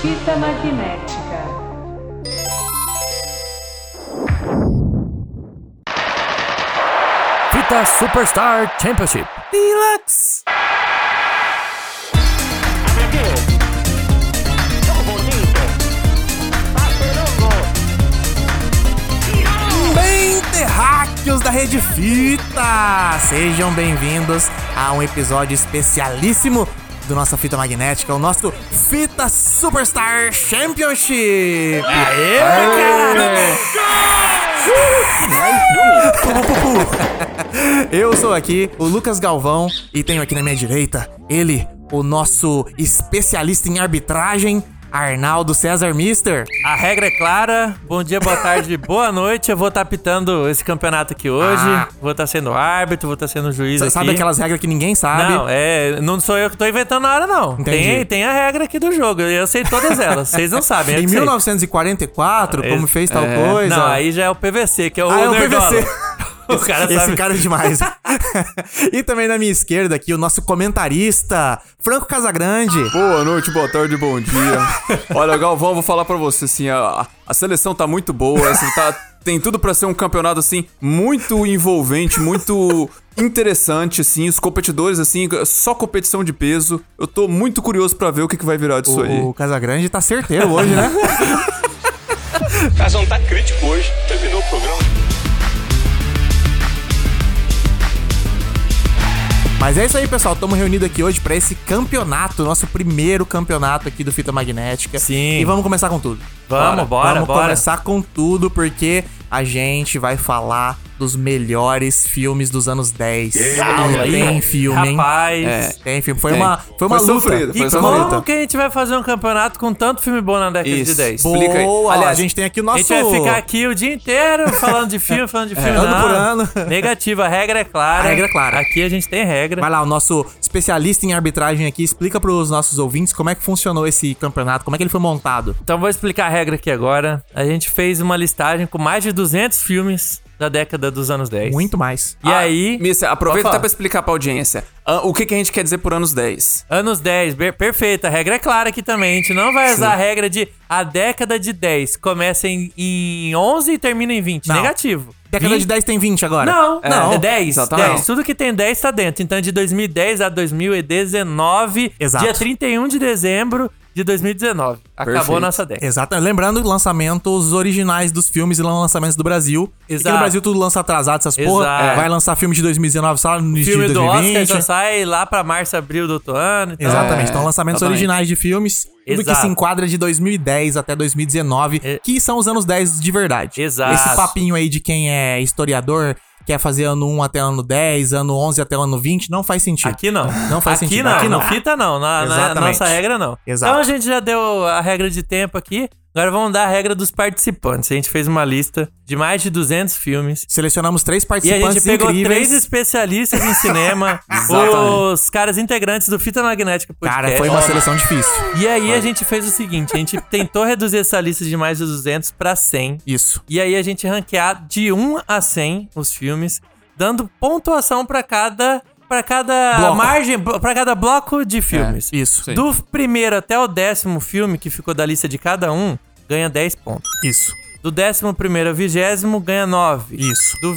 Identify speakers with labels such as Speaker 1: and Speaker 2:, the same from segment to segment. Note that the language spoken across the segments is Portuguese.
Speaker 1: Fita magnética.
Speaker 2: Fita Superstar Championship.
Speaker 3: Deluxe! Bem, terráqueos da Rede Fita! Sejam bem-vindos a um episódio especialíssimo do nossa fita magnética, o nosso Fita Superstar Championship! Aê, Eu sou aqui, o Lucas Galvão, e tenho aqui na minha direita ele, o nosso especialista em arbitragem, Arnaldo César Mister.
Speaker 4: A regra é clara. Bom dia, boa tarde, boa noite. Eu vou estar pitando esse campeonato aqui hoje.
Speaker 3: Ah.
Speaker 4: Vou estar sendo árbitro, vou estar sendo juiz
Speaker 3: Sa-
Speaker 4: aqui.
Speaker 3: Sabe aquelas regras que ninguém sabe?
Speaker 4: Não, é, não sou eu que tô inventando nada, não.
Speaker 3: Entendi.
Speaker 4: Tem, tem a regra aqui do jogo. Eu sei todas elas. Vocês não sabem. eu
Speaker 3: Em
Speaker 4: que sei.
Speaker 3: 1944, como fez tal
Speaker 4: assim. É,
Speaker 3: coisa.
Speaker 4: Não, aí já é o PVC, que é o
Speaker 3: Ah, é o
Speaker 4: nerdola.
Speaker 3: PVC.
Speaker 4: O cara
Speaker 3: Esse
Speaker 4: sabe.
Speaker 3: cara é demais. e também na minha esquerda aqui, o nosso comentarista, Franco Casagrande.
Speaker 4: Ah,
Speaker 5: Boa noite, boa tarde, bom dia. Olha, Galvão, vou falar pra você assim, a, a seleção tá muito boa, assim, tá- tem tudo pra ser um campeonato assim muito envolvente, muito interessante assim, os competidores assim, só competição de peso. Eu tô muito curioso pra ver o que, que vai virar disso aí.
Speaker 3: O, o Casagrande tá certeiro hoje, né?
Speaker 6: Casão tá crítico hoje. Terminou o programa.
Speaker 3: Mas é isso aí, pessoal. Estamos reunidos aqui hoje pra esse campeonato, nosso primeiro campeonato aqui do Fita Magnética.
Speaker 4: Sim.
Speaker 3: E vamos começar com tudo.
Speaker 4: Vamos, bora,
Speaker 3: vamos
Speaker 4: bora.
Speaker 3: começar com tudo, porque a gente vai falar dos melhores filmes dos anos 10.
Speaker 4: Fala aí,
Speaker 3: Tem filme, hein? É.
Speaker 4: Rapaz.
Speaker 3: Tem filme. Foi
Speaker 5: Tem.
Speaker 3: uma, foi uma
Speaker 5: Foi
Speaker 3: luta.
Speaker 5: sofrido,
Speaker 3: E
Speaker 5: foi
Speaker 3: como
Speaker 5: sofrido.
Speaker 3: luta?
Speaker 4: Como que a gente vai fazer um campeonato com tanto filme bom na década de
Speaker 5: Isso.
Speaker 4: 10?
Speaker 5: Boa. Explica aí.
Speaker 3: Boa!
Speaker 5: Aliás,
Speaker 3: a gente tem aqui o
Speaker 4: A
Speaker 3: nosso...
Speaker 4: gente vai ficar aqui o dia inteiro falando de filme, falando de filme.
Speaker 3: ano
Speaker 4: não.
Speaker 3: por ano.
Speaker 4: Negativa, a regra é clara.
Speaker 3: A regra é clara.
Speaker 4: Aqui a gente tem regra.
Speaker 3: Vai lá, o nosso especialista em arbitragem aqui explica pros nossos ouvintes como é que funcionou esse campeonato, como é que ele foi montado.
Speaker 4: Então vou explicar a regra aqui agora. A gente fez uma listagem com mais de 200 filmes da década dos anos 10.
Speaker 3: Muito Ah, mais.
Speaker 4: E aí,
Speaker 5: Ah, Missa, aproveita
Speaker 4: Pode
Speaker 5: até
Speaker 4: falar.
Speaker 5: pra explicar pra audiência ah, o que, que a gente quer dizer por anos 10.
Speaker 4: anos 10, be- perfeito. A regra é clara aqui também. A gente não vai usar a regra de a década de 10 começa em, em 11 e termina em 20.
Speaker 3: Não.
Speaker 4: Negativo.
Speaker 3: Década
Speaker 4: 20
Speaker 3: de 10 tem 20 agora.
Speaker 4: Não,
Speaker 5: É,
Speaker 4: não.
Speaker 5: é
Speaker 4: 10,
Speaker 3: tá
Speaker 5: exatamente.
Speaker 4: 10. Tudo que tem 10 tá dentro. Então, de 2010 a 2019,
Speaker 3: Exato.
Speaker 4: dia 31 de dezembro de 2019. Acabou
Speaker 5: Perfeito.
Speaker 4: a nossa década.
Speaker 3: Exato. Lembrando lançamentos originais dos filmes e lançamentos do Brasil. Exato. Aqui
Speaker 4: Exato.
Speaker 3: no Brasil tudo lança atrasado, essas porra.
Speaker 4: Exato.
Speaker 3: Vai lançar filme de 2019, só no início
Speaker 4: Filme
Speaker 3: de
Speaker 4: do Oscar
Speaker 3: 2020.
Speaker 4: já sai lá pra março, abril do outro ano. Então,
Speaker 3: Exatamente.
Speaker 5: É,
Speaker 3: então, lançamentos
Speaker 5: exatamente.
Speaker 3: originais de filmes. Tudo que
Speaker 4: Exato.
Speaker 3: se enquadra de 2010 até 2019,
Speaker 4: É.
Speaker 3: que são os anos 10 de verdade.
Speaker 4: Exato.
Speaker 3: Esse papinho aí de quem é historiador, quer fazer ano 1 até ano 10, ano 11 até ano 20, não faz sentido.
Speaker 4: Aqui não.
Speaker 3: Não faz
Speaker 4: aqui
Speaker 3: sentido.
Speaker 4: Não,
Speaker 3: Aqui não.
Speaker 4: Na fita não. Na, na
Speaker 3: Exatamente.
Speaker 4: nossa regra não.
Speaker 3: Exato.
Speaker 4: Então a gente já deu a regra de tempo aqui. Agora vamos dar a regra dos participantes. A gente fez uma lista de mais de 200 filmes.
Speaker 3: Selecionamos três
Speaker 4: E a
Speaker 3: participantes
Speaker 4: gente pegou
Speaker 3: incríveis.
Speaker 4: três especialistas em cinema, os caras integrantes do Fita Magnética Podcast.
Speaker 3: Cara, foi uma seleção difícil.
Speaker 4: E aí a gente fez o seguinte, a gente tentou reduzir essa lista de mais de 200 pra 100.
Speaker 3: Isso.
Speaker 4: E aí a gente ranquear de 1 a 100 os filmes, dando pontuação pra cada para cada
Speaker 3: Bloco.
Speaker 4: margem, para cada bloco de filmes.
Speaker 3: Isso.
Speaker 4: Do primeiro até o décimo filme que ficou da lista de cada um, ganha 10 pontos.
Speaker 3: Isso.
Speaker 4: Do décimo primeiro ao vigésimo, ganha 9.
Speaker 3: Isso.
Speaker 4: Do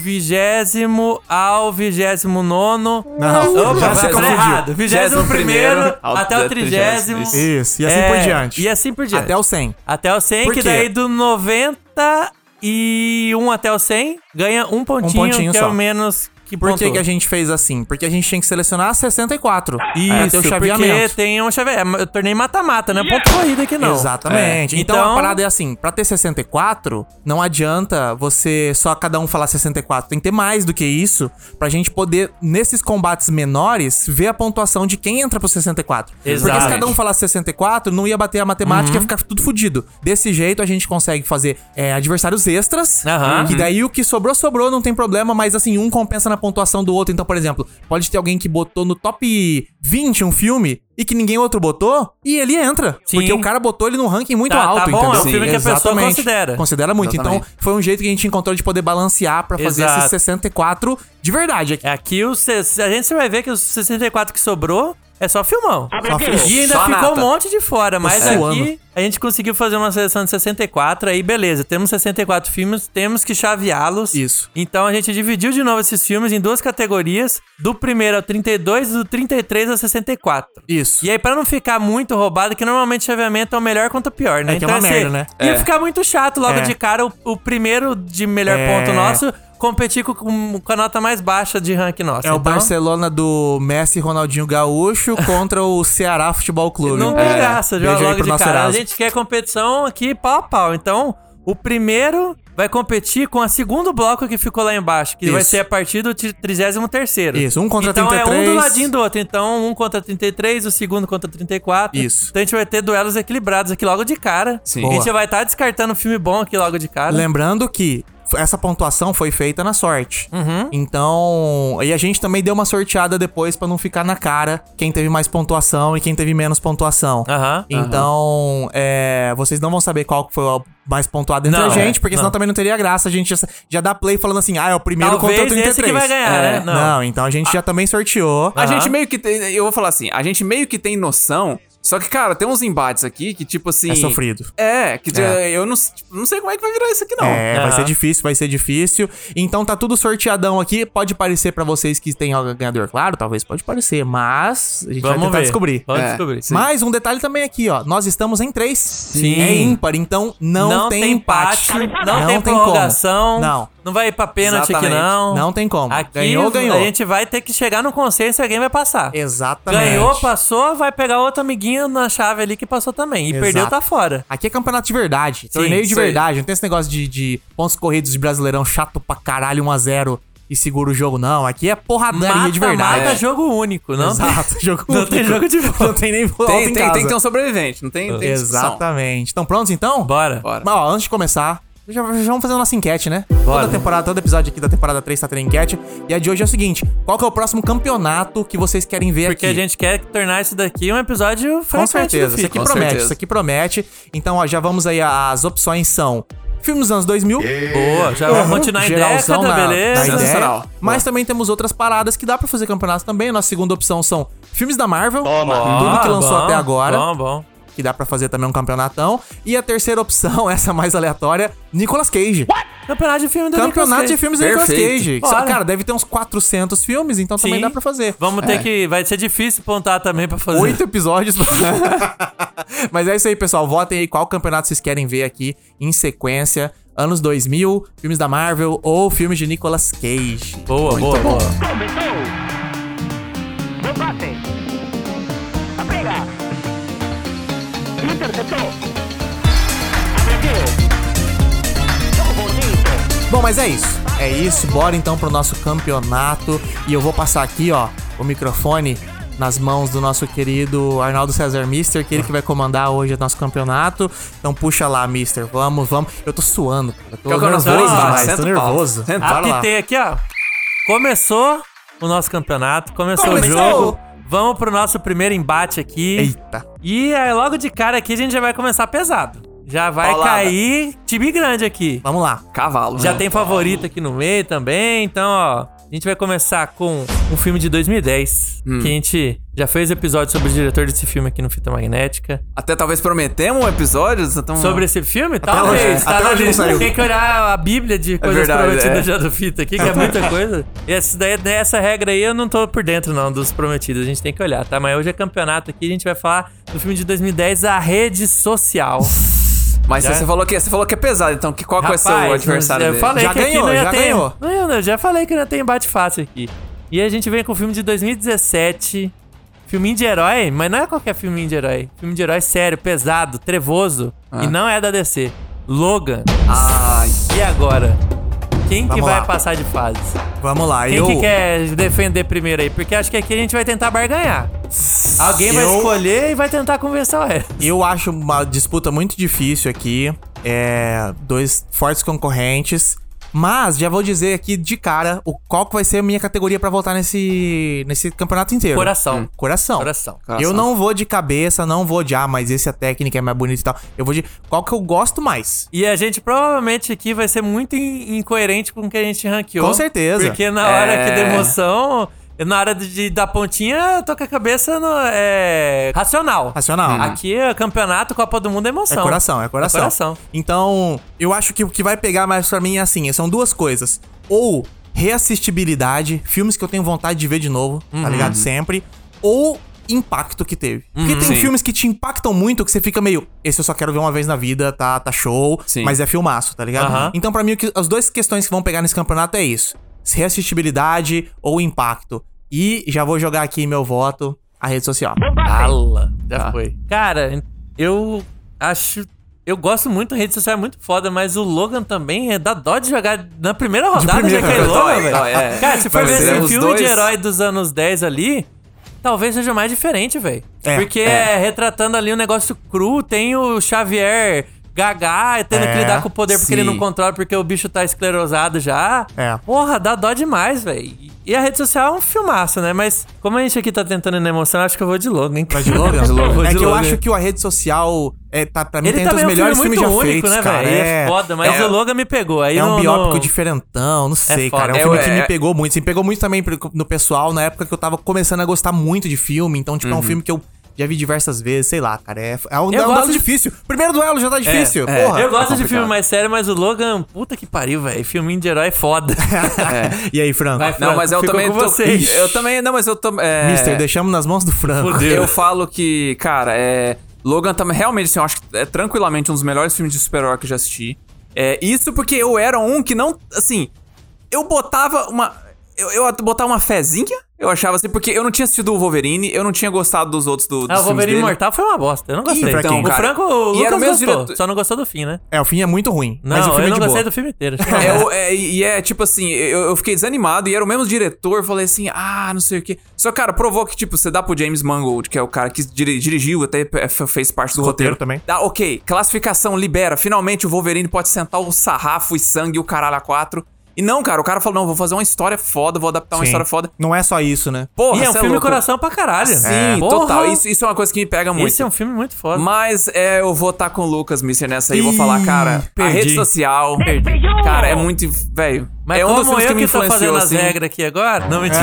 Speaker 4: vigésimo ao vigésimo nono...
Speaker 3: Não,
Speaker 4: Opa,
Speaker 3: já se
Speaker 4: vai
Speaker 3: confundiu.
Speaker 4: errado. Vigésimo primeiro
Speaker 5: ao
Speaker 4: até o trigésimo.
Speaker 5: trigésimo.
Speaker 3: Isso, e assim
Speaker 4: É,
Speaker 3: por diante.
Speaker 4: E assim por diante.
Speaker 3: Até o 100.
Speaker 4: Até o 100,
Speaker 3: Por
Speaker 4: que
Speaker 3: quê?
Speaker 4: daí do 90 e 1 até o 100, ganha um pontinho,
Speaker 3: pontinho
Speaker 4: que é
Speaker 3: só.
Speaker 4: o menos que
Speaker 3: Por que,
Speaker 4: pontua.
Speaker 3: que a gente fez assim? Porque a gente tinha que selecionar 64. pra ter o
Speaker 4: Isso, É, porque
Speaker 3: chaveamento.
Speaker 4: tem um chaveamento. Eu tornei mata-mata, não é ponto corrida aqui não.
Speaker 3: Exatamente.
Speaker 4: É.
Speaker 3: Então,
Speaker 4: Então-
Speaker 3: a parada é assim, pra ter 64, não adianta você só cada um falar 64. Tem que ter mais do que isso pra gente poder, nesses combates menores, ver a pontuação de quem entra pro 64. Porque se
Speaker 4: Exatamente. Uhum.
Speaker 3: cada um falasse 64, não ia bater a matemática, ia ficar tudo fudido. Desse jeito, a gente consegue fazer é, adversários extras,
Speaker 4: Aham.
Speaker 3: que daí o que sobrou, sobrou, não tem problema, mas assim, um compensa na na pontuação do outro. Então, por exemplo, pode ter alguém que botou no top 20 um filme e que ninguém outro botou, e ele entra.
Speaker 4: Sim.
Speaker 3: Porque o cara botou ele num ranking muito
Speaker 4: Tá- tá
Speaker 3: alto,
Speaker 4: bom, é um
Speaker 3: entendeu?
Speaker 4: filme que a pessoa
Speaker 3: Exatamente.
Speaker 4: considera.
Speaker 3: Considera muito. Então,
Speaker 5: Exatamente.
Speaker 3: foi um jeito que a gente encontrou de poder balancear pra fazer
Speaker 4: Exato.
Speaker 3: esses 64 de verdade aqui.
Speaker 4: É Aqui os, se- a gente você vai ver que os 64 que sobrou é só filmão.
Speaker 3: Só Tá é feliz.
Speaker 4: E ainda
Speaker 5: Só
Speaker 4: ficou
Speaker 5: nata.
Speaker 4: um monte de fora, mas
Speaker 3: suando.
Speaker 4: aqui a gente conseguiu fazer uma seleção de 64, aí beleza, temos 64 filmes, temos que chaveá-los.
Speaker 3: Isso.
Speaker 4: Então a gente dividiu de novo esses filmes em duas categorias, do primeiro ao 32 e do 33 ao 64.
Speaker 3: Isso.
Speaker 4: E aí, pra não ficar muito roubado, que normalmente chaveamento é o melhor contra o pior, né?
Speaker 3: É, que é uma
Speaker 4: ia
Speaker 3: merda,
Speaker 4: ser-
Speaker 3: né?
Speaker 4: Ia
Speaker 5: É.
Speaker 4: ficar muito chato logo
Speaker 3: É.
Speaker 4: de cara o, o primeiro de melhor
Speaker 3: É.
Speaker 4: ponto nosso competir com, com a nota mais baixa de rank nosso.
Speaker 3: É o
Speaker 4: Então,
Speaker 3: Barcelona do Messi e Ronaldinho Gaúcho contra o Ceará Futebol Clube.
Speaker 4: Não tem
Speaker 3: É.
Speaker 4: graça, já
Speaker 3: Beijo aí
Speaker 4: logo
Speaker 3: pro
Speaker 4: de
Speaker 3: nosso
Speaker 4: cara. A
Speaker 3: Erasmo.
Speaker 4: gente quer competição aqui pau a pau. Então, o primeiro vai competir com a segundo bloco que ficou lá embaixo, que vai
Speaker 3: Isso.
Speaker 4: ser a partir do ti- 33º.
Speaker 3: Isso, um contra
Speaker 4: então, Então é um
Speaker 3: 33.
Speaker 4: do ladinho do outro. Então, um contra 33, o segundo contra 34.
Speaker 3: Isso.
Speaker 4: Então a gente vai ter duelos equilibrados aqui logo de cara. A
Speaker 5: Sim.
Speaker 3: Boa.
Speaker 4: gente vai estar descartando um filme bom aqui logo de cara.
Speaker 3: Lembrando que essa pontuação foi feita na sorte.
Speaker 4: Uhum.
Speaker 3: Então. E a gente também deu uma sorteada depois pra não ficar na cara quem teve mais pontuação e quem teve menos pontuação.
Speaker 4: Aham.
Speaker 3: Então, é, vocês não vão saber qual que foi o mais pontuado entre
Speaker 4: Não,
Speaker 3: a gente,
Speaker 4: é,
Speaker 3: porque senão
Speaker 4: não.
Speaker 3: também não teria graça. A gente já, já dá play falando assim, ah, é o primeiro
Speaker 4: Talvez
Speaker 3: contra o 33.
Speaker 4: esse que vai ganhar,
Speaker 3: É,
Speaker 4: né?
Speaker 3: Não.
Speaker 4: Não.
Speaker 3: então a gente já também sorteou.
Speaker 5: A
Speaker 4: Aham.
Speaker 5: gente meio que tem. Eu vou falar assim, a gente meio que tem noção. Só que, cara, tem uns embates aqui que, tipo assim.
Speaker 3: É sofrido.
Speaker 5: É, que
Speaker 3: É.
Speaker 5: eu não, tipo, não sei como é que vai virar isso aqui, não.
Speaker 3: É, vai
Speaker 4: Aham.
Speaker 3: ser difícil, vai ser difícil. Então tá tudo sorteadão aqui. Pode parecer pra vocês que tem algum ganhador, claro, talvez pode parecer, mas a gente vai
Speaker 4: Vamos
Speaker 3: tentar
Speaker 4: ver.
Speaker 3: descobrir.
Speaker 4: Vamos
Speaker 5: É.
Speaker 4: descobrir.
Speaker 5: Sim.
Speaker 3: Mais um detalhe também aqui, ó. Nós estamos em três.
Speaker 4: Sim.
Speaker 3: É ímpar, então não, tem, empate.
Speaker 4: Não,
Speaker 3: como.
Speaker 4: tem prorrogação.
Speaker 3: Não.
Speaker 4: Não vai ir pra pênalti aqui,
Speaker 5: Exatamente.
Speaker 4: não.
Speaker 3: Não tem como.
Speaker 4: Aqui
Speaker 3: ganhou, ganhou.
Speaker 4: a gente vai ter que chegar no consenso e alguém vai passar.
Speaker 3: Exatamente.
Speaker 4: Ganhou, passou, vai pegar outro amiguinho na chave ali que passou também. E
Speaker 3: Exato.
Speaker 4: perdeu, tá fora.
Speaker 3: Aqui é campeonato de verdade, torneio de
Speaker 5: isso aí.
Speaker 3: verdade. Não tem esse negócio de, de pontos corridos de brasileirão chato pra caralho, 1x0 e segura o jogo, não. Aqui é porradaria
Speaker 4: Mata,
Speaker 3: de verdade.
Speaker 4: mata, jogo único, não?
Speaker 3: Exato, jogo
Speaker 4: Não
Speaker 3: único.
Speaker 4: tem jogo de volta.
Speaker 3: Não tem nem volta
Speaker 5: Tem,
Speaker 3: em
Speaker 5: tem,
Speaker 3: casa.
Speaker 5: tem que ter um sobrevivente, não tem, tem discussão.
Speaker 3: Exatamente. Estão prontos então?
Speaker 4: Bora.
Speaker 5: Bora.
Speaker 3: Mas, ó, antes de começar, já, já vamos fazer a nossa enquete, né?
Speaker 4: Bora.
Speaker 3: Toda temporada, todo episódio aqui da temporada 3 tá tendo enquete. E a de hoje é o seguinte: qual que é o próximo campeonato que vocês querem ver
Speaker 4: Porque
Speaker 3: aqui?
Speaker 4: a gente quer tornar isso daqui um episódio
Speaker 3: Com
Speaker 4: frequente
Speaker 3: certeza,
Speaker 4: do
Speaker 3: isso
Speaker 4: Fique.
Speaker 3: aqui
Speaker 5: Com
Speaker 3: promete,
Speaker 5: certeza.
Speaker 3: isso aqui promete. Então, ó, já vamos aí, as opções são filmes dos anos 2000.
Speaker 4: Boa, já vamos continuar em
Speaker 3: Uhum. Geralzão
Speaker 4: década,
Speaker 3: na- na
Speaker 4: beleza?
Speaker 3: ideia.
Speaker 5: Sensacional.
Speaker 3: Mas também temos outras paradas que dá pra fazer campeonato também. Nossa segunda opção são filmes da Marvel, tudo que lançou
Speaker 4: Ah, bom,
Speaker 3: até agora,
Speaker 4: Bom, bom.
Speaker 3: que dá pra fazer também um campeonatão. E a terceira opção, essa mais aleatória, Nicolas Cage.
Speaker 4: Campeonato de filme do
Speaker 3: Campeonato
Speaker 4: Nicolas
Speaker 3: de
Speaker 4: Cage.
Speaker 3: filmes do Nicolas
Speaker 5: Perfeito.
Speaker 3: Cage.
Speaker 4: Bora.
Speaker 3: Cara, deve ter uns 400 filmes, então também
Speaker 4: Sim.
Speaker 3: dá pra fazer.
Speaker 4: Vamos ter que. Vai ser difícil pontar também pra fazer.
Speaker 3: Oito episódios. Mas é isso aí, pessoal. Votem aí qual campeonato vocês querem ver aqui em sequência. Anos 2000, filmes da Marvel ou filmes de Nicolas Cage.
Speaker 4: Boa, boa, boa.
Speaker 3: Bom, mas é isso. É isso. Bora então pro nosso campeonato. E eu vou passar aqui, ó, o microfone nas mãos do nosso querido Arnaldo César Mister, que ele que vai comandar hoje o nosso campeonato. Então puxa lá, Mister. Vamos, vamos. Eu tô suando. cara. Eu tô
Speaker 5: Qual que é o nosso
Speaker 3: nervoso
Speaker 4: nome?
Speaker 3: demais.
Speaker 5: Senta
Speaker 3: Tô
Speaker 5: o pau.
Speaker 3: nervoso.
Speaker 5: Senta.
Speaker 3: Fala lá.
Speaker 4: Apitei aqui, ó. Começou o nosso campeonato, começou,
Speaker 3: Começou!
Speaker 4: o jogo. Vamos pro nosso primeiro embate aqui.
Speaker 3: Eita.
Speaker 4: E aí, logo de cara aqui a gente já vai começar pesado. Já vai
Speaker 5: Paulada.
Speaker 4: cair time grande aqui.
Speaker 3: Vamos lá.
Speaker 5: Cavalo.
Speaker 4: Já
Speaker 5: né?
Speaker 4: tem favorito aqui no meio também, então, ó. A gente vai começar com um filme de 2010,
Speaker 3: Hum.
Speaker 4: que a gente já fez episódio sobre o diretor desse filme aqui no Fita Magnética.
Speaker 5: Até talvez prometemos um episódio. só tamo-
Speaker 4: Sobre esse filme?
Speaker 3: hoje-
Speaker 4: Talvez.
Speaker 3: Ah. até
Speaker 4: Tá na
Speaker 3: hoje não
Speaker 4: lista.
Speaker 3: saiu.
Speaker 4: Tem que olhar a Bíblia de coisas
Speaker 5: verdade,
Speaker 4: prometidas
Speaker 5: é.
Speaker 4: já do Fita aqui, que é muita coisa. E essa, daí, essa regra aí eu não tô por dentro, não, dos prometidos. A gente tem que olhar, tá? Mas hoje é campeonato aqui, a gente vai falar do filme de 2010, A Rede Social.
Speaker 5: Mas
Speaker 4: Já?
Speaker 5: você falou que você falou que é pesado, então que qual que vai ser o adversário
Speaker 4: eu
Speaker 5: dele?
Speaker 4: falei
Speaker 3: Já
Speaker 4: que
Speaker 3: ganhou,
Speaker 4: aqui não ia
Speaker 3: já
Speaker 4: ter.
Speaker 3: ganhou.
Speaker 4: Não, eu não, já falei que não tem bate fácil aqui. E a gente vem com o filme de 2017. Filminho de herói, mas não é qualquer filminho de herói. Filme de herói sério, pesado, trevoso.
Speaker 3: Ah.
Speaker 4: E não é da DC. Logan.
Speaker 5: Ai,
Speaker 4: E agora? Quem que
Speaker 3: Vamos
Speaker 4: vai
Speaker 3: lá.
Speaker 4: passar de fase?
Speaker 3: Vamos lá.
Speaker 4: Quem
Speaker 3: eu...
Speaker 4: que quer defender primeiro aí? Porque acho que aqui a gente vai tentar barganhar. Alguém vai
Speaker 3: Eu-
Speaker 4: escolher e vai tentar convencer o resto.
Speaker 3: Eu acho uma disputa muito difícil aqui. É, dois fortes concorrentes. Mas já vou dizer aqui de cara o qual que vai ser a minha categoria pra votar nesse, nesse campeonato inteiro.
Speaker 4: Coração.
Speaker 3: Coração.
Speaker 4: Coração.
Speaker 3: Eu
Speaker 5: Coração.
Speaker 3: não vou de cabeça, não vou de ah, mas esse a técnica é mais bonita e tal. Eu vou de qual que eu gosto mais.
Speaker 4: E a gente provavelmente aqui vai ser muito in- incoerente com o que a gente ranqueou.
Speaker 3: Com certeza.
Speaker 4: Porque na hora
Speaker 5: É.
Speaker 4: que da emoção, na hora de dar pontinha, eu tô com a cabeça no, é, racional.
Speaker 3: Racional.
Speaker 4: Aqui é campeonato, Copa do Mundo
Speaker 3: É
Speaker 4: é emoção.
Speaker 3: coração, é coração.
Speaker 4: É coração.
Speaker 3: Então, eu acho que o que vai pegar mais pra mim é assim, são duas coisas. Ou reassistibilidade, filmes que eu tenho vontade de ver de novo, tá ligado? Sempre. Ou impacto que teve. Porque tem
Speaker 5: Sim.
Speaker 3: filmes que te impactam muito que você fica meio, esse eu só quero ver uma vez na vida, tá, tá show,
Speaker 5: Sim.
Speaker 3: mas é filmaço, tá ligado?
Speaker 4: Aham.
Speaker 3: Então, pra mim, o que- as duas questões que vão pegar nesse campeonato é isso. Reassistibilidade ou impacto. E já vou jogar aqui meu voto, a rede social.
Speaker 4: Ala, já
Speaker 5: Tá.
Speaker 4: foi. Cara, eu acho. Eu gosto muito, rede social é muito foda, mas o Logan também é dá dó de jogar na primeira rodada
Speaker 3: primeira,
Speaker 4: já caiu
Speaker 3: dói,
Speaker 4: Logan, velho.
Speaker 5: dói, é.
Speaker 4: Cara, se for
Speaker 5: Vai
Speaker 4: ver
Speaker 5: ser
Speaker 4: esse
Speaker 5: os
Speaker 4: filme
Speaker 5: dois.
Speaker 4: de herói dos anos 10 ali, talvez seja mais diferente, velho.
Speaker 3: É,
Speaker 4: Porque
Speaker 5: é.
Speaker 4: é retratando ali um negócio cru, tem o Xavier Gagá tendo
Speaker 3: É,
Speaker 4: que lidar com o poder porque ele
Speaker 5: sim.
Speaker 4: não controla, porque o bicho tá esclerosado já.
Speaker 3: É.
Speaker 4: Porra, dá dó demais, velho. E a rede social é um filmaço, né? Mas como a gente aqui tá tentando ir na emoção, eu acho que eu vou de Logan, então.
Speaker 3: Vai
Speaker 4: hein?
Speaker 3: de Logan?
Speaker 4: Vou de
Speaker 3: É que eu
Speaker 4: Logan.
Speaker 3: acho que o a rede social é, tá, pra mim
Speaker 4: Ele
Speaker 3: tá entre
Speaker 4: também
Speaker 3: os
Speaker 4: é um filme
Speaker 3: melhores
Speaker 4: muito
Speaker 3: filmes já
Speaker 4: único,
Speaker 3: feitos,
Speaker 4: né,
Speaker 3: cara.
Speaker 4: velho? É, foda, mas
Speaker 3: é,
Speaker 4: o Logan me pegou. Aí
Speaker 3: é um
Speaker 4: não-
Speaker 3: biópico
Speaker 4: não-
Speaker 3: diferentão, não sei,
Speaker 4: foda.
Speaker 3: cara. É um filme
Speaker 4: É,
Speaker 5: é,
Speaker 3: que me
Speaker 5: é.
Speaker 3: pegou muito. Assim, me pegou muito também pro- no pessoal na época que eu tava começando a gostar muito de filme. Então,
Speaker 4: Uhum.
Speaker 3: tipo, é um filme que eu já vi diversas vezes, sei lá, cara. É, é um, é um
Speaker 4: gosto
Speaker 3: duelo
Speaker 4: de-
Speaker 3: difícil. Primeiro duelo já tá difícil,
Speaker 5: é.
Speaker 3: porra.
Speaker 4: Eu gosto de
Speaker 5: complicado.
Speaker 4: filme mais sério, mas o Logan, puta que pariu, velho. Filminho de herói é foda. Ah,
Speaker 3: E aí, Franco?
Speaker 4: Vai,
Speaker 5: Não,
Speaker 4: Franco,
Speaker 5: mas eu
Speaker 4: ficou
Speaker 5: também.
Speaker 4: com
Speaker 5: tô-
Speaker 4: vocês.
Speaker 5: Eu também. Não, mas eu também. É,
Speaker 3: Mister, deixamos nas mãos do Franco.
Speaker 4: Fudeu.
Speaker 5: Eu falo que, cara, é. Logan também, realmente, assim, eu acho que é tranquilamente um dos melhores filmes de super-herói que eu já assisti. É, isso porque eu era um que não. Assim, eu botava uma. Eu, eu botava uma fezinha, eu achava assim, porque eu não tinha assistido o Wolverine, eu não tinha gostado dos outros do, dos
Speaker 4: Ah, o
Speaker 5: filmes
Speaker 4: Wolverine
Speaker 5: dele.
Speaker 4: Imortal foi uma bosta. Eu não gostei.
Speaker 3: pra quem?
Speaker 4: o
Speaker 5: Cara,
Speaker 4: Franco, o
Speaker 5: e era o
Speaker 4: Lucas
Speaker 5: mesmo
Speaker 4: gostou.
Speaker 5: diretor-
Speaker 4: Só não gostou do fim, né?
Speaker 3: É, o fim é muito ruim.
Speaker 4: Não,
Speaker 3: mas o filme
Speaker 4: eu
Speaker 3: é
Speaker 4: não
Speaker 3: de boa.
Speaker 4: gostei do filme inteiro.
Speaker 5: É, o- é, e é tipo assim, eu, eu fiquei desanimado e era o mesmo diretor. Falei assim, ah, não sei o que. Só, cara, provou que, tipo, você dá pro James Mangold, que é o cara que diri- dirigiu, até eh, f- fez parte do
Speaker 3: Roteiro
Speaker 5: roteiro,
Speaker 3: também.
Speaker 5: Dá, ok, classificação libera. Finalmente o Wolverine pode sentar o sarrafo e sangue e o caralho a quatro. E não, cara, o cara falou, não, vou fazer uma história foda, vou adaptar uma
Speaker 3: Sim.
Speaker 5: história foda.
Speaker 3: Não é só isso, né?
Speaker 5: Porra,
Speaker 4: E é um
Speaker 5: cê
Speaker 4: filme
Speaker 5: louco.
Speaker 4: coração pra caralho.
Speaker 3: É.
Speaker 5: Sim,
Speaker 4: Porra,
Speaker 5: total. Isso, isso é uma coisa que me pega muito.
Speaker 4: Esse é um filme muito foda.
Speaker 5: Mas é, eu vou estar com o Lucas, Mister, nessa aí. Vou falar, cara, a
Speaker 4: perdi.
Speaker 5: rede social.
Speaker 4: Perdi.
Speaker 5: Cara, é muito. Velho.
Speaker 4: Mas
Speaker 5: é um
Speaker 4: como
Speaker 5: dos filmes
Speaker 4: eu
Speaker 5: que me
Speaker 4: tô
Speaker 5: influenciou.
Speaker 4: fazendo as
Speaker 5: assim.
Speaker 4: regras aqui agora... Não, mentira.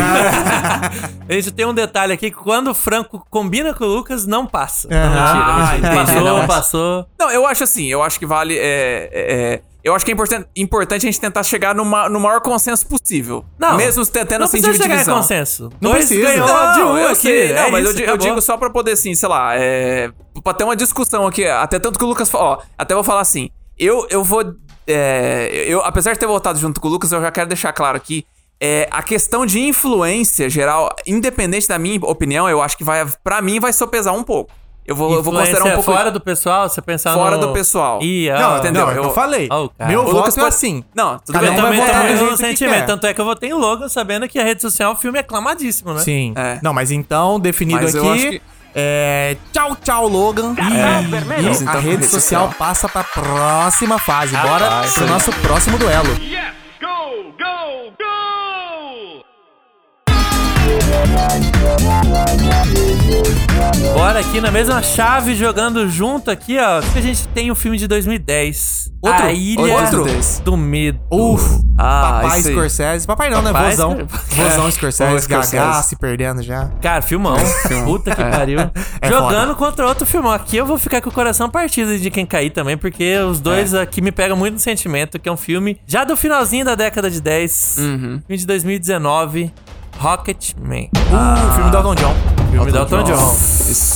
Speaker 4: a gente tem um detalhe aqui que quando o Franco combina com o Lucas, não passa.
Speaker 3: É.
Speaker 4: Não,
Speaker 5: Ah,
Speaker 4: mentira, mentira.
Speaker 5: entendi,
Speaker 4: Passou,
Speaker 5: não.
Speaker 4: passou.
Speaker 5: Não, eu acho assim, eu acho que vale. é, é, é, eu acho que é importante, importante a gente tentar chegar numa- no maior consenso possível.
Speaker 4: Não.
Speaker 5: Mesmo tentando
Speaker 4: não
Speaker 5: assim
Speaker 4: precisa chegar em
Speaker 5: divisão.
Speaker 4: consenso.
Speaker 3: Não
Speaker 4: Dois
Speaker 3: precisa.
Speaker 4: ganhou
Speaker 5: Não,
Speaker 4: de um
Speaker 5: eu
Speaker 4: aqui.
Speaker 5: sei, não,
Speaker 4: é
Speaker 5: mas eu
Speaker 4: isso,
Speaker 5: di- eu,
Speaker 4: acabou.
Speaker 5: digo só pra poder, assim, sei lá, é, pra ter uma discussão aqui, até tanto que o Lucas falou, ó, até vou falar assim, eu, eu vou, é, eu, apesar de ter voltado junto com o Lucas, eu já quero deixar claro aqui, é, a questão de influência geral, independente da minha opinião, eu acho que vai, pra mim, vai sopesar um pouco. Eu vou, eu vou
Speaker 3: é
Speaker 4: Influência
Speaker 5: considerar um pouco...
Speaker 4: Fora do pessoal, você pensar
Speaker 5: Fora
Speaker 4: no-
Speaker 5: do pessoal.
Speaker 4: Ih, ah, ó.
Speaker 3: Ah, Não,
Speaker 5: entendeu?
Speaker 3: entendeu? Eu,
Speaker 5: Eu- Ah,
Speaker 3: falei.
Speaker 4: Ó, o cara.
Speaker 3: Meu
Speaker 4: O
Speaker 3: voto
Speaker 5: Lucas
Speaker 3: é
Speaker 5: pode-
Speaker 3: assim.
Speaker 5: Não, tudo
Speaker 3: Cada
Speaker 5: bem.
Speaker 3: um
Speaker 4: Eu
Speaker 3: vai
Speaker 4: também
Speaker 3: votar do
Speaker 4: tenho
Speaker 3: jeito
Speaker 4: um
Speaker 3: que quer.
Speaker 4: sentimento. Tanto é que eu votei em Logan sabendo que a rede social o filme é aclamadíssimo, né?
Speaker 3: Sim.
Speaker 5: É.
Speaker 3: Não, mas então, definido
Speaker 5: Mas eu acho
Speaker 3: aqui.
Speaker 5: que-
Speaker 3: é, tchau, tchau, Logan. E, e
Speaker 5: Então, Ah, tá,
Speaker 3: a rede
Speaker 5: rede
Speaker 3: social
Speaker 5: social.
Speaker 3: passa pra próxima fase. Bora pro nosso próximo duelo.
Speaker 6: Yes! Go! Go! Go!
Speaker 4: Bora aqui na mesma chave, jogando junto aqui, ó. Que a gente tem o filme de 2010.
Speaker 3: Outro?
Speaker 4: A Ilha
Speaker 5: Outro?
Speaker 4: do Medo.
Speaker 3: Uf,
Speaker 5: Ah,
Speaker 3: papai
Speaker 5: isso aí.
Speaker 3: Scorsese. Papai não, né?
Speaker 4: Papai
Speaker 3: Vozão.
Speaker 4: Scorsese.
Speaker 3: Vozão Scorsese,
Speaker 5: Vozão Scorsese.
Speaker 3: Gagá se perdendo já.
Speaker 4: Cara, filmão. Puta que pariu.
Speaker 3: É
Speaker 4: Jogando contra outro filmão. Aqui eu vou ficar com o coração partido de quem cair também, porque os dois aqui me pegam muito no sentimento, que é um filme já do finalzinho da década de 10. Filme de 2019. Rocketman.
Speaker 5: Ah.
Speaker 3: Uh, filme do Elton John.
Speaker 4: Filme do Elton John.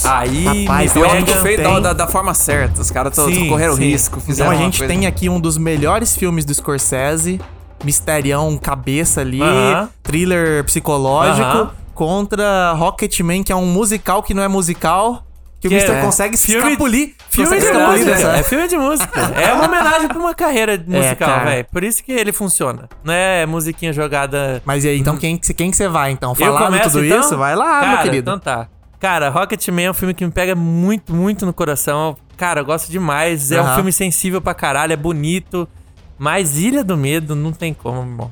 Speaker 4: Aí,
Speaker 3: Rapaz,
Speaker 4: me
Speaker 5: Eu
Speaker 3: Então,
Speaker 5: acho
Speaker 4: pega-
Speaker 5: que
Speaker 3: não
Speaker 5: foi da,
Speaker 3: tem-
Speaker 5: da, da forma certa, os caras tão- tão
Speaker 3: Sim,
Speaker 5: correram
Speaker 3: sim.
Speaker 5: risco, fizeram
Speaker 3: Então a
Speaker 5: uma
Speaker 3: gente
Speaker 5: coisa-
Speaker 3: tem aqui um dos melhores filmes do Scorsese, misterião, cabeça ali,
Speaker 4: Aham.
Speaker 3: thriller psicológico,
Speaker 4: Aham.
Speaker 3: contra Rocketman, que é um musical que não é musical, que,
Speaker 4: Que
Speaker 3: o Mr.
Speaker 4: é
Speaker 3: consegue se
Speaker 4: filme-
Speaker 3: escapulir.
Speaker 4: Filme
Speaker 3: consegue
Speaker 4: de
Speaker 3: escapulir
Speaker 4: música.
Speaker 3: dessa-
Speaker 4: É filme de música. É uma homenagem pra uma carreira musical,
Speaker 3: cara.
Speaker 4: velho. Por isso que ele funciona. Não é musiquinha jogada.
Speaker 3: Mas e aí, então quem que quem que você vai, então?
Speaker 4: Uhum. Eu
Speaker 3: Falando
Speaker 4: começo,
Speaker 3: tudo
Speaker 4: então?
Speaker 3: isso? Vai lá,
Speaker 4: Cara,
Speaker 3: meu querido.
Speaker 4: Então tá. Cara, Rocketman é um filme que me pega muito, muito no coração. Cara, eu gosto demais. É um
Speaker 3: Aham.
Speaker 4: filme sensível pra caralho, é bonito. Mas Ilha do Medo não tem como, meu irmão.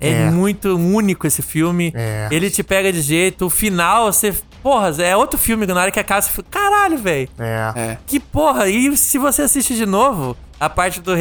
Speaker 4: É,
Speaker 3: É.
Speaker 4: muito único esse filme.
Speaker 3: É.
Speaker 4: Ele te pega de jeito. O final, você. Porra, é outro filme que na hora que acaba você fica. Caralho, velho.
Speaker 3: É.
Speaker 5: É.
Speaker 4: Que porra. E se você assiste de novo, a parte do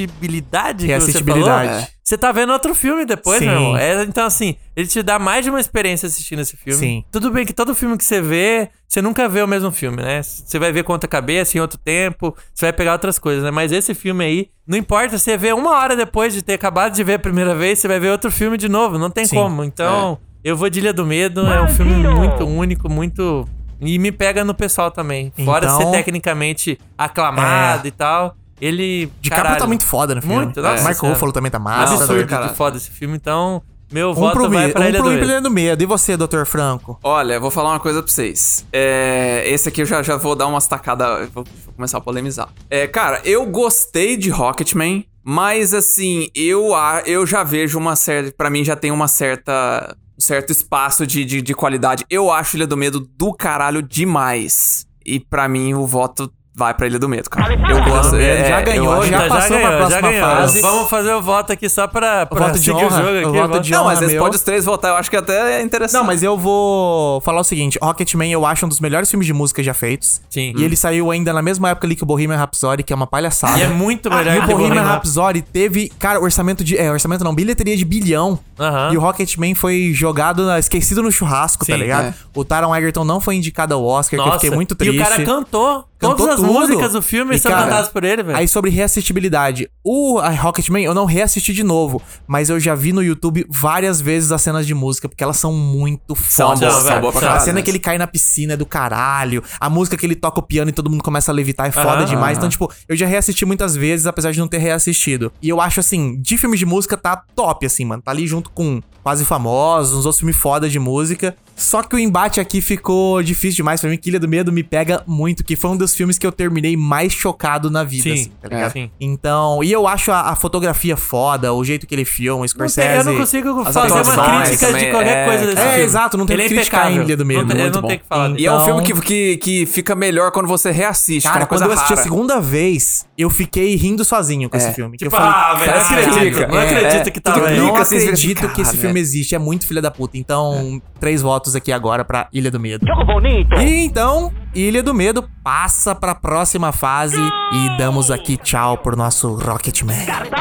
Speaker 4: reassistibilidade que você falou.
Speaker 3: Reassistibilidade.
Speaker 4: Você tá vendo outro filme depois,
Speaker 3: Sim.
Speaker 4: meu irmão. É, então, assim, ele te dá mais de uma experiência assistindo esse filme.
Speaker 3: Sim.
Speaker 4: Tudo bem que todo filme que você vê, você nunca vê o mesmo filme, né? Você vai ver conta cabeça em outro tempo, você vai pegar outras coisas, né? Mas esse filme aí, não importa, você vê uma hora depois de ter acabado de ver a primeira vez, você vai ver outro filme de novo. Não tem
Speaker 3: Sim.
Speaker 4: como. Então, eu vou de Ilha do Medo. É um filme muito único, muito. E me pega no pessoal também. Fora
Speaker 3: Então-
Speaker 4: ser tecnicamente aclamado e tal. Ele.
Speaker 3: De capa tá muito foda no filme.
Speaker 4: Muito, nossa
Speaker 3: Marco
Speaker 4: senhora.
Speaker 3: Ruffalo também tá massa.
Speaker 4: Absurdo
Speaker 5: cara.
Speaker 4: que foda esse filme, então. Meu
Speaker 3: Um
Speaker 4: voto
Speaker 3: pro,
Speaker 4: vai
Speaker 3: mi-
Speaker 4: pra
Speaker 3: um
Speaker 4: Ilha
Speaker 3: pro
Speaker 4: do Medo.
Speaker 3: Ilha do Medo. E você, Dr. Franco?
Speaker 5: Olha, eu vou falar uma coisa pra vocês. É, esse aqui eu já, já vou dar umas tacadas. Vou, vou começar a polemizar. É, cara, eu gostei de Rocketman, mas assim, eu, a- eu já vejo uma certa. Pra mim já tem uma certa. Um certo espaço de, de, de qualidade. Eu acho Ilha do Medo do caralho demais. E pra mim o voto vai pra Ilha do Medo, cara. Eu gosto. É,
Speaker 3: já
Speaker 5: é,
Speaker 3: ganhou,
Speaker 5: eu acho-
Speaker 3: já
Speaker 4: Então,
Speaker 3: passou pra próxima fase.
Speaker 4: Vamos fazer o voto aqui só pra, pra
Speaker 3: voto de
Speaker 4: seguir
Speaker 3: honra,
Speaker 4: o jogo aqui.
Speaker 3: o voto
Speaker 4: voto-
Speaker 3: de
Speaker 5: Não, mas
Speaker 3: honra,
Speaker 5: eles
Speaker 3: meu.
Speaker 5: podem os três votar. Eu acho que até é interessante.
Speaker 3: Não, mas eu vou falar o seguinte: Rocketman eu acho um dos melhores filmes de música já feitos.
Speaker 4: Sim.
Speaker 3: E ele saiu ainda na mesma época ali que o Bohemian Rhapsody, que é uma palhaçada.
Speaker 4: E é muito melhor
Speaker 3: Ah, E o
Speaker 4: que o
Speaker 3: Bohemian
Speaker 4: Bohemian
Speaker 3: Rhapsody teve, cara, orçamento de. É, orçamento não, bilheteria de bilhão.
Speaker 4: Aham.
Speaker 3: E o Rocketman foi jogado, na- esquecido no churrasco, tá
Speaker 4: Sim,
Speaker 3: ligado?
Speaker 5: é.
Speaker 3: O Taron Egerton não foi indicado ao Oscar, que eu
Speaker 4: Nossa,
Speaker 3: fiquei muito triste.
Speaker 4: E o cara cantou.
Speaker 3: Cantou
Speaker 4: Todas as
Speaker 3: tudo.
Speaker 4: músicas do filme
Speaker 3: E,
Speaker 4: são
Speaker 3: cara,
Speaker 4: cantadas por ele, velho.
Speaker 3: Aí sobre reassistibilidade. O a Rocketman eu não reassisti de novo, mas eu já vi no YouTube várias vezes as cenas de música, porque elas são muito
Speaker 5: São
Speaker 3: fodas.
Speaker 5: boas,
Speaker 4: Não,
Speaker 5: são
Speaker 4: velho,
Speaker 5: boas pra
Speaker 4: são.
Speaker 3: a
Speaker 5: caralho.
Speaker 3: cena que ele cai na piscina é do caralho. A música que ele toca o piano e todo mundo começa a levitar é foda
Speaker 4: Aham.
Speaker 3: demais. Então, tipo, eu já reassisti muitas vezes, apesar de não ter reassistido. E eu acho, assim, de filmes de música tá top, assim, mano. Tá ali junto com Quase Famosos, uns outros filmes foda de música. Só que o embate aqui ficou difícil demais pra mim. que Ilha do Medo me pega muito, que foi um dos filmes que eu terminei mais chocado na vida,
Speaker 4: Sim,
Speaker 3: assim, tá ligado?
Speaker 4: é. Sim.
Speaker 3: Então, e eu acho a, a fotografia foda, o jeito que ele filma, o
Speaker 4: Não
Speaker 3: Scorsese.
Speaker 4: tem- eu não consigo
Speaker 5: as
Speaker 4: fazer uma
Speaker 5: atuações
Speaker 4: crítica de
Speaker 5: também,
Speaker 4: qualquer
Speaker 5: é,
Speaker 4: coisa
Speaker 5: cara.
Speaker 4: desse
Speaker 5: É,
Speaker 4: filme.
Speaker 3: exato, não tem
Speaker 4: ele é
Speaker 3: que criticar
Speaker 4: impecável.
Speaker 3: Ilha do Medo,
Speaker 4: Não tem-
Speaker 3: muito
Speaker 4: eu não
Speaker 5: bom.
Speaker 4: tenho o que falar dele.
Speaker 5: E é um
Speaker 3: Então-
Speaker 5: filme que, que, que fica melhor quando você reassiste.
Speaker 3: Cara,
Speaker 5: é uma
Speaker 3: quando
Speaker 5: coisa
Speaker 3: eu assisti
Speaker 5: rara.
Speaker 3: a segunda vez, eu fiquei rindo sozinho com esse filme. que eu
Speaker 4: Tipo,
Speaker 3: falei,
Speaker 4: ah, velho,
Speaker 5: cara,
Speaker 4: não acredito.
Speaker 5: fica.
Speaker 4: Não
Speaker 5: É,
Speaker 4: acredito que
Speaker 5: é.
Speaker 4: tava
Speaker 5: Tudo
Speaker 4: aí.
Speaker 5: bem.
Speaker 3: não
Speaker 5: fica assim, você
Speaker 3: acredito
Speaker 5: fica,
Speaker 3: que esse
Speaker 5: "Caralho,
Speaker 3: filme
Speaker 5: velho."
Speaker 3: existe, é muito filha da puta. Então,
Speaker 4: É.
Speaker 3: três votos aqui agora pra Ilha do Medo.
Speaker 6: bonito.
Speaker 3: E então, Ilha do Medo passa pra próxima fase e damos aqui tchau pro nosso Rocketman.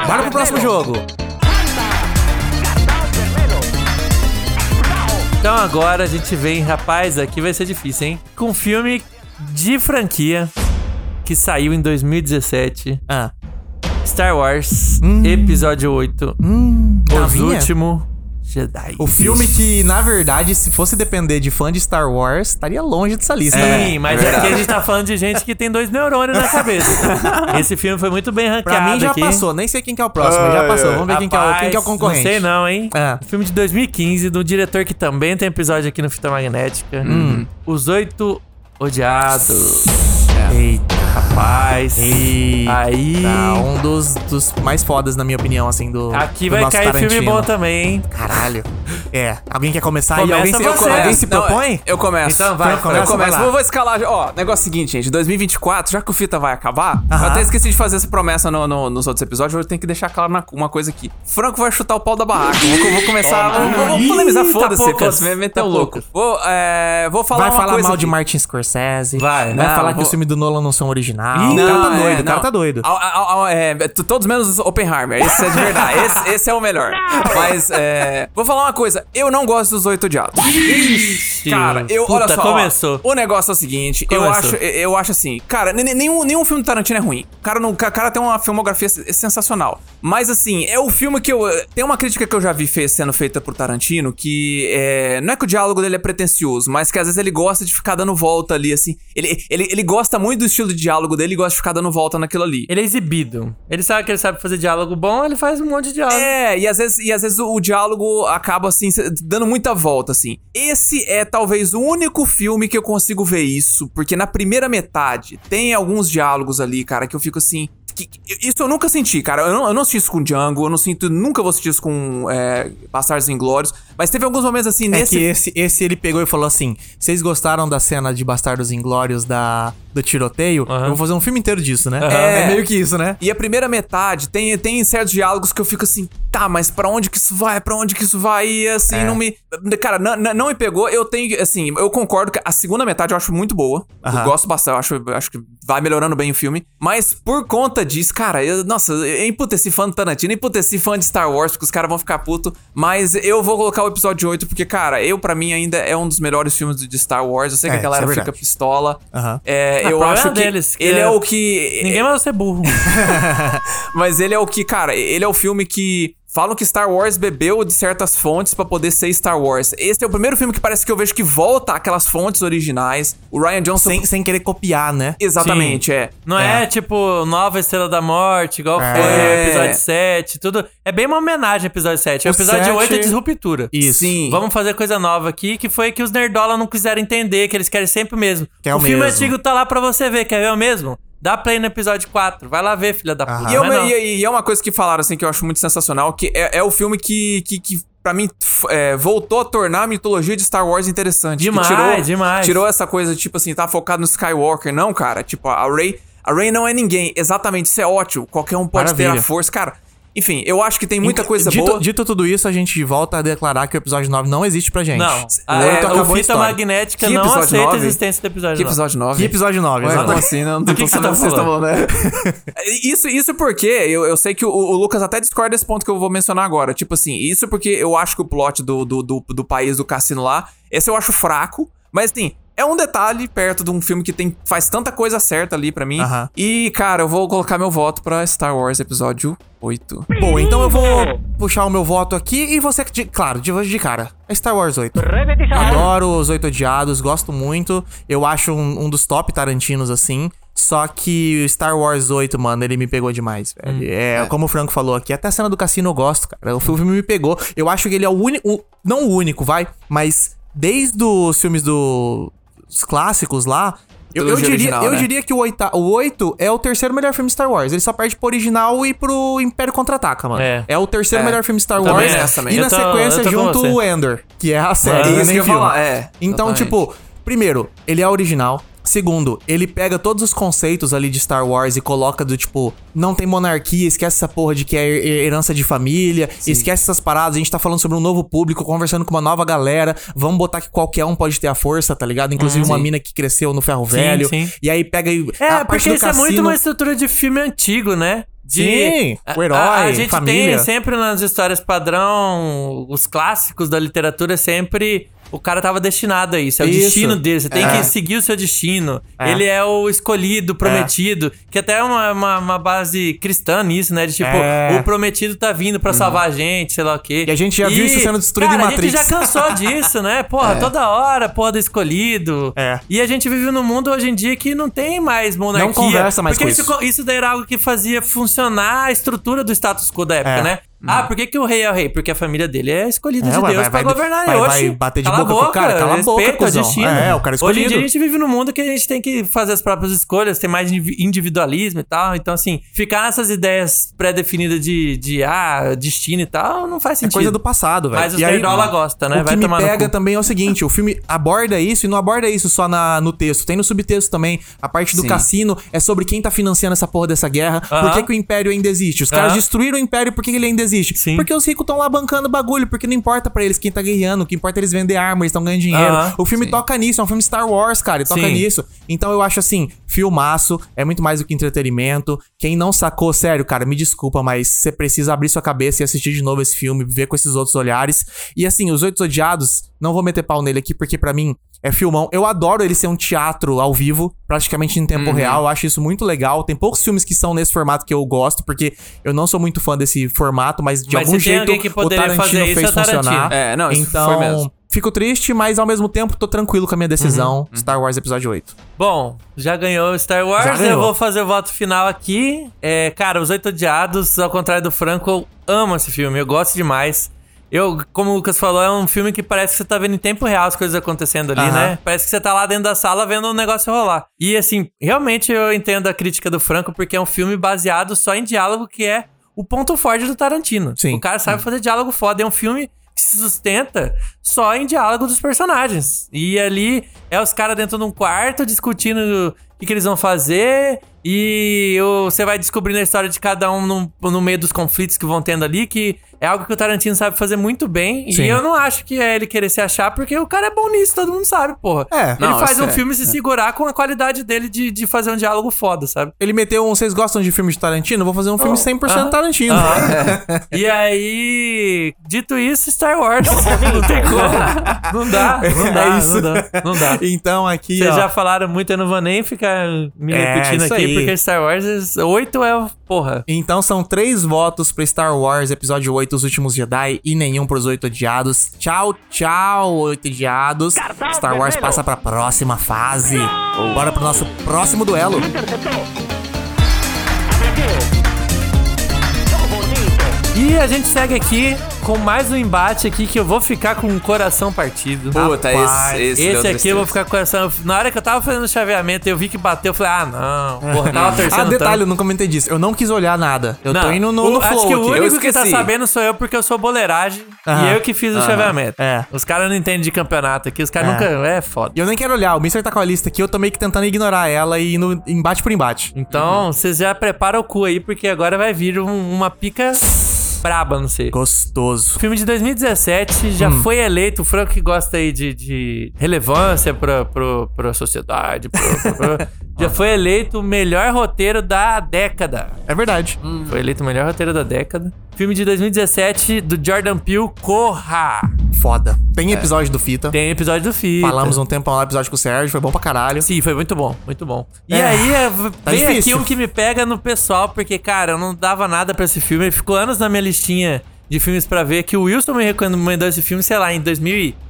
Speaker 3: Bora pro próximo jogo.
Speaker 4: Então agora a gente vem, rapaz, aqui vai ser difícil, hein? Com um filme de franquia que saiu em 2017,
Speaker 3: Ah,
Speaker 4: Star Wars,
Speaker 3: Hum.
Speaker 4: episódio 8, Os
Speaker 3: navinha?
Speaker 4: Último Jedi.
Speaker 3: Hum, o filme que, na verdade, se fosse depender de fã de Star Wars, estaria longe dessa lista. né?
Speaker 4: Sim, mas
Speaker 5: verdade.
Speaker 4: aqui a gente tá falando de gente que tem dois neurônios na cabeça. Esse filme foi muito bem ranqueado
Speaker 3: Pra mim já
Speaker 4: aqui.
Speaker 3: passou, nem sei quem que é o próximo, já passou. Vamos ver quem que, é o, quem que é o
Speaker 4: Rapaz,
Speaker 3: concorrente.
Speaker 4: Não sei não, hein?
Speaker 3: É.
Speaker 4: Filme de 2015, do diretor que também tem episódio aqui no Fita Magnética.
Speaker 3: Hum.
Speaker 4: Os Oito Odiados.
Speaker 3: Eita,
Speaker 4: Rapaz.
Speaker 3: Eita.
Speaker 4: Aí.
Speaker 3: um dos, dos mais fodas, na minha opinião, assim, do.
Speaker 4: Aqui
Speaker 3: do
Speaker 4: vai
Speaker 3: nosso
Speaker 4: cair filme
Speaker 3: Tarantino.
Speaker 4: bom também, hein?
Speaker 3: Caralho. É. Alguém quer começar aí?
Speaker 4: Começa
Speaker 3: Alguém se,
Speaker 4: você.
Speaker 3: alguém
Speaker 4: Começa.
Speaker 3: se
Speaker 5: é. Não,
Speaker 3: propõe?
Speaker 5: Eu começo.
Speaker 3: Então vai,
Speaker 5: eu
Speaker 3: começa,
Speaker 5: começo.
Speaker 3: vai lá.
Speaker 5: Vou, vou escalar. Ó, negócio seguinte, gente. 2024, já que o Fita vai acabar, eu até esqueci de fazer essa promessa no- no- nos outros episódios. Eu tenho que deixar claro na- uma coisa aqui. Franco vai chutar o pau da barraca. Vou, vou começar. vou, vou, vou polemizar,
Speaker 4: Ih, tá
Speaker 5: foda-se,
Speaker 4: poucas,
Speaker 5: cara. Você vai meter
Speaker 4: tá
Speaker 5: o louco.
Speaker 4: poucas.
Speaker 5: Vou, é, vou falar
Speaker 3: Vai
Speaker 5: uma
Speaker 3: falar
Speaker 5: coisa
Speaker 3: mal
Speaker 5: aqui.
Speaker 3: de Martin Scorsese. Vai
Speaker 4: Vai.
Speaker 5: Não,
Speaker 3: falar que
Speaker 5: vou-
Speaker 3: os filmes do Nolan não são originais.
Speaker 5: Ih,
Speaker 3: o cara
Speaker 5: não,
Speaker 3: tá doido,
Speaker 5: é,
Speaker 3: o cara
Speaker 5: não.
Speaker 3: tá doido.
Speaker 5: Ao- ao- ao- é, tu- todos menos Oppenheimer. Esse é de verdade. esse, esse é o melhor. Mas, é, vou falar uma coisa. Eu não gosto dos Oito Diabos. Cara, eu,
Speaker 4: Puta,
Speaker 5: olha só. ó,
Speaker 4: começou.
Speaker 5: o negócio é o seguinte, eu
Speaker 4: Começou.
Speaker 5: acho, eu acho assim, cara, ne- ne- nenhum, nenhum filme do Tarantino é ruim. O cara, não, o cara tem uma filmografia se- sensacional. Mas assim, é o filme que eu. Tem uma crítica que eu já vi fe- sendo feita por Tarantino que é, não é que o diálogo dele é pretencioso, mas que às vezes ele gosta de ficar dando volta ali, assim. Ele, ele, ele gosta muito do estilo de diálogo dele e gosta de ficar dando volta naquilo ali.
Speaker 4: Ele é exibido. Ele sabe que ele sabe fazer diálogo bom, ele faz um monte de diálogo.
Speaker 5: É, e às vezes, e às vezes o, o diálogo acaba assim, cê- dando muita volta, assim. Esse é talvez o único filme que eu consigo ver isso, porque na primeira metade tem alguns diálogos ali, cara, que eu fico assim. que- que- Isso eu nunca senti, cara. Eu não, eu não assisti isso com Django, eu não sinto, nunca vou assistir isso com é, Bastardos Inglórios. Mas teve alguns momentos assim
Speaker 3: É
Speaker 5: nesse.
Speaker 3: que esse, esse ele pegou e falou assim: vocês gostaram da cena de Bastardos Inglórios da do tiroteio,
Speaker 4: Aham.
Speaker 3: eu vou fazer um filme inteiro disso, né?
Speaker 5: É.
Speaker 3: É. meio que isso, né?
Speaker 5: E a primeira metade tem, tem certos diálogos que eu fico assim, tá, mas pra onde que isso vai? Pra onde que isso vai? E assim,
Speaker 3: É.
Speaker 5: não me. Cara, não, não- não me pegou. Eu tenho, assim, eu concordo que a segunda metade eu acho muito boa. Eu
Speaker 3: Aham.
Speaker 5: gosto bastante, eu acho, eu acho que vai melhorando bem o filme. Mas por conta disso, cara, eu, nossa, eu emputeci fã do Tarantino, emputeci fã de Star Wars, porque os caras vão ficar puto. Mas eu vou colocar o episódio 8, porque, cara, eu pra mim ainda é um dos melhores filmes de- de Star Wars. Eu sei que
Speaker 3: É,
Speaker 5: a galera
Speaker 3: isso é
Speaker 5: fica
Speaker 3: verdade.
Speaker 5: pistola.
Speaker 3: Aham.
Speaker 5: É,
Speaker 4: Ah,
Speaker 5: eu
Speaker 4: problema
Speaker 5: acho que
Speaker 4: deles, que
Speaker 5: ele
Speaker 4: é-
Speaker 5: é o que.
Speaker 4: Ninguém vai ser burro.
Speaker 5: Mas ele é o que, cara, ele é o filme que. Falam que Star Wars bebeu de certas fontes pra poder ser Star Wars. Esse é o primeiro filme que parece que eu vejo que volta àquelas fontes originais. O Ryan Johnson.
Speaker 3: Sem, sem querer copiar, né?
Speaker 5: Então, Exatamente,
Speaker 4: Sim.
Speaker 5: é.
Speaker 4: Não é. tipo Nova Estrela da Morte, igual foi
Speaker 5: É.
Speaker 4: o episódio 7, tudo. É bem uma homenagem ao episódio 7. O
Speaker 5: O
Speaker 4: episódio 8 é
Speaker 5: 7
Speaker 4: disruptura.
Speaker 3: Isso.
Speaker 5: Sim.
Speaker 4: Vamos fazer coisa nova aqui, que foi que os nerdola não quiseram entender, que eles querem sempre o mesmo.
Speaker 3: Que é
Speaker 4: o
Speaker 3: o
Speaker 4: filme
Speaker 3: mesmo.
Speaker 4: antigo tá lá pra você ver, quer ver o mesmo? Dá play no episódio 4, vai lá ver, filha da puta.
Speaker 5: E é,
Speaker 4: Mas
Speaker 5: uma,
Speaker 4: Ah, não.
Speaker 5: e- e é uma coisa que falaram, assim, que eu acho muito sensacional, que é, é o filme que, que, que pra mim, f- é, voltou a tornar a mitologia de Star Wars interessante. Que
Speaker 4: Demais,
Speaker 5: tirou,
Speaker 4: demais.
Speaker 5: Tirou essa coisa, tipo assim, tá focado no Skywalker. Não, cara, tipo, a Rey... A Rey não é ninguém, exatamente, isso é ótimo. Qualquer um pode ter
Speaker 3: Maravilha.
Speaker 5: a força, cara. Enfim, eu acho que tem muita
Speaker 3: Inc-
Speaker 5: coisa
Speaker 3: dito,
Speaker 5: boa.
Speaker 3: Dito tudo isso, a gente volta a declarar que o episódio 9 não existe pra gente.
Speaker 4: Não,
Speaker 3: O
Speaker 4: a,
Speaker 5: oito
Speaker 4: é,
Speaker 5: acabou
Speaker 4: o
Speaker 5: a
Speaker 4: Fita
Speaker 5: história.
Speaker 4: Magnética
Speaker 5: Que
Speaker 4: não
Speaker 5: episódio
Speaker 4: aceita
Speaker 5: nove?
Speaker 4: a existência do episódio
Speaker 5: Que
Speaker 4: 9.
Speaker 5: episódio 9?
Speaker 3: Que episódio 9,
Speaker 5: Ué, como
Speaker 3: exatamente.
Speaker 5: assim? Não, não
Speaker 4: Do que
Speaker 5: tô
Speaker 4: que você tá
Speaker 5: sabendo o que vocês
Speaker 4: falando?
Speaker 5: tão falando, né? Isso, isso porque eu, eu sei que o, o Lucas até discorda desse ponto que eu vou mencionar agora. Tipo assim, isso porque eu acho que o plot do, do, do, do país do cassino lá, esse eu acho fraco, mas assim. É um detalhe perto de um filme que tem, faz tanta coisa certa ali pra mim.
Speaker 3: Aham.
Speaker 5: E, cara, eu vou colocar meu voto pra Star Wars Episódio 8.
Speaker 3: Bom, então eu vou puxar o meu voto aqui e você, de- claro, de, de cara. É Star Wars 8.
Speaker 5: É.
Speaker 3: Adoro os Oito Odiados, gosto muito. Eu acho um, um dos top Tarantinos, assim. Só que o Star Wars 8, mano, ele me pegou demais, velho.
Speaker 5: Hum.
Speaker 3: é, como o Franco falou aqui, até a cena do cassino eu gosto, cara. O filme me pegou. Eu acho que ele é o único. Não o único, vai, mas desde os filmes do. Os clássicos lá. Eu, eu
Speaker 5: Trilogia
Speaker 3: diria,
Speaker 5: original,
Speaker 3: eu
Speaker 5: né?
Speaker 3: diria que o, oita, o 8 é o terceiro melhor filme de Star Wars. Ele só perde pro original e pro Império Contra-Ataca, mano.
Speaker 4: É.
Speaker 3: É, o terceiro
Speaker 5: É.
Speaker 3: melhor filme de Star
Speaker 5: Também
Speaker 3: Wars.
Speaker 5: nessa, também.
Speaker 3: E
Speaker 5: Eu
Speaker 3: na
Speaker 4: tô- eu
Speaker 3: sequência,
Speaker 4: tô com
Speaker 3: junto
Speaker 4: você.
Speaker 3: o Ender, que é a série.
Speaker 5: É,
Speaker 3: né,
Speaker 5: isso que eu ia
Speaker 3: filme.
Speaker 5: falar, é,
Speaker 3: Então,
Speaker 5: exatamente.
Speaker 3: tipo, primeiro, ele é original. Segundo, ele pega todos os conceitos ali de Star Wars e coloca do tipo, não tem monarquia, esquece essa porra de que é her- herança de família, esquece essas paradas, a gente tá falando sobre um novo público, conversando com uma nova galera, vamos botar que qualquer um pode ter a força, tá ligado? Inclusive
Speaker 5: Ah, Uhum.
Speaker 3: uma mina que cresceu no ferro velho.
Speaker 4: sim.
Speaker 3: E aí pega e
Speaker 4: É,
Speaker 3: a parte
Speaker 4: porque
Speaker 3: do
Speaker 4: isso é
Speaker 3: cassino-
Speaker 4: muito uma estrutura de filme antigo, né? De,
Speaker 3: Sim,
Speaker 4: a-
Speaker 3: o herói,
Speaker 4: a, a gente
Speaker 3: família.
Speaker 4: tem sempre nas histórias padrão, os clássicos da literatura, sempre o cara tava destinado a isso. É o
Speaker 3: Isso.
Speaker 4: destino dele, você tem
Speaker 3: É.
Speaker 4: que seguir o seu destino. Ele é o escolhido, prometido, que até é uma, uma, uma base cristã nisso, né? De tipo,
Speaker 3: É. Uhum.
Speaker 4: o prometido tá vindo pra salvar a gente, sei lá o quê.
Speaker 3: E a gente já viu isso sendo destruído
Speaker 4: cara,
Speaker 3: em
Speaker 4: A gente
Speaker 3: Matrix.
Speaker 4: já cansou disso, né? Porra, toda hora, porra do escolhido.
Speaker 3: É.
Speaker 4: E a gente vive num mundo hoje em dia que não tem mais mundo
Speaker 3: Não
Speaker 4: monarquia.
Speaker 3: conversa mais
Speaker 4: porque
Speaker 3: com
Speaker 4: isso.
Speaker 3: isso.
Speaker 4: co- isso daí era algo que fazia funcionar a estrutura do status quo da época,
Speaker 3: É.
Speaker 4: né? Ah, por que, que o rei é o rei? Porque a família dele é escolhida
Speaker 3: É,
Speaker 4: de
Speaker 3: ué,
Speaker 4: Deus
Speaker 3: vai-
Speaker 4: pra
Speaker 3: vai-
Speaker 4: governar.
Speaker 3: vai-
Speaker 4: e
Speaker 3: vai
Speaker 4: oxi,
Speaker 3: bater de
Speaker 4: cala a
Speaker 3: boca com o cara, cala a boca,
Speaker 4: respeita
Speaker 3: cuzão.
Speaker 4: o destino.
Speaker 3: É, o cara
Speaker 4: Hoje em
Speaker 3: escolhido.
Speaker 4: dia a gente vive num mundo que a gente tem que fazer as próprias escolhas, tem mais indivi- individualismo e tal. Então, assim, ficar nessas ideias pré-definidas de, de, ah, destino e tal, não
Speaker 3: É
Speaker 4: faz sentido.
Speaker 3: coisa do passado, velho.
Speaker 4: Mas os
Speaker 3: E aí,
Speaker 4: nerdola gosta, né?
Speaker 3: O
Speaker 4: Vai
Speaker 3: que me
Speaker 4: tomar no
Speaker 3: pega
Speaker 4: cu.
Speaker 3: também é o seguinte, o filme aborda isso e não aborda isso só na, no texto, tem no subtexto também. A parte do
Speaker 5: Sim.
Speaker 3: cassino é sobre quem tá financiando essa porra dessa guerra, por que, que o império ainda existe. Os caras
Speaker 4: Aham.
Speaker 3: destruíram o império, por que que ele ainda existe?
Speaker 4: Sim.
Speaker 3: Porque os ricos estão lá bancando o bagulho, porque não importa pra eles quem tá guerreando, o que importa é eles vender arma, eles estão ganhando dinheiro.
Speaker 4: Aham.
Speaker 3: O filme toca nisso, é um filme Star Wars, cara, ele toca
Speaker 4: Sim.
Speaker 3: nisso. Então eu acho assim, filmaço, é muito mais do que entretenimento. Quem não sacou, sério, cara, me desculpa, mas você precisa abrir sua cabeça e assistir de novo esse filme, ver com esses outros olhares. E assim, Os Oito Odiados, não vou meter pau nele aqui, porque pra mim é filmão. Eu adoro ele ser um teatro ao vivo, praticamente em tempo real. Eu acho isso muito legal. Tem poucos filmes que são nesse formato que eu gosto, porque eu não sou muito fã desse formato, mas de
Speaker 4: Mas se
Speaker 3: algum
Speaker 4: tem
Speaker 3: jeito
Speaker 4: alguém que
Speaker 3: o
Speaker 4: poderia
Speaker 3: Tarantino
Speaker 4: fazer isso,
Speaker 3: fez
Speaker 4: é o Tarantino.
Speaker 3: funcionar.
Speaker 5: É, não, isso
Speaker 3: então,
Speaker 5: foi mesmo. Uhum,
Speaker 3: Fico triste, mas ao mesmo tempo tô tranquilo com a minha decisão. Star Wars Episódio 8.
Speaker 4: Bom, já ganhou o Star
Speaker 3: Já
Speaker 4: Wars,
Speaker 3: ganhou.
Speaker 4: eu vou fazer o voto final aqui. É, cara, Os Oito Odiados, ao contrário do Franco, eu amo esse filme, eu gosto demais. Eu, como o Lucas falou, é um filme que parece que você tá vendo em tempo real as coisas acontecendo ali,
Speaker 3: Aham.
Speaker 4: né? Parece que você tá lá dentro da sala vendo o negócio rolar. E assim, realmente eu entendo a crítica do Franco, porque é um filme baseado só em diálogo, que é o ponto forte do Tarantino.
Speaker 3: Sim.
Speaker 4: O cara sabe fazer diálogo foda, é um filme que se sustenta só em diálogo dos personagens. E ali é os caras dentro de um quarto discutindo que, que eles vão fazer. E o- você vai descobrindo a história de cada um no, no meio dos conflitos que vão tendo ali, que é algo que o Tarantino sabe fazer muito bem.
Speaker 3: Sim.
Speaker 4: E eu não acho que é ele querer se achar, porque o cara é bom nisso, todo mundo sabe, porra.
Speaker 3: É.
Speaker 4: ele
Speaker 5: Não,
Speaker 4: faz
Speaker 5: isso
Speaker 4: um
Speaker 5: é-
Speaker 4: filme se segurar com a qualidade dele de, de fazer um diálogo foda, sabe?
Speaker 3: Ele meteu um. Vocês gostam de filme de Tarantino? Vou fazer um
Speaker 5: Oh,
Speaker 3: filme 100%
Speaker 4: aham,
Speaker 3: Tarantino.
Speaker 5: Ah,
Speaker 4: E aí, dito isso, Star Wars. não tem como. Não dá, não dá,
Speaker 3: É isso.
Speaker 4: não dá. Não dá.
Speaker 3: Então aqui.
Speaker 4: Vocês
Speaker 3: ó,
Speaker 4: já falaram muito, eu não vou nem ficar me
Speaker 3: É,
Speaker 4: repetindo
Speaker 3: isso
Speaker 4: aqui,
Speaker 3: aí.
Speaker 4: porque Star Wars 8 é. o- Porra.
Speaker 3: Então são três votos pra Star Wars Episódio 8, Os Últimos Jedi e nenhum pros Oito Odiados. Tchau, tchau, Oito Odiados. Star Wars passa pra próxima fase. Bora pro nosso próximo duelo.
Speaker 4: E a gente segue aqui com mais um embate aqui que eu vou ficar com o coração partido.
Speaker 5: Puta,
Speaker 3: Rapaz,
Speaker 5: esse, esse,
Speaker 4: Esse
Speaker 5: deu
Speaker 4: aqui eu vou
Speaker 5: tristeza.
Speaker 4: ficar com o coração. Na hora que eu tava fazendo o chaveamento, eu vi que bateu, eu falei, ah, não, porra, tava torcendo
Speaker 3: Ah, detalhe,
Speaker 4: tanto.
Speaker 3: eu não comentei disso. Eu não quis olhar nada. Eu tô
Speaker 4: Não,
Speaker 3: indo no,
Speaker 4: o-
Speaker 3: no
Speaker 4: Acho
Speaker 3: flow
Speaker 4: que o
Speaker 3: aqui.
Speaker 5: Eu
Speaker 4: único que tá
Speaker 5: esqueci.
Speaker 4: sabendo sou eu, porque eu sou boleiragem
Speaker 3: Aham.
Speaker 4: e eu que fiz o chaveamento.
Speaker 3: É.
Speaker 4: Os caras não entendem de campeonato aqui, os caras
Speaker 3: É.
Speaker 4: nunca. É foda.
Speaker 3: E eu nem quero olhar. O Mister tá com a lista aqui, eu tô meio que tentando ignorar ela e indo embate por embate.
Speaker 4: Então, vocês já preparam o cu aí, porque agora vai vir um- uma pica braba, não sei.
Speaker 3: Gostoso.
Speaker 4: Filme de 2017, já foi eleito. O Franco que gosta aí de, de relevância pra, pro, pra sociedade. pro- pro- pro- já foi eleito o melhor roteiro da década.
Speaker 3: É verdade.
Speaker 4: Foi eleito o melhor roteiro da década. Filme de 2017 do Jordan Peele, Corra.
Speaker 3: Foda. Tem episódio do Fita.
Speaker 4: É. Tem episódio do filme.
Speaker 3: Falamos um tempão lá, episódio com o Sérgio, foi bom pra caralho.
Speaker 4: Sim, foi muito bom, muito bom. E
Speaker 3: É,
Speaker 4: aí, é, vem aqui
Speaker 3: difícil.
Speaker 4: um que me pega no pessoal, porque, cara, eu não dava nada pra esse filme. Ele ficou anos na minha listinha de filmes pra ver, que o Wilson me recomendou esse filme, sei lá, em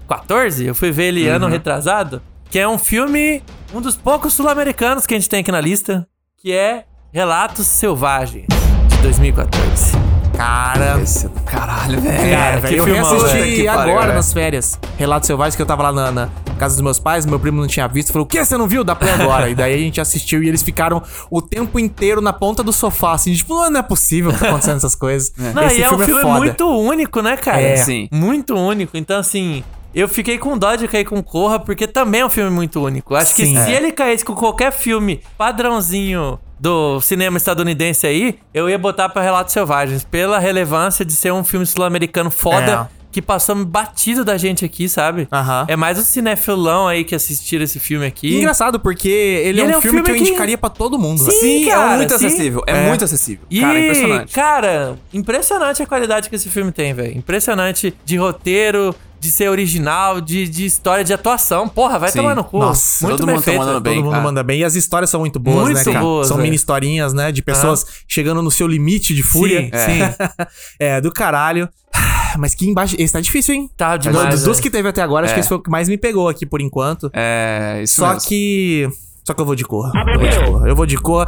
Speaker 4: 2014. Eu fui ver ele ano
Speaker 3: Uhum.
Speaker 4: retrasado. Que é um filme, um dos poucos sul-americanos que a gente tem aqui na lista, que é Relatos Selvagens, de 2014.
Speaker 3: Cara.
Speaker 5: é. Esse- Caralho, velho.
Speaker 4: Cara,
Speaker 3: É,
Speaker 4: que
Speaker 3: velho, eu
Speaker 4: filmão,
Speaker 5: velho.
Speaker 3: reassisti
Speaker 5: Que pariu,
Speaker 3: agora
Speaker 5: é.
Speaker 3: nas férias. Relatos Selvagens que eu tava lá na, na casa dos meus pais, meu primo não tinha visto, falou: "O que você não viu? Dá play agora". e daí a gente assistiu e eles ficaram o tempo inteiro na ponta do sofá assim, tipo, "Ah, não é possível que tá acontecendo essas coisas.
Speaker 4: Não, e é um filme muito único, né, cara?
Speaker 3: É.
Speaker 5: Sim.
Speaker 4: Muito único. Então, assim, eu fiquei com dó de cair com Corra, porque também é um filme muito único. Acho
Speaker 3: Sim.
Speaker 4: que se
Speaker 3: É.
Speaker 4: ele caísse com qualquer filme padrãozinho do cinema estadunidense aí, eu ia botar pra Relatos Selvagens, pela relevância de ser um filme sul-americano foda. Que passou batido da gente aqui, sabe?
Speaker 3: É. Aham.
Speaker 4: É mais o cinefilão aí que assistiram esse filme
Speaker 3: E é
Speaker 4: aqui.
Speaker 3: engraçado porque ele, é um filme, que eu indicaria pra todo mundo. Assim, um
Speaker 4: Sim,
Speaker 5: Sim,
Speaker 4: cara,
Speaker 5: é muito
Speaker 4: sim.
Speaker 5: acessível. É,
Speaker 3: É.
Speaker 5: muito acessível.
Speaker 4: E,
Speaker 5: Cara, impressionante.
Speaker 4: cara, impressionante a qualidade que esse filme tem, velho. Impressionante de roteiro, de ser original, de, de história, de atuação. Porra, vai
Speaker 5: Sim.
Speaker 4: tomar no cu.
Speaker 3: Nossa,
Speaker 4: muito
Speaker 5: todo
Speaker 4: bem
Speaker 5: mundo tá
Speaker 4: feito.
Speaker 5: mandando
Speaker 3: Todo
Speaker 5: bem.
Speaker 3: mundo
Speaker 5: cara.
Speaker 3: manda bem. E as histórias são muito boas,
Speaker 4: Muito
Speaker 3: né, cara?
Speaker 4: boas,
Speaker 3: são
Speaker 4: é.
Speaker 3: mini historinhas, né? De pessoas
Speaker 5: Ah.
Speaker 3: chegando no seu limite de fúria.
Speaker 4: Sim,
Speaker 3: sim. é, do caralho. Mas que embaixo. Esse tá difícil, hein?
Speaker 4: Tá
Speaker 3: Do-
Speaker 4: demais.
Speaker 3: dos duas
Speaker 4: velho.
Speaker 3: que teve até agora, acho que esse foi o que mais me pegou aqui por enquanto.
Speaker 5: É, isso
Speaker 3: Só
Speaker 5: mesmo.
Speaker 3: que. Só que eu vou de corra. Eu vou de corra. Eu vou de corra.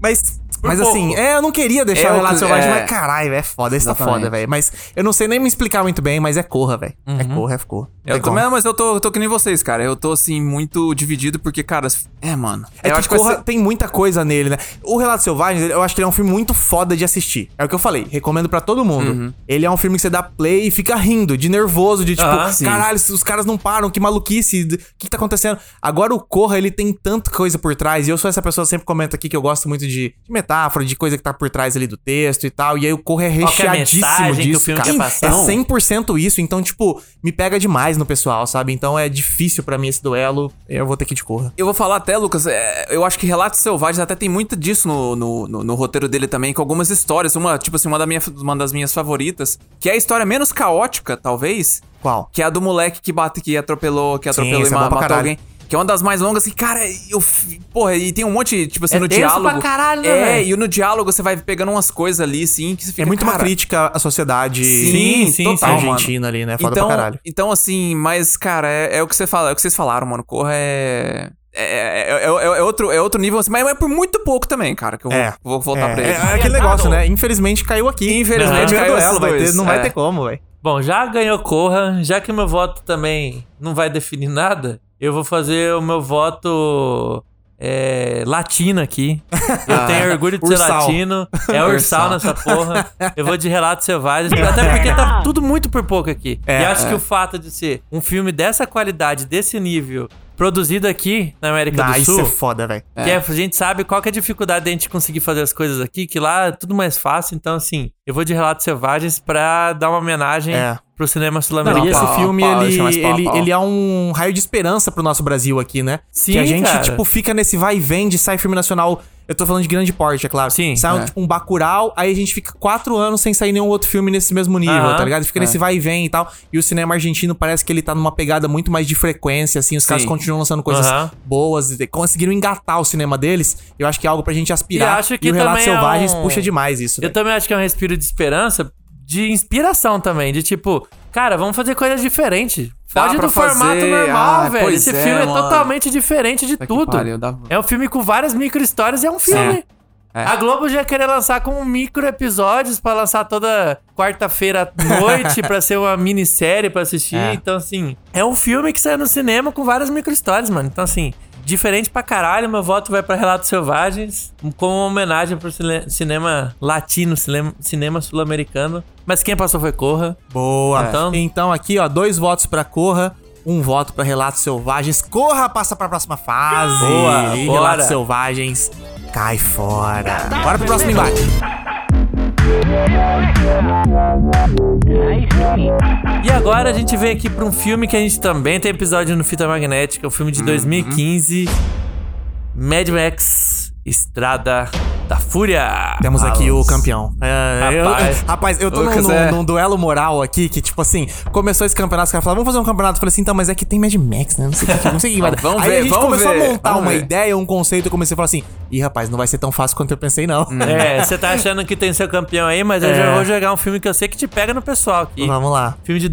Speaker 3: Mas. mas
Speaker 4: pouco.
Speaker 3: assim, é, eu não queria deixar
Speaker 5: Um É
Speaker 3: o
Speaker 5: o
Speaker 3: relato
Speaker 5: que-
Speaker 3: selvagem,
Speaker 5: é.
Speaker 3: mas caralho, velho, é foda, esse tá
Speaker 5: Exatamente.
Speaker 3: foda, velho. Mas eu não sei nem me explicar muito bem, mas é corra, velho. É corra, é corra. Não
Speaker 5: Uhum.
Speaker 3: tem
Speaker 5: Eu
Speaker 3: como.
Speaker 5: também, mas eu tô, eu tô que nem vocês, cara. Eu tô, assim, muito dividido porque, cara... É, mano.
Speaker 3: É
Speaker 5: eu
Speaker 3: que
Speaker 5: acho que vai
Speaker 3: Corra
Speaker 5: ser-
Speaker 3: tem muita coisa nele, né? O Relato Selvagem, eu acho que ele é um filme muito foda de assistir. É o que eu falei, recomendo pra todo mundo.
Speaker 4: Uhum.
Speaker 3: Ele é um filme que você dá play e fica rindo, de nervoso, de tipo,
Speaker 4: Ah, sim.
Speaker 3: caralho, os caras não param, que maluquice, d- o que, que tá acontecendo? Agora o Corra, ele tem tanta coisa por trás, e eu sou essa pessoa que sempre comenta aqui que eu gosto muito de, de metáfora, de coisa que tá por trás ali do texto e tal, e aí o Corra é
Speaker 4: Qual que é a
Speaker 3: recheadíssimo
Speaker 4: mensagem que o
Speaker 3: disso,
Speaker 4: filme
Speaker 3: cara.
Speaker 4: quer passar?
Speaker 3: É 100% isso, então, tipo, me pega demais no pessoal, sabe? Então é difícil pra mim esse duelo, eu vou ter que ir de Corra.
Speaker 5: Eu vou falar até, Lucas, é, eu acho que Relatos Selvagens até tem muito disso no, no, no- no roteiro dele também, com algumas histórias. Uma, tipo assim, uma, da minha, uma das minhas favoritas, que é a história menos caótica, talvez.
Speaker 3: Qual?
Speaker 5: Que é a do moleque que bate, que atropelou, que atropelou
Speaker 3: essa
Speaker 5: e
Speaker 3: é boa
Speaker 5: ma-
Speaker 3: pra
Speaker 5: matou
Speaker 3: caralho.
Speaker 5: alguém. Que é uma das mais longas, que, cara, eu. f- Porra, e tem um monte, tipo assim,
Speaker 4: É
Speaker 5: no
Speaker 4: denso
Speaker 5: diálogo.
Speaker 4: pra caralho, né,
Speaker 5: é,
Speaker 4: velho?
Speaker 5: e no diálogo você vai pegando umas coisas ali, assim, que você fica.
Speaker 3: É muito uma
Speaker 5: cara,
Speaker 3: crítica à sociedade
Speaker 5: Sim, sim,
Speaker 3: total,
Speaker 5: sim.
Speaker 3: argentina ali, né? Foda
Speaker 5: então,
Speaker 3: pra caralho.
Speaker 5: Então, assim, mas, cara, é, é o que você fala, é o que vocês falaram, mano. Corra é. É, é- é- é- é outro, é outro nível, assim, mas é por muito pouco também, cara, que eu vou-
Speaker 3: É.
Speaker 5: vou, voltar pra
Speaker 3: é,
Speaker 5: ele.
Speaker 3: é aquele negócio, né? Infelizmente caiu aqui.
Speaker 5: Infelizmente
Speaker 3: não,
Speaker 5: caiu
Speaker 3: duelo,
Speaker 5: esses
Speaker 3: vai
Speaker 5: dois,
Speaker 3: ter, Não vai
Speaker 5: é.
Speaker 3: ter como, velho.
Speaker 4: Bom, já ganhou Corra, já que o meu voto também não vai definir nada, eu vou fazer o meu voto é, latino aqui. Eu tenho orgulho de ser
Speaker 3: Ah, Ursal.
Speaker 4: latino. É ursal
Speaker 5: Ursal.
Speaker 4: nessa porra. Eu vou de Relatos Selvagens, até porque tá
Speaker 3: É,
Speaker 4: tudo muito por pouco aqui. e acho que o fato de ser um filme dessa qualidade, desse nível, produzido aqui na América
Speaker 3: Ah,
Speaker 4: do
Speaker 3: isso
Speaker 4: Sul.
Speaker 3: é foda, velho.
Speaker 4: Que é, a gente sabe qual que é a dificuldade da gente conseguir fazer as coisas aqui, que lá é tudo mais fácil. Então, assim, eu vou de Relatos Selvagens pra dar uma homenagem
Speaker 3: É.
Speaker 4: pro cinema
Speaker 3: Não,
Speaker 4: sul-americano.
Speaker 3: e esse
Speaker 5: pau,
Speaker 3: filme,
Speaker 5: pau,
Speaker 3: ele,
Speaker 5: deixa mais pau,
Speaker 3: ele,
Speaker 5: pau.
Speaker 3: ele é um raio de esperança pro nosso Brasil aqui, né?
Speaker 4: Sim,
Speaker 3: Que a gente,
Speaker 4: cara.
Speaker 3: tipo, fica nesse vai e vem de sai filme nacional. Eu tô falando de grande porte, é claro.
Speaker 4: Sim,
Speaker 3: Sai, um,
Speaker 5: é.
Speaker 3: tipo, um Bacurau, aí a gente fica quatro anos sem sair nenhum outro filme nesse mesmo nível,
Speaker 4: Aham. é.
Speaker 3: tá ligado? Fica nesse vai e vem e tal. E o cinema argentino parece que ele tá numa pegada muito mais de frequência, assim. Os caras continuam lançando coisas
Speaker 4: Aham.
Speaker 3: boas. e Conseguiram engatar o cinema deles. Eu acho que é algo pra gente aspirar.
Speaker 4: E acho que
Speaker 3: o Relatos
Speaker 4: também é
Speaker 3: Selvagens
Speaker 4: um-
Speaker 3: puxa demais isso.
Speaker 4: Eu
Speaker 3: velho.
Speaker 4: também acho que é um respiro de esperança, de inspiração também, de tipo, cara, vamos fazer coisas diferentes.
Speaker 5: Dá
Speaker 4: Foge
Speaker 5: pra
Speaker 4: do formato
Speaker 5: fazer,
Speaker 4: normal,
Speaker 5: ah,
Speaker 4: velho.
Speaker 5: pois
Speaker 4: Esse
Speaker 5: é,
Speaker 4: filme é
Speaker 5: mano.
Speaker 4: totalmente diferente de
Speaker 5: que
Speaker 4: tudo.
Speaker 5: pariu, dá-
Speaker 4: É um filme com várias micro-histórias e é um filme.
Speaker 5: É.
Speaker 4: A Globo já ia querer lançar com micro-episódios pra lançar toda quarta-feira à noite, pra ser uma minissérie pra assistir.
Speaker 5: É.
Speaker 4: Então, assim, é um filme que saiu no cinema com várias micro-histórias, mano. Então, assim, diferente pra caralho, meu voto vai pra Relatos Selvagens, como uma homenagem pro cine- cinema latino, cinema, cinema sul-americano. Mas quem passou foi Corra.
Speaker 3: Boa.
Speaker 4: É. Então-
Speaker 3: Então aqui, ó, dois votos pra Corra, um voto pra Relatos Selvagens. Corra passa pra próxima fase.
Speaker 4: Boa,
Speaker 3: E
Speaker 4: bora.
Speaker 3: Relatos Selvagens cai fora. Bora pro próximo embate.
Speaker 4: E agora a gente vem aqui pra um filme que a gente também tem episódio no Fita Magnética, o filme
Speaker 3: Uhum.
Speaker 4: de 2015, Mad Max Estrada da Fúria.
Speaker 3: Temos aqui o campeão. É, eu-
Speaker 4: Rapaz.
Speaker 3: eu, rapaz, eu tô num,
Speaker 5: Lucas,
Speaker 3: num-
Speaker 5: é.
Speaker 3: num duelo moral aqui que, tipo assim, começou esse campeonato, os caras falaram, vamos fazer um campeonato. Eu falei assim, então, mas é que tem Mad Max, né? Não sei o que, não sei o que vai dar.
Speaker 5: Vamos
Speaker 3: Aí
Speaker 5: ver,
Speaker 3: a gente
Speaker 5: vamos
Speaker 3: começou a
Speaker 5: ver,
Speaker 3: montar
Speaker 5: vamos
Speaker 3: uma
Speaker 5: ver.
Speaker 3: ideia, um conceito, eu comecei a falar assim, ih, rapaz, não vai ser tão fácil quanto eu pensei, não.
Speaker 5: Hum.
Speaker 4: É, você tá achando que tem seu campeão aí, mas eu
Speaker 3: né? É.
Speaker 4: já vou jogar um filme que eu sei que te pega no pessoal aqui.
Speaker 3: Vamos lá.
Speaker 4: Filme de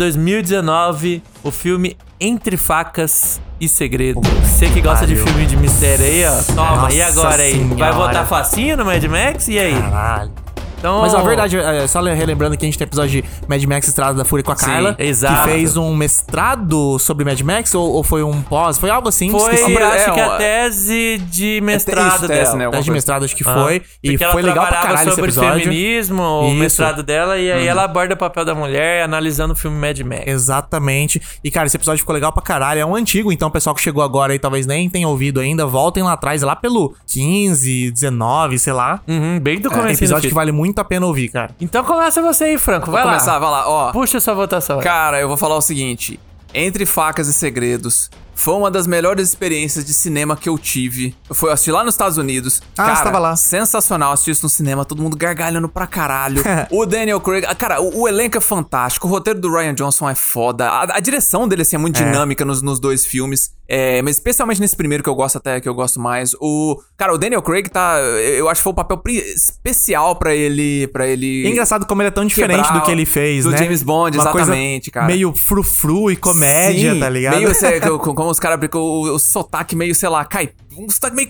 Speaker 4: 2019, o filme Entre Facas e Segredo. Você que gosta de
Speaker 3: pariu.
Speaker 4: filme de mistério aí, ó. Toma,
Speaker 3: Nossa
Speaker 4: e agora aí? Vai
Speaker 3: Senhora.
Speaker 4: votar facinho no Mad Max? E aí?
Speaker 3: Caralho.
Speaker 4: Então,
Speaker 3: Mas a verdade, é, só le- relembrando que a gente tem episódio de Mad Max Estrada da Fúria com a Carla.
Speaker 4: exato.
Speaker 3: Que fez um mestrado sobre Mad Max, ou, ou foi um pós? Foi algo assim?
Speaker 4: Foi, Né,
Speaker 3: esqueci. é
Speaker 5: Hombre,
Speaker 4: acho
Speaker 5: é
Speaker 4: que a
Speaker 5: uma-
Speaker 4: tese de mestrado
Speaker 5: isso,
Speaker 4: dela. Ah.
Speaker 5: tese, né?
Speaker 3: Teste de mestrado, acho que foi. E
Speaker 4: Porque ela
Speaker 3: foi legal pra
Speaker 4: trabalhava
Speaker 3: caralho esse
Speaker 4: sobre
Speaker 3: episódio.
Speaker 4: feminismo, o
Speaker 3: Isso. Uhum.
Speaker 4: mestrado dela, e aí ela aborda o papel da mulher analisando o filme Mad Max.
Speaker 3: Exatamente. E, cara, esse episódio ficou legal pra caralho. É um antigo, então o pessoal que chegou agora aí talvez nem tenha ouvido ainda, voltem lá atrás, lá pelo 15, 19, sei lá.
Speaker 4: Uhum, bem do
Speaker 3: É,
Speaker 4: começo
Speaker 3: episódio que vale muito a pena ouvir, cara.
Speaker 4: Então começa você aí, Franco. Vai
Speaker 5: Vai
Speaker 4: lá.
Speaker 5: começar, vai lá, ó.
Speaker 4: Puxa sua votação.
Speaker 5: Cara, eu vou falar o seguinte: Entre Facas e Segredos foi uma das melhores experiências de cinema que eu tive. Eu fui assistir lá nos Estados Unidos.
Speaker 3: Ah,
Speaker 5: cara,
Speaker 3: você tava lá.
Speaker 5: Sensacional assistir isso no cinema, todo mundo gargalhando pra caralho. o Daniel Craig, ah, cara, o, o elenco é fantástico, o roteiro do Ryan Johnson é foda. A, a direção dele assim é muito dinâmica nos, nos dois filmes. É, mas especialmente nesse primeiro que eu gosto até que eu gosto mais. O cara, o Daniel Craig tá, eu acho que foi o papel pri- especial pra ele, para ele.
Speaker 3: E é engraçado como ele é tão diferente
Speaker 5: Quebrar
Speaker 3: do que ele fez,
Speaker 5: do
Speaker 3: né?
Speaker 5: James Bond,
Speaker 3: Uma coisa
Speaker 5: exatamente, cara.
Speaker 3: Meio frufru e comédia,
Speaker 5: Sim,
Speaker 3: tá ligado?
Speaker 5: Meio, sei, co- co- como os caras brincam, o, o sotaque meio, sei lá, caip... um sotaque meio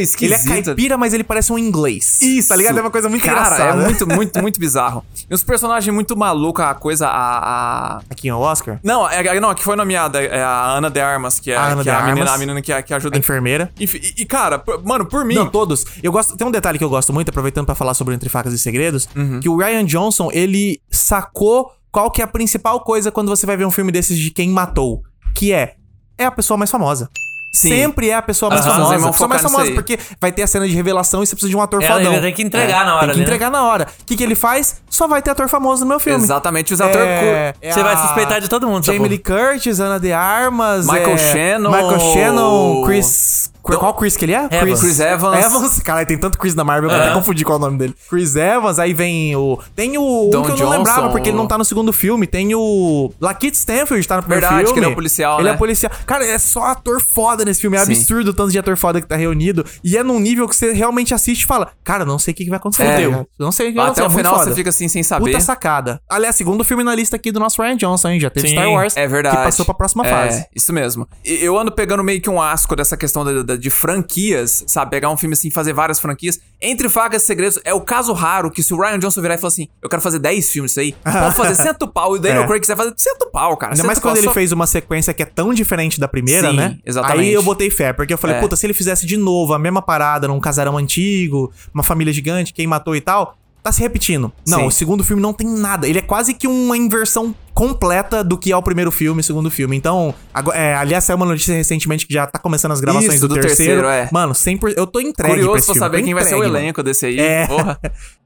Speaker 3: Ele é
Speaker 5: esquisito.
Speaker 3: caipira, mas ele parece um inglês.
Speaker 5: Isso.
Speaker 3: Tá ligado? É uma coisa muito
Speaker 5: cara,
Speaker 3: engraçada.
Speaker 5: É muito, muito, muito bizarro. E os personagens muito malucos, a coisa, a... a-
Speaker 3: Aqui, ó, o Oscar.
Speaker 5: Não, é, é- não, a que foi nomeada é a Ana de Armas, que é,
Speaker 3: A Ana
Speaker 5: que é
Speaker 3: de
Speaker 5: a, menina,
Speaker 3: Armas.
Speaker 5: a menina que, que ajuda...
Speaker 3: A enfermeira.
Speaker 5: Enfim, e, e, cara, por- mano, por mim...
Speaker 3: Não, todos. Eu gosto. Tem um detalhe que eu gosto muito, aproveitando pra falar sobre o Entre Facas e Segredos,
Speaker 5: Uhum.
Speaker 3: que o Ryan Johnson, ele sacou qual que é a principal coisa quando você vai ver um filme desses de quem matou, que é é a pessoa mais famosa.
Speaker 5: Sim.
Speaker 3: Sempre é a pessoa mais
Speaker 5: Aham.
Speaker 3: famosa.
Speaker 5: Eles vão
Speaker 3: A pessoa mais
Speaker 5: focar
Speaker 3: famosa,
Speaker 5: nisso aí.
Speaker 3: porque vai ter a cena de revelação e você precisa de um ator
Speaker 4: Ela-
Speaker 3: fodão. É.
Speaker 4: ele tem que entregar na hora
Speaker 3: Tem
Speaker 4: ali,
Speaker 3: que
Speaker 4: né?
Speaker 3: entregar na hora. O que, que ele faz? Só vai ter ator famoso no meu filme.
Speaker 5: Exatamente, os atores...
Speaker 3: É,
Speaker 4: Você vai suspeitar de todo mundo, essa
Speaker 3: Jamie
Speaker 4: porra.
Speaker 3: Lee Curtis, Ana de Armas,
Speaker 5: Michael
Speaker 3: é,
Speaker 5: Shannon.
Speaker 3: Michael Shannon, Chris. Qual Chris que ele é?
Speaker 4: Evans.
Speaker 5: Chris Evans.
Speaker 3: Evans. Caralho, tem tanto Chris na Marvel, eu até confundi qual é o nome dele. Chris Evans, aí vem o. Tem o.
Speaker 5: Don
Speaker 3: um que eu não
Speaker 5: Johnson.
Speaker 3: lembrava porque ele não tá no segundo filme. Tem o. Lakeith Stanfield tá no primeiro
Speaker 5: Verdade,
Speaker 3: filme.
Speaker 5: que ele é um policial,
Speaker 3: Ele
Speaker 5: né?
Speaker 3: é policial. Cara, é só ator foda nesse filme. É
Speaker 5: Sim.
Speaker 3: absurdo o tanto de ator foda que tá reunido. E é num nível que você realmente assiste e fala: Cara, não sei o que, que vai acontecer.
Speaker 5: É.
Speaker 3: Eu Não sei o que vai acontecer.
Speaker 5: Até o
Speaker 3: é muito
Speaker 5: final
Speaker 3: foda.
Speaker 5: você fica assim, sem saber.
Speaker 3: Puta sacada. Aliás, segundo filme na lista aqui do nosso Ryan Johnson, hein? Já teve
Speaker 4: Sim,
Speaker 3: Star Wars.
Speaker 5: É verdade.
Speaker 3: Que passou pra próxima
Speaker 5: É,
Speaker 3: fase.
Speaker 5: Isso mesmo. E Eu ando pegando meio que um asco dessa questão da- da- de franquias, sabe? Pegar um filme assim, fazer várias franquias. Entre Facas e Segredos, é o caso raro que se o Ryan Johnson virar e falar assim, eu quero fazer 10 filmes isso aí, vamos fazer cento pau. E o Daniel
Speaker 3: É.
Speaker 5: Craig quiser fazer cento pau, cara.
Speaker 3: Ainda
Speaker 5: cento
Speaker 3: mais
Speaker 5: pau,
Speaker 3: quando ele
Speaker 5: só-
Speaker 3: fez uma sequência que é tão diferente da primeira,
Speaker 5: Sim,
Speaker 3: né?
Speaker 5: exatamente.
Speaker 3: Aí eu botei fé, porque eu falei,
Speaker 5: É.
Speaker 3: puta, se ele fizesse de novo a mesma parada num casarão antigo, uma família gigante, quem matou e tal, tá se repetindo. Não,
Speaker 5: Sim.
Speaker 3: o segundo filme não tem nada. Ele é quase que uma inversão completa do que é o primeiro filme e o segundo filme. Então, agora- é, aliás, saiu uma notícia recentemente que já tá começando as gravações
Speaker 5: Isso,
Speaker 3: do,
Speaker 5: do
Speaker 3: terceiro.
Speaker 5: terceiro, é.
Speaker 3: Mano, 100%, eu tô entregue pra
Speaker 5: Curioso
Speaker 3: esse
Speaker 5: pra
Speaker 3: filme,
Speaker 5: saber
Speaker 3: tô
Speaker 5: quem vai ser o
Speaker 3: entregue, mano.
Speaker 5: elenco desse aí,
Speaker 3: É.
Speaker 5: porra.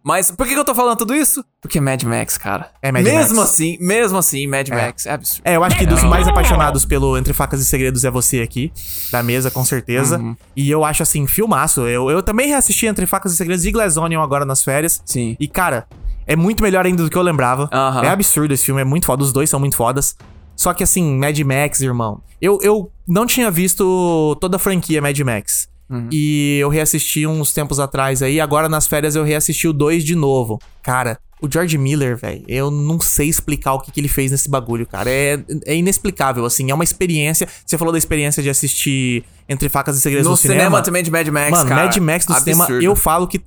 Speaker 5: Mas por que, que eu tô falando tudo isso? Porque Mad Max, cara.
Speaker 3: É Mad
Speaker 5: mesmo
Speaker 3: Max.
Speaker 5: assim, mesmo assim, Mad Max. É absurdo.
Speaker 3: É, eu acho que dos mais apaixonados pelo Entre Facas e Segredos é você aqui, da mesa, com certeza.
Speaker 5: Uhum.
Speaker 3: E eu acho, assim, filmaço. Eu, eu também reassisti Entre Facas e Segredos e Glass Onion agora nas férias.
Speaker 5: Sim.
Speaker 3: E, cara, é muito melhor ainda do que eu lembrava.
Speaker 5: Aham.
Speaker 3: É absurdo esse filme, é muito foda. Os dois são muito fodas. Só que, assim, Mad Max, irmão. Eu, eu não tinha visto toda a franquia Mad Max.
Speaker 5: Uhum.
Speaker 3: E eu reassisti uns tempos atrás aí. Agora, nas férias, eu reassisti o 2 de novo. Cara, o George Miller, velho, eu não sei explicar o que, que ele fez nesse bagulho, cara. É, é inexplicável, assim. É uma experiência. Você falou da experiência de assistir Entre Facas e Segredos
Speaker 5: No,
Speaker 3: no,
Speaker 5: cinema, também de Mad Max,
Speaker 3: Mano,
Speaker 5: cara.
Speaker 3: Mad Max do
Speaker 5: Absurdo.
Speaker 3: cinema, eu falo que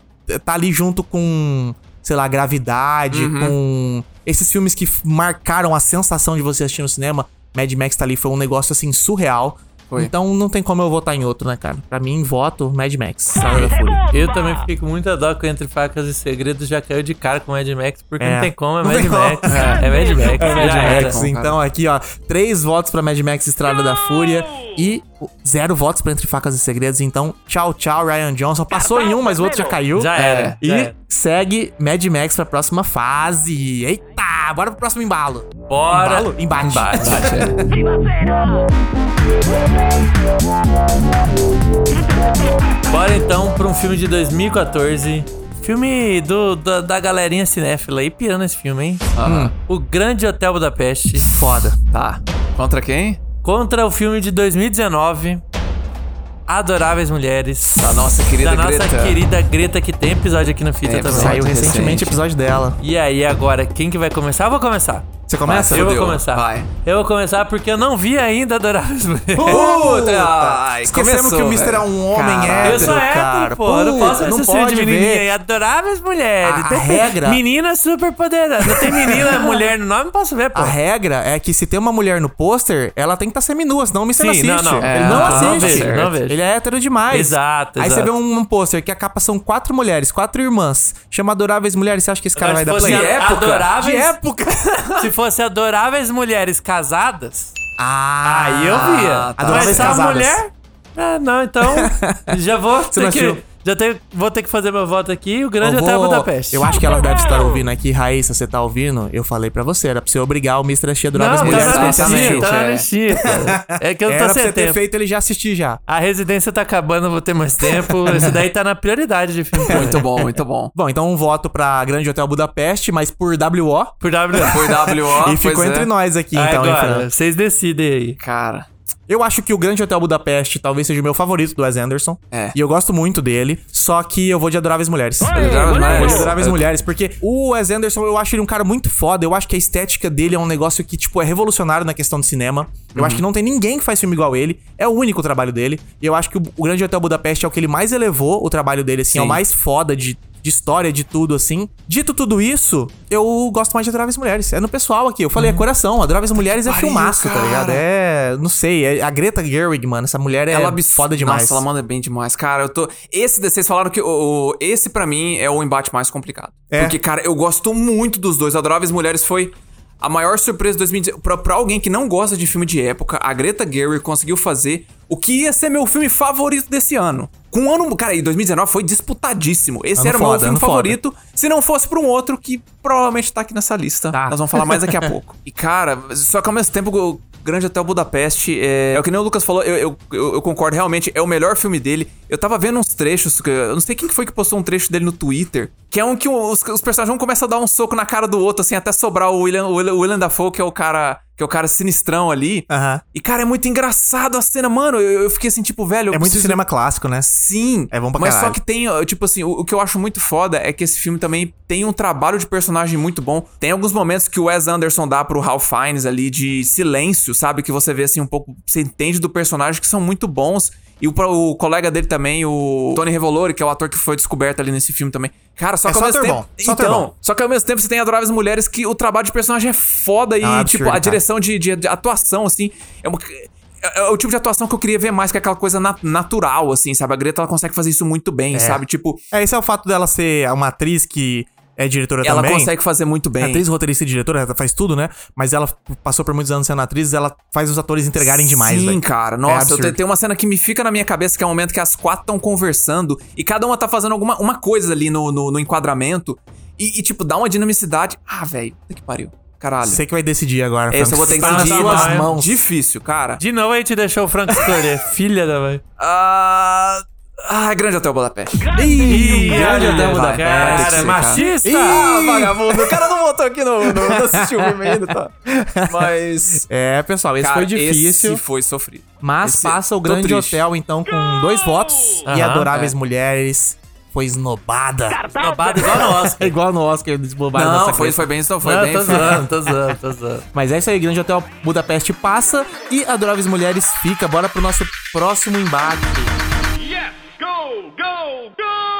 Speaker 3: tá ali junto com, sei lá, gravidade,
Speaker 5: Uhum.
Speaker 3: com esses filmes que f- marcaram a sensação de você assistir no cinema. Mad Max tá ali, foi um negócio assim surreal.
Speaker 5: Foi.
Speaker 3: Então não tem como eu votar em outro, né, cara? Pra mim, voto Mad Max.
Speaker 5: Ah, é
Speaker 3: Saga da Fúria.
Speaker 4: Eu também fiquei com muita dó que o Entre Facas e Segredos já caiu de cara com o Mad Max, porque
Speaker 3: É.
Speaker 4: não tem como, é
Speaker 3: Não
Speaker 4: Mad
Speaker 3: tem como.
Speaker 4: Max. É, Mad Max,
Speaker 5: Mad
Speaker 4: já
Speaker 5: Max,
Speaker 4: era.
Speaker 5: sim.
Speaker 3: Então aqui, ó, três votos pra Mad Max Estrada da Fúria e o- zero votos pra Entre Facas e Segredos. Então, tchau, tchau, Ryan Johnson. Passou em um, mas o outro já caiu.
Speaker 4: Já era.
Speaker 3: E
Speaker 4: já era.
Speaker 3: segue Mad Max pra próxima fase. Eita, bora pro próximo embalo.
Speaker 4: Bora. é.
Speaker 3: Embalo? Embate.
Speaker 5: é.
Speaker 4: Bora então pra um filme de 2014. Filme do, da, da galerinha cinéfila aí, pirando esse filme, hein? Hum.
Speaker 5: Aham.
Speaker 4: O Grande Hotel Budapeste. Foda.
Speaker 5: Tá. Contra quem?
Speaker 4: Contra o filme de 2019. Adoráveis Mulheres.
Speaker 5: Da nossa querida
Speaker 4: da nossa
Speaker 5: Greta.
Speaker 4: querida Greta, que tem episódio aqui no Fita
Speaker 5: Tem
Speaker 4: também.
Speaker 5: episódio.
Speaker 3: Saiu
Speaker 5: Muito
Speaker 3: recentemente
Speaker 5: recente.
Speaker 3: o episódio dela.
Speaker 4: E aí, agora, quem que vai começar? Eu vou começar.
Speaker 3: Você começa?
Speaker 5: Vai,
Speaker 4: eu vou
Speaker 5: fodeu.
Speaker 4: começar.
Speaker 5: Vai.
Speaker 4: Eu vou começar porque eu não vi ainda Adoráveis Mulheres.
Speaker 5: Puta!
Speaker 3: Esquecemos que o Mr. é um homem
Speaker 5: Caralho.
Speaker 3: hétero,
Speaker 4: Eu sou
Speaker 3: cara.
Speaker 4: hétero, pô. Eu não
Speaker 3: Puta,
Speaker 4: posso ver
Speaker 3: não
Speaker 4: esse filme de é.
Speaker 3: pode ver.
Speaker 4: menininha. aí. Adoráveis mulheres.
Speaker 3: A- a
Speaker 4: Tem-
Speaker 3: regra-
Speaker 4: Menina super poderosa. Não tem menina, mulher no nome, não posso ver, pô.
Speaker 3: A regra é que se tem uma mulher no pôster, ela tem que estar seminua, senão o Mr. não
Speaker 4: Sim, não,
Speaker 3: assiste.
Speaker 4: não.
Speaker 3: Ele
Speaker 5: É,
Speaker 3: não
Speaker 5: não,
Speaker 4: não
Speaker 3: assiste.
Speaker 4: vejo, não vejo.
Speaker 3: Ele é hétero demais.
Speaker 4: Exato,
Speaker 3: Aí
Speaker 4: exato.
Speaker 3: você vê um, um pôster que a capa são quatro mulheres, quatro irmãs, chama adoráveis mulheres, você acha que esse cara vai
Speaker 4: Mas
Speaker 3: dar
Speaker 4: se
Speaker 3: play?
Speaker 4: fosse
Speaker 5: De época?
Speaker 4: Adoráveis,
Speaker 3: De época!
Speaker 4: Se fosse adoráveis mulheres casadas,
Speaker 3: Ah,
Speaker 4: aí eu via.
Speaker 3: tá.
Speaker 4: Mas
Speaker 3: Adoráveis
Speaker 4: tá
Speaker 3: casadas.
Speaker 4: mulher? Ah, não, então. já vou ter
Speaker 3: não
Speaker 4: que.
Speaker 3: assistiu?
Speaker 4: Já tenho- vou ter que fazer meu voto aqui. O grande
Speaker 3: Eu
Speaker 4: hotel é
Speaker 3: vou-
Speaker 4: Budapeste.
Speaker 3: Eu acho que ela deve estar ouvindo aqui. Raíssa, você tá ouvindo? Eu falei pra você, era pra você obrigar o Mr. a adorar
Speaker 4: Não,
Speaker 3: as
Speaker 4: tá
Speaker 3: mulheres.
Speaker 4: na
Speaker 3: que você
Speaker 4: listinha,
Speaker 3: assistiu.
Speaker 4: tá na
Speaker 5: é.
Speaker 4: listinha. cara. É que eu não
Speaker 3: Era pra
Speaker 4: tô sem
Speaker 3: você ter
Speaker 4: tempo.
Speaker 3: feito ele já assistir já.
Speaker 4: A residência tá acabando, vou ter mais tempo. Esse daí tá na prioridade de filme.
Speaker 5: Muito bom, muito bom.
Speaker 3: Bom, então um voto pra Grande Hotel Budapeste, mas por WO.
Speaker 4: Por W.
Speaker 5: Foi WO.
Speaker 3: e ficou
Speaker 5: pois
Speaker 3: entre
Speaker 5: é.
Speaker 3: nós aqui,
Speaker 4: Aí
Speaker 3: então, hein,
Speaker 4: Ah, agora,
Speaker 3: Fran?
Speaker 4: vocês decidem aí.
Speaker 5: Cara.
Speaker 3: Eu acho que o Grande Hotel Budapeste talvez seja o meu favorito do Wes Anderson.
Speaker 5: É.
Speaker 3: E eu gosto muito dele. Só que eu vou de Adoráveis Mulheres.
Speaker 5: Adoráveis
Speaker 3: Eu vou de
Speaker 5: Mulheres.
Speaker 3: Adoráveis
Speaker 5: Eu-
Speaker 3: Mulheres, porque o Wes Anderson, eu acho ele um cara muito foda. Eu acho que a estética dele é um negócio que, tipo, é revolucionário na questão do cinema. Eu
Speaker 5: Uhum.
Speaker 3: acho que não tem ninguém que faz filme igual ele. É o único trabalho dele. E eu acho que o o Grande Hotel Budapeste é o que ele mais elevou o trabalho dele, assim. É o
Speaker 5: Sim.
Speaker 3: mais foda de, de história, de tudo, assim. Dito tudo isso, eu gosto mais de Adoráveis Mulheres. É no pessoal aqui. Eu falei, é coração. Adoráveis Mulheres é
Speaker 5: pariu,
Speaker 3: filmaço, tá
Speaker 5: Uhum. cara.
Speaker 3: ligado? É, não sei. É a Greta Gerwig, mano. Essa mulher é
Speaker 5: Ela abs-
Speaker 3: foda demais.
Speaker 5: Nossa, ela é manda bem demais. Cara, eu tô. Esse, vocês falaram que o, o- esse pra mim é o embate mais complicado.
Speaker 3: É.
Speaker 5: Porque, cara, eu gosto muito dos dois. Adoráveis Mulheres foi a maior surpresa de 2019. Pra, pra alguém que não gosta de filme de época, a Greta Gerwig conseguiu fazer o que ia ser meu filme favorito desse ano. Com um ano. Cara, e 2019 foi disputadíssimo. Esse
Speaker 3: Ano
Speaker 5: era o
Speaker 3: foda,
Speaker 5: meu filme
Speaker 3: ano foda.
Speaker 5: favorito, se não fosse pra um outro que provavelmente tá aqui nessa lista.
Speaker 3: Tá.
Speaker 5: Nós vamos falar mais daqui a pouco. E, cara, só que ao mesmo tempo, o Grande Hotel Budapeste é. É o que nem o Lucas falou, eu, eu, eu- eu concordo, realmente, é o melhor filme dele. Eu tava vendo uns trechos, que eu não sei quem que foi que postou um trecho dele no Twitter, que é um que os, os personagens um começam a dar um soco na cara do outro, assim, até sobrar o William, o William, o William Dafoe, que é o cara. Que é o cara sinistrão ali.
Speaker 3: Aham.
Speaker 5: E, cara, é muito engraçado a cena, mano. Eu, eu fiquei assim, tipo, velho. eu
Speaker 3: É muito
Speaker 5: preciso-
Speaker 3: cinema clássico, né?
Speaker 5: Sim.
Speaker 3: É bom pra
Speaker 5: Mas
Speaker 3: caralho.
Speaker 5: só que tem, ó, tipo assim, o, o que eu acho muito foda é que esse filme também tem um trabalho de personagem muito bom. Tem alguns momentos que o Wes Anderson dá pro Ralph Fiennes ali de silêncio, sabe? Que você vê assim um pouco, você entende do personagem que são muito bons. E o, pro- o colega dele também, o Tony Revolori, que é o ator que foi descoberto ali nesse filme também. Cara, só
Speaker 3: É
Speaker 5: que
Speaker 3: só
Speaker 5: ao mesmo
Speaker 3: ator
Speaker 5: tempo.
Speaker 3: bom, só ator
Speaker 5: então,
Speaker 3: bom.
Speaker 5: só que ao mesmo tempo você tem adoráveis mulheres que o trabalho de personagem é foda e,
Speaker 3: Ah, absurdo,
Speaker 5: tipo, a
Speaker 3: cara.
Speaker 5: direção de, de- de atuação, assim, é uma. É é o tipo de atuação que eu queria ver mais, que é aquela coisa na- natural, assim, sabe? A Greta, ela consegue fazer isso muito bem, sabe? Tipo,
Speaker 3: É, esse é o fato dela ser uma atriz que é diretora
Speaker 5: Ela
Speaker 3: também.
Speaker 5: consegue fazer muito
Speaker 3: É
Speaker 5: bem.
Speaker 3: atriz, roteirista e diretora, ela faz tudo, né? Mas ela passou por muitos anos sendo atriz, ela faz os atores entregarem demais,
Speaker 5: Sim,
Speaker 3: velho.
Speaker 5: cara.
Speaker 3: É
Speaker 5: Nossa, eu
Speaker 3: absurdo.
Speaker 5: te- tem uma cena que me fica na minha cabeça, que é o momento que as quatro estão conversando e cada uma tá fazendo alguma uma coisa ali no, no, no enquadramento. E, e, tipo, dá uma dinamicidade. Ah, velho, puta que pariu. Caralho.
Speaker 3: Você que vai decidir agora,
Speaker 5: Esse eu vou ter que
Speaker 3: Tá nas
Speaker 5: decidir
Speaker 3: suas
Speaker 5: mas
Speaker 3: mãos.
Speaker 5: Difícil, cara.
Speaker 4: De novo a gente deixou o Frank escolher. Filha da mãe.
Speaker 5: Ah, ah, Grande Hotel Budapeste.
Speaker 3: Ih,
Speaker 5: Grande Hotel Budapeste. vai ter que
Speaker 4: Cara,
Speaker 5: ser,
Speaker 4: machista!
Speaker 5: Ah, é vagabundo. O cara não voltou aqui, não, não, não assistiu o filme ainda, tá? Mas...
Speaker 3: É, pessoal, esse
Speaker 5: cara,
Speaker 3: foi difícil.
Speaker 5: Esse foi sofrido.
Speaker 3: Mas
Speaker 5: esse-
Speaker 3: passa o
Speaker 5: tô
Speaker 3: grande
Speaker 5: triste. É.
Speaker 3: hotel, então, com dois votos. e
Speaker 4: Aham,
Speaker 3: Adoráveis Mulheres foi esnobada.
Speaker 4: Roubado igual no Oscar.
Speaker 3: É igual no Oscar, desbobada
Speaker 5: Não,
Speaker 3: dessa
Speaker 5: foi,
Speaker 3: coisa.
Speaker 5: foi bem, não, foi
Speaker 4: Não,
Speaker 5: bem.
Speaker 4: tô
Speaker 5: foi-
Speaker 4: zoando, tô zoando, tô zoando.
Speaker 3: Mas é isso aí, Grande Hotel Budapeste passa e Adoráveis Mulheres fica. Bora pro nosso próximo embate.
Speaker 6: Yes! Go! Go! Go!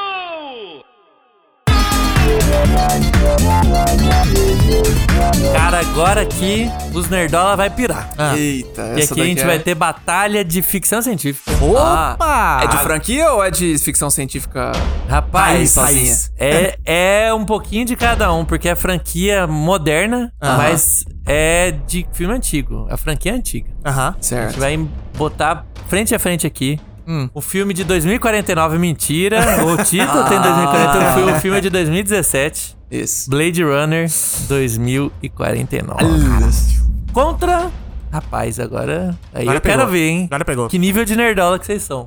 Speaker 4: Cara, agora aqui os Nerdola vai pirar.
Speaker 3: Ah.
Speaker 5: Eita,
Speaker 4: E
Speaker 5: essa
Speaker 4: aqui a
Speaker 5: daqui
Speaker 4: gente
Speaker 5: é-
Speaker 4: vai ter batalha de ficção científica.
Speaker 5: Ah,
Speaker 3: Opa!
Speaker 5: é de franquia ou é de ficção científica?
Speaker 4: Rapaz,
Speaker 5: Tá aí, sozinha.
Speaker 4: é, é um pouquinho de cada um, porque é franquia moderna,
Speaker 3: Aham.
Speaker 4: mas é de filme antigo. A franquia é antiga.
Speaker 3: Aham.
Speaker 4: A gente
Speaker 5: Certo.
Speaker 4: vai botar frente a frente aqui.
Speaker 3: Hum.
Speaker 4: O filme de 2049, mentira. O título tem 2049, foi o filme é de 2017.
Speaker 5: Isso.
Speaker 4: Blade Runner 2049. Contra. Rapaz, agora. Aí
Speaker 3: Agora
Speaker 4: eu quero
Speaker 3: pegou.
Speaker 4: ver, hein?
Speaker 3: Agora pegou.
Speaker 4: Que nível de nerdola que vocês são.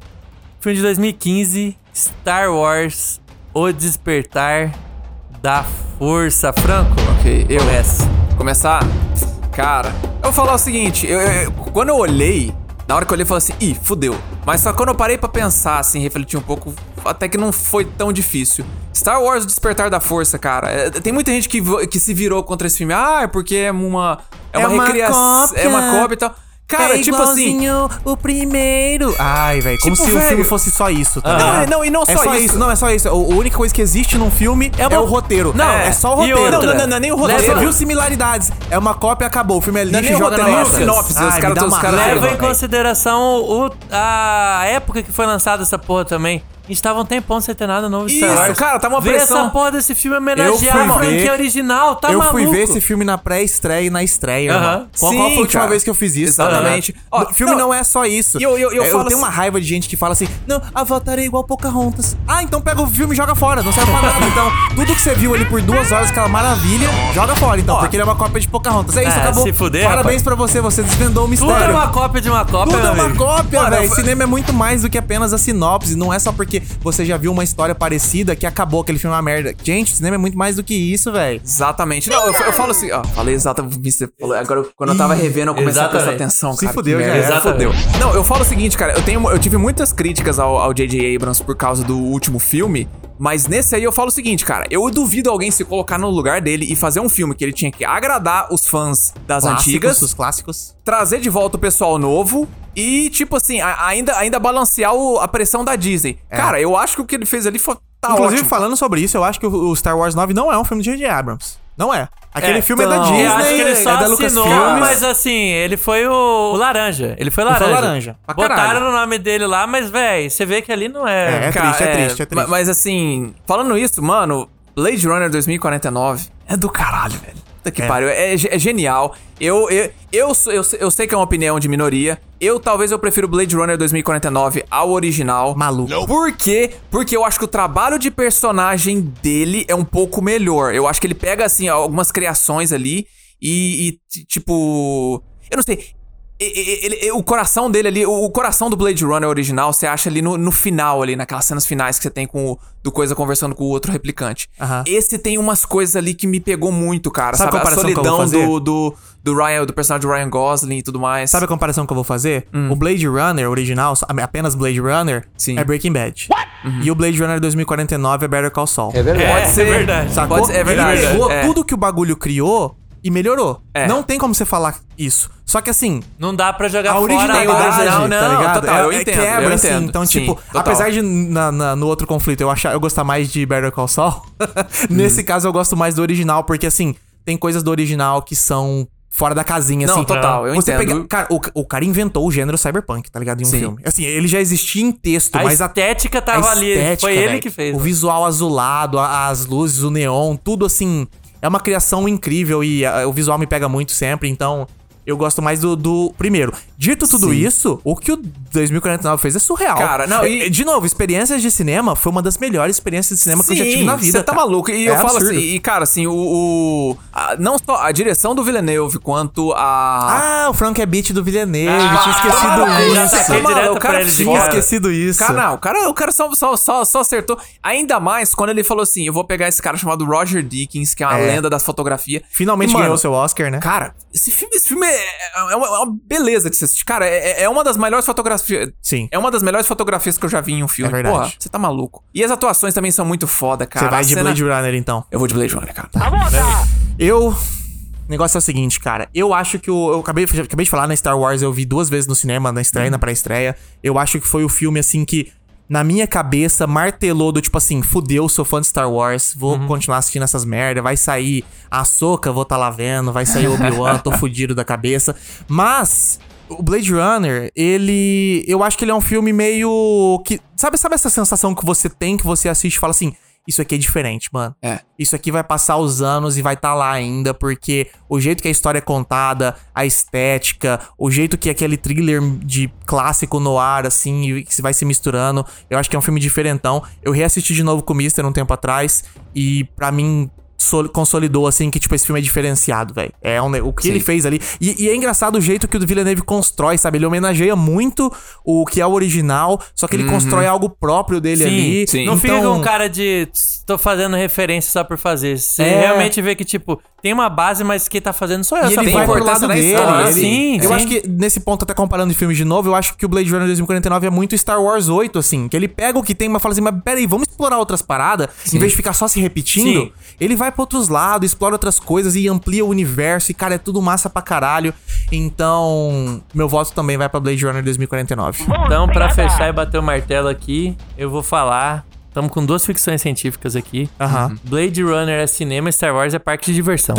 Speaker 4: Filme de 2015, Star Wars, O Despertar da Força. Franco,
Speaker 5: Ok, eu
Speaker 4: começa.
Speaker 5: começar? Cara, eu vou falar o seguinte, eu, eu- eu- quando eu olhei, na hora que eu olhei, eu falei assim, ih, fudeu. Mas só quando eu parei pra pensar, assim, refletir um pouco, até que não foi tão difícil. Star Wars O Despertar da Força, cara, é, tem muita gente que, vo- que se virou contra esse filme. Ah, é porque é uma.
Speaker 3: É
Speaker 5: É, uma,
Speaker 3: uma
Speaker 5: recriação. É uma
Speaker 3: cópia.
Speaker 5: cópia e tal. Cara,
Speaker 3: é
Speaker 5: tipo assim.
Speaker 3: igualzinho o primeiro. Ai, velho. Como
Speaker 5: Tipo,
Speaker 3: se o filme
Speaker 5: velho.
Speaker 3: fosse só isso, tá
Speaker 5: Não,
Speaker 3: ligado?
Speaker 5: é- não, e não
Speaker 3: é
Speaker 5: só isso.
Speaker 3: Não, é só isso. O- A única coisa que existe num filme é,
Speaker 4: uma-
Speaker 3: o roteiro.
Speaker 5: Não,
Speaker 3: é, só é o
Speaker 4: e
Speaker 3: roteiro.
Speaker 4: outra?
Speaker 3: Você
Speaker 5: é
Speaker 4: Leva-
Speaker 3: viu similaridades. É uma cópia, acabou. O filme é lixo,
Speaker 5: nem o
Speaker 3: joga
Speaker 5: roteiro,
Speaker 3: na
Speaker 5: nem o
Speaker 3: lata.
Speaker 5: sinopse. Os
Speaker 3: Ai, me
Speaker 5: caras
Speaker 3: dá
Speaker 5: tão- os
Speaker 3: uma
Speaker 5: caras tão-
Speaker 3: raiva,
Speaker 4: Leva em
Speaker 5: velho.
Speaker 4: consideração o- a época que foi lançada essa porra também. A gente tava um tempão sem ter nada novo de Star
Speaker 5: Isso,
Speaker 4: Wars.
Speaker 5: cara, tá uma
Speaker 4: Vê
Speaker 5: pressão.
Speaker 4: essa porra desse filme homenagear
Speaker 3: Eu fui
Speaker 4: a franquia
Speaker 3: ver-
Speaker 4: original, tá
Speaker 3: eu
Speaker 4: maluco?
Speaker 3: fui ver esse filme na pré-estreia e na estreia,
Speaker 4: Aham.
Speaker 3: mano. Qual, qual foi a
Speaker 5: Sim,
Speaker 3: última
Speaker 5: cara.
Speaker 3: vez que eu fiz isso?
Speaker 5: Exatamente.
Speaker 3: tá
Speaker 5: Ó,
Speaker 3: ligado? O filme
Speaker 5: não,
Speaker 3: não, é só isso.
Speaker 5: e eu- eu- eu
Speaker 3: É,
Speaker 5: falo
Speaker 3: tenho
Speaker 5: assim-
Speaker 3: uma raiva de gente que fala assim, não, Avatar é igual Pocahontas. Ah, então pega o filme e joga fora, não serve pra nada. Então, tudo que você viu ali por duas horas, aquela maravilha, joga fora, então, porque ele é uma cópia de Pocahontas. É isso,
Speaker 4: Ah,
Speaker 3: acabou.
Speaker 4: se fuder,
Speaker 3: Parabéns pra você, você desvendou o
Speaker 4: Tudo
Speaker 3: mistério.
Speaker 4: é uma cópia de uma cópia,
Speaker 3: Tudo é
Speaker 4: meu
Speaker 3: uma
Speaker 4: amigo.
Speaker 3: cópia,
Speaker 5: Mano,
Speaker 3: velho.
Speaker 5: eu-
Speaker 3: Cinema é muito mais do que apenas a sinopse. Não é só porque você já viu uma história parecida que acabou aquele filme é uma merda. Gente, cinema é muito mais do que isso, velho.
Speaker 5: Exatamente. Não, eu, eu falo assim, ó. Falei exatamente. você falou. Agora, quando eu tava revendo, eu comecei a prestar
Speaker 4: exatamente.
Speaker 5: atenção,
Speaker 3: Se
Speaker 5: cara.
Speaker 3: fudeu,
Speaker 5: que
Speaker 3: já
Speaker 5: merda.
Speaker 3: era.
Speaker 5: Se fudeu. Não, eu falo o seguinte, cara. Eu, tenho, eu tive muitas críticas ao ao J.J. Abrams por causa do último filme. Mas nesse aí eu falo o seguinte, cara. Eu duvido alguém se colocar no lugar dele e fazer um filme que ele tinha que agradar os fãs das antigas
Speaker 3: os clássicos.
Speaker 5: trazer de volta o pessoal novo e, tipo assim, a- ainda, ainda balancear o- a pressão da Disney. Cara, eu acho que o que ele fez ali foi, tá
Speaker 3: É. Inclusive,
Speaker 5: ótimo.
Speaker 3: falando sobre isso, eu acho que o o Star Wars 9 não é um filme de J.J. Abrams. Não é. Aquele
Speaker 4: É,
Speaker 3: filme é da
Speaker 5: então,
Speaker 3: Disney,
Speaker 4: Eu acho que ele só
Speaker 3: é da
Speaker 4: assinou,
Speaker 3: Lucasfilm.
Speaker 4: mas assim, ele foi o, o laranja. Ele foi laranja.
Speaker 3: foi laranja, pra
Speaker 4: Botaram
Speaker 5: caralho.
Speaker 4: o nome dele lá, mas, véi, você vê que ali não
Speaker 3: É,
Speaker 4: é.
Speaker 3: é triste, é, triste, é
Speaker 5: ma-
Speaker 3: triste.
Speaker 5: Mas, assim, falando isso, mano, Blade Runner 2049 é do caralho, velho. Puta que
Speaker 3: É.
Speaker 5: pariu, é, ge- é genial. Eu, eu, eu, sou- eu, eu sei que é uma opinião de minoria. Eu talvez eu prefiro Blade Runner 2049 ao original.
Speaker 3: Maluco.
Speaker 5: Por quê? Porque eu acho que o trabalho de personagem dele é um pouco melhor. Eu acho que ele pega, assim, algumas criações ali e, e, t- tipo. Eu não sei. E- e- ele- e- o coração dele ali, o o coração do Blade Runner original, você acha ali no, no final, ali, naquelas cenas finais que você tem com o, do coisa conversando com o outro replicante.
Speaker 3: Aham.
Speaker 5: Esse tem umas coisas ali que me pegou muito, cara.
Speaker 3: Sabe
Speaker 5: Sabe,
Speaker 3: a
Speaker 5: a
Speaker 3: comparação que eu vou
Speaker 5: solidão
Speaker 3: fazer?
Speaker 5: do, do, do Ryan, do personagem do Ryan Gosling e tudo mais.
Speaker 3: Sabe a comparação que eu vou fazer? O Blade Runner original, só- apenas Blade Runner,
Speaker 5: Hum. Sim.
Speaker 3: é Breaking Bad. E o Blade Runner 2049 é Better Call Saul. É
Speaker 4: É,
Speaker 5: Pode ser.
Speaker 4: é verdade.
Speaker 3: Sacou?
Speaker 5: Pode ser, é verdade.
Speaker 3: Ele pegou
Speaker 5: É.
Speaker 3: tudo que o bagulho criou e melhorou.
Speaker 5: É.
Speaker 3: Não tem como você falar isso. Só que assim,
Speaker 4: Não dá pra jogar
Speaker 3: a
Speaker 4: fora
Speaker 3: originalidade,
Speaker 4: a base.
Speaker 5: original,
Speaker 3: tá
Speaker 5: não,
Speaker 3: ligado?
Speaker 5: total, eu
Speaker 3: É- é
Speaker 5: entendo,
Speaker 3: quebra,
Speaker 5: eu
Speaker 3: assim.
Speaker 5: entendo.
Speaker 3: Então,
Speaker 5: Sim,
Speaker 3: tipo,
Speaker 5: total.
Speaker 3: apesar de na- na- no outro conflito eu, achar, eu gostar mais de Better Call
Speaker 5: Hum.
Speaker 3: Saul, nesse caso eu gosto mais do original, porque assim, tem coisas do original que são fora da casinha,
Speaker 5: Não,
Speaker 3: assim.
Speaker 5: total, eu
Speaker 3: Você
Speaker 5: entendo.
Speaker 3: pega- cara, o, ca- o cara inventou o gênero cyberpunk, tá ligado? Em um
Speaker 5: Sim.
Speaker 3: filme. Assim, ele já existia em texto,
Speaker 4: A
Speaker 3: mas a
Speaker 4: estética
Speaker 3: a
Speaker 4: tava ali.
Speaker 3: estética,
Speaker 4: Foi ele
Speaker 3: velho.
Speaker 4: que fez.
Speaker 3: O
Speaker 4: né?
Speaker 3: visual azulado, a- as luzes, o neon, tudo assim. É uma criação incrível e ah, o visual me pega muito sempre, então eu gosto mais do, do primeiro. Dito tudo
Speaker 5: Sim.
Speaker 3: isso, o que o 2049 fez é surreal.
Speaker 5: Cara, não,
Speaker 3: É,
Speaker 5: e-
Speaker 3: De novo, experiências de cinema foi uma das melhores experiências de cinema que eu já tive na vida.
Speaker 5: Você tá
Speaker 3: cara.
Speaker 5: maluco. E
Speaker 3: É
Speaker 5: eu falo
Speaker 3: absurdo.
Speaker 5: assim, e cara, assim, o. o- a- não só a direção do Villeneuve, quanto a.
Speaker 3: Ah, o Frank é beat do Villeneuve. tinha
Speaker 5: Ah, para,
Speaker 3: esquecido
Speaker 5: eu já
Speaker 3: isso.
Speaker 5: saquei
Speaker 3: Tá maluco,
Speaker 5: direto
Speaker 3: o cara
Speaker 5: pra ele de
Speaker 3: tinha
Speaker 5: cara.
Speaker 3: esquecido isso.
Speaker 5: Cara, não, o cara, o cara só, só, só, só acertou. Ainda mais quando ele falou assim: eu vou pegar esse cara chamado Roger Dickens, que é uma
Speaker 3: É.
Speaker 5: lenda das fotografias.
Speaker 3: Finalmente
Speaker 5: E, mano,
Speaker 3: ganhou seu Oscar, né?
Speaker 5: Cara, esse filme, esse filme é, é uma, é uma beleza de se assistir. Cara, é, é uma das melhores fotografias.
Speaker 3: Sim.
Speaker 5: É uma das melhores fotografias que eu já vi em um filme.
Speaker 3: É verdade.
Speaker 5: Porra, você tá maluco. E as atuações também são muito foda, cara.
Speaker 3: Você vai
Speaker 5: A
Speaker 3: de
Speaker 5: cena-
Speaker 3: Blade Runner, então.
Speaker 5: Eu vou de Blade Runner,
Speaker 6: Tá.
Speaker 5: cara.
Speaker 3: Eu. O negócio é o seguinte, cara. Eu acho que o. Eu acabei, acabei de falar na Star Wars, eu vi duas vezes no cinema, na estreia e na pré-estreia. Eu acho que foi o filme, assim, que. Na minha cabeça, martelou do tipo assim, fudeu, sou fã de Star Wars, vou continuar assistindo essas merda, vai sair a Soca, vou tá lá vendo, vai sair Obi-Wan, tô fudido da cabeça. Mas, o Blade Runner, ele. Eu acho que ele é um filme meio. que Sabe, sabe essa sensação que você tem, que você assiste e fala assim, isso aqui é diferente, mano.
Speaker 5: É.
Speaker 3: Isso aqui vai passar os anos e vai estar lá ainda, porque o jeito que a história é contada, a estética, o jeito que aquele thriller de clássico no ar, assim, e que se vai se misturando, eu acho que é um filme diferentão. Eu reassisti de novo com o Mister um tempo atrás e pra mim sol- consolidou, assim, que, tipo, esse filme é diferenciado, velho. É um ne- o que ele fez ali. E, e é engraçado o jeito que o Villeneuve constrói, sabe? Ele homenageia muito o que é o original, só que ele constrói algo próprio dele ali.
Speaker 5: Uhum. sim.
Speaker 4: Não fica
Speaker 3: Então-
Speaker 4: com um cara de "Tss, tô fazendo referência só por fazer. Você
Speaker 3: É.
Speaker 4: realmente vê que, tipo, tem uma base, mas quem tá fazendo sou eu.
Speaker 3: E ele
Speaker 4: sabe?
Speaker 5: tem
Speaker 3: vai pro
Speaker 5: importância
Speaker 3: lado
Speaker 5: na
Speaker 3: dele.
Speaker 5: história,
Speaker 3: ele-
Speaker 4: sim,
Speaker 3: né? eu
Speaker 4: sim.
Speaker 3: acho que nesse ponto, até comparando de filmes de novo, eu acho que o Blade Runner 2049 é muito Star Wars 8, assim. Que ele pega o que tem, mas fala assim, mas peraí, vamos explorar outras paradas. Em vez de ficar só se repetindo,
Speaker 4: Sim.
Speaker 3: ele vai pra outros lados, explora outras coisas e amplia o universo. E, cara, é tudo massa pra caralho. Então, meu voto também vai pra Blade Runner 2049.
Speaker 4: Então, pra fechar e bater o martelo aqui, eu vou falar. Estamos com duas ficções científicas aqui.
Speaker 3: Aham.
Speaker 4: Blade Runner é cinema, Star Wars é parque de diversão.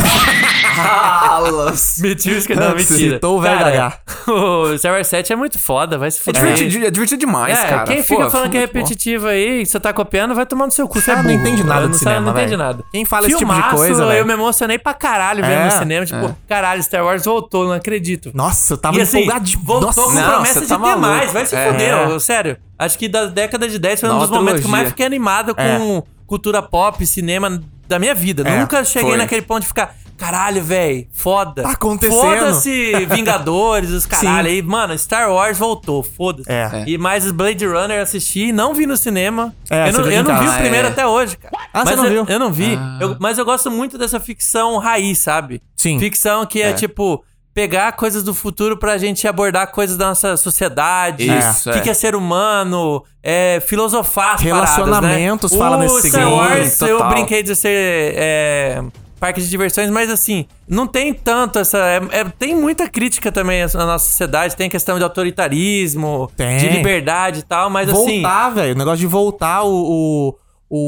Speaker 5: Alas.
Speaker 4: mentira, isso que não, mentira.
Speaker 3: Citou o velho
Speaker 4: Cara, O Star Wars 7 é muito foda, vai se
Speaker 5: É
Speaker 4: fuder.
Speaker 5: divertido, é divertido demais,
Speaker 4: É,
Speaker 5: cara.
Speaker 4: quem
Speaker 5: Pô,
Speaker 4: fica falando que é
Speaker 5: muito bom.
Speaker 4: repetitivo aí, você tá copiando, vai tomar no seu cu. Você
Speaker 3: Ah,
Speaker 4: é
Speaker 3: não
Speaker 4: burro.
Speaker 3: entende nada
Speaker 4: Eu
Speaker 3: de
Speaker 4: não sabe-
Speaker 3: cinema,
Speaker 4: Não entende
Speaker 3: velho.
Speaker 4: nada.
Speaker 3: Quem fala esse tipo de
Speaker 4: Filmaço,
Speaker 3: coisa, velho.
Speaker 4: Eu me emocionei pra caralho vendo
Speaker 3: É,
Speaker 4: no cinema. Tipo, caralho, Star Wars voltou, não acredito.
Speaker 3: Nossa, eu tava
Speaker 4: E assim,
Speaker 3: empolgadinho.
Speaker 4: voltou com
Speaker 5: Não,
Speaker 4: promessa
Speaker 5: você
Speaker 4: de
Speaker 5: tá
Speaker 4: ter
Speaker 5: maluco.
Speaker 4: mais, vai se
Speaker 5: É.
Speaker 4: fuder, ó, sério. Acho que da década de 10 foi um
Speaker 5: Nova
Speaker 4: dos momentos que eu mais
Speaker 5: trilogia.
Speaker 4: fiquei animado com cultura pop, cinema da minha vida.
Speaker 3: É,
Speaker 4: Nunca cheguei
Speaker 5: foi.
Speaker 4: naquele ponto de ficar, caralho, velho, foda.
Speaker 3: Tá acontecendo.
Speaker 4: Foda-se Vingadores, os caralho. aí mano, Star Wars voltou, foda-se.
Speaker 3: É.
Speaker 4: E mais Blade Runner eu assisti, não vi no cinema.
Speaker 3: É,
Speaker 4: eu
Speaker 3: você
Speaker 4: não,
Speaker 3: viu
Speaker 4: eu
Speaker 3: em
Speaker 4: não vi
Speaker 3: casa.
Speaker 4: o primeiro
Speaker 5: Ah, é.
Speaker 4: até hoje, cara.
Speaker 3: Ah, você
Speaker 4: Mas
Speaker 3: não
Speaker 4: eu-
Speaker 3: viu?
Speaker 4: Eu não vi. Eu- mas eu gosto muito dessa ficção raiz, sabe?
Speaker 3: Sim.
Speaker 4: Ficção que é, tipo pegar coisas do futuro pra gente abordar coisas da nossa sociedade,
Speaker 5: Isso,
Speaker 4: o que
Speaker 5: é.
Speaker 4: que é ser humano, é, filosofar as
Speaker 3: Relacionamentos fala
Speaker 4: paradas, né?
Speaker 3: nesse
Speaker 4: o Star
Speaker 3: segundo,
Speaker 4: Wars, eu
Speaker 5: total.
Speaker 4: brinquei de ser é, parque de diversões, mas assim, não tem tanto essa... é- é- tem muita crítica também na nossa sociedade, tem questão de autoritarismo,
Speaker 3: Tem.
Speaker 4: de liberdade e tal, mas assim...
Speaker 3: voltar, velho. O negócio de voltar o, o,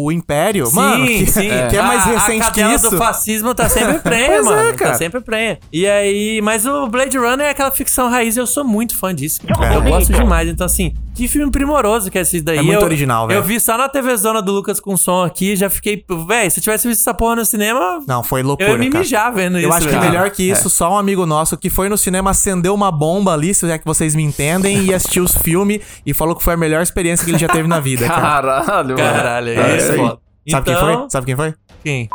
Speaker 3: o Império. mano, que, que é mais
Speaker 4: A-
Speaker 3: recente
Speaker 4: a
Speaker 3: que
Speaker 4: cadela
Speaker 3: isso.
Speaker 4: do fascismo tá sempre prenha,
Speaker 3: Pois é,
Speaker 4: mano.
Speaker 3: cara.
Speaker 4: Tá sempre prenha. E aí, mas o Blade Runner é aquela ficção raiz, eu sou muito fã disso. Eu gosto demais. Então, assim, que filme primoroso que é esse daí.
Speaker 3: É muito
Speaker 4: Eu-
Speaker 3: original, velho.
Speaker 4: Eu vi só na TV Zona do Lucas com som aqui, já fiquei. Véi, se eu tivesse visto essa porra no cinema.
Speaker 3: Não, foi loucura,
Speaker 4: Eu ia me
Speaker 3: cara.
Speaker 4: mijar vendo
Speaker 3: Eu
Speaker 4: isso.
Speaker 3: acho que
Speaker 4: velho.
Speaker 3: melhor que isso, só um amigo nosso que foi no cinema, acendeu uma bomba ali, se é que vocês me entendem, e assistiu os filmes e falou que foi a melhor experiência que ele já teve na
Speaker 5: É,
Speaker 3: vida, cara.
Speaker 5: Caralho,
Speaker 4: Caralho,
Speaker 5: mano.
Speaker 4: é isso aí.
Speaker 3: Sabe
Speaker 4: Então-
Speaker 3: quem foi? Sabe quem foi?
Speaker 4: Quem?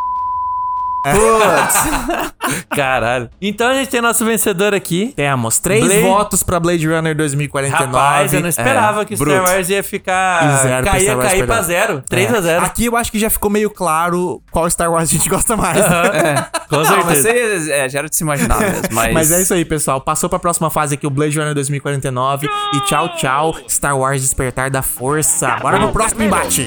Speaker 4: Caralho. Então a gente tem nosso vencedor aqui.
Speaker 3: Temos três
Speaker 4: Blade-
Speaker 3: votos pra Blade Runner 2049.
Speaker 4: Rapaz, eu não esperava
Speaker 5: é,
Speaker 4: que o
Speaker 5: bruto.
Speaker 4: Star Wars ia
Speaker 3: E
Speaker 4: ficar.
Speaker 3: zero pra Star
Speaker 4: cair,
Speaker 3: Wars É.
Speaker 4: cair pra
Speaker 3: perdeu.
Speaker 4: zero. 3 a 0
Speaker 3: Aqui eu acho que já ficou meio claro qual Star Wars a gente gosta mais. né?
Speaker 4: Com
Speaker 5: Não, mas
Speaker 4: certeza.
Speaker 5: você, é, já era de se imaginar mesmo, mas...
Speaker 3: Mas é isso aí, pessoal. Passou pra próxima fase aqui o Blade Runner 2049. E tchau, tchau. Star Wars Despertar da Força. Bora no próximo embate.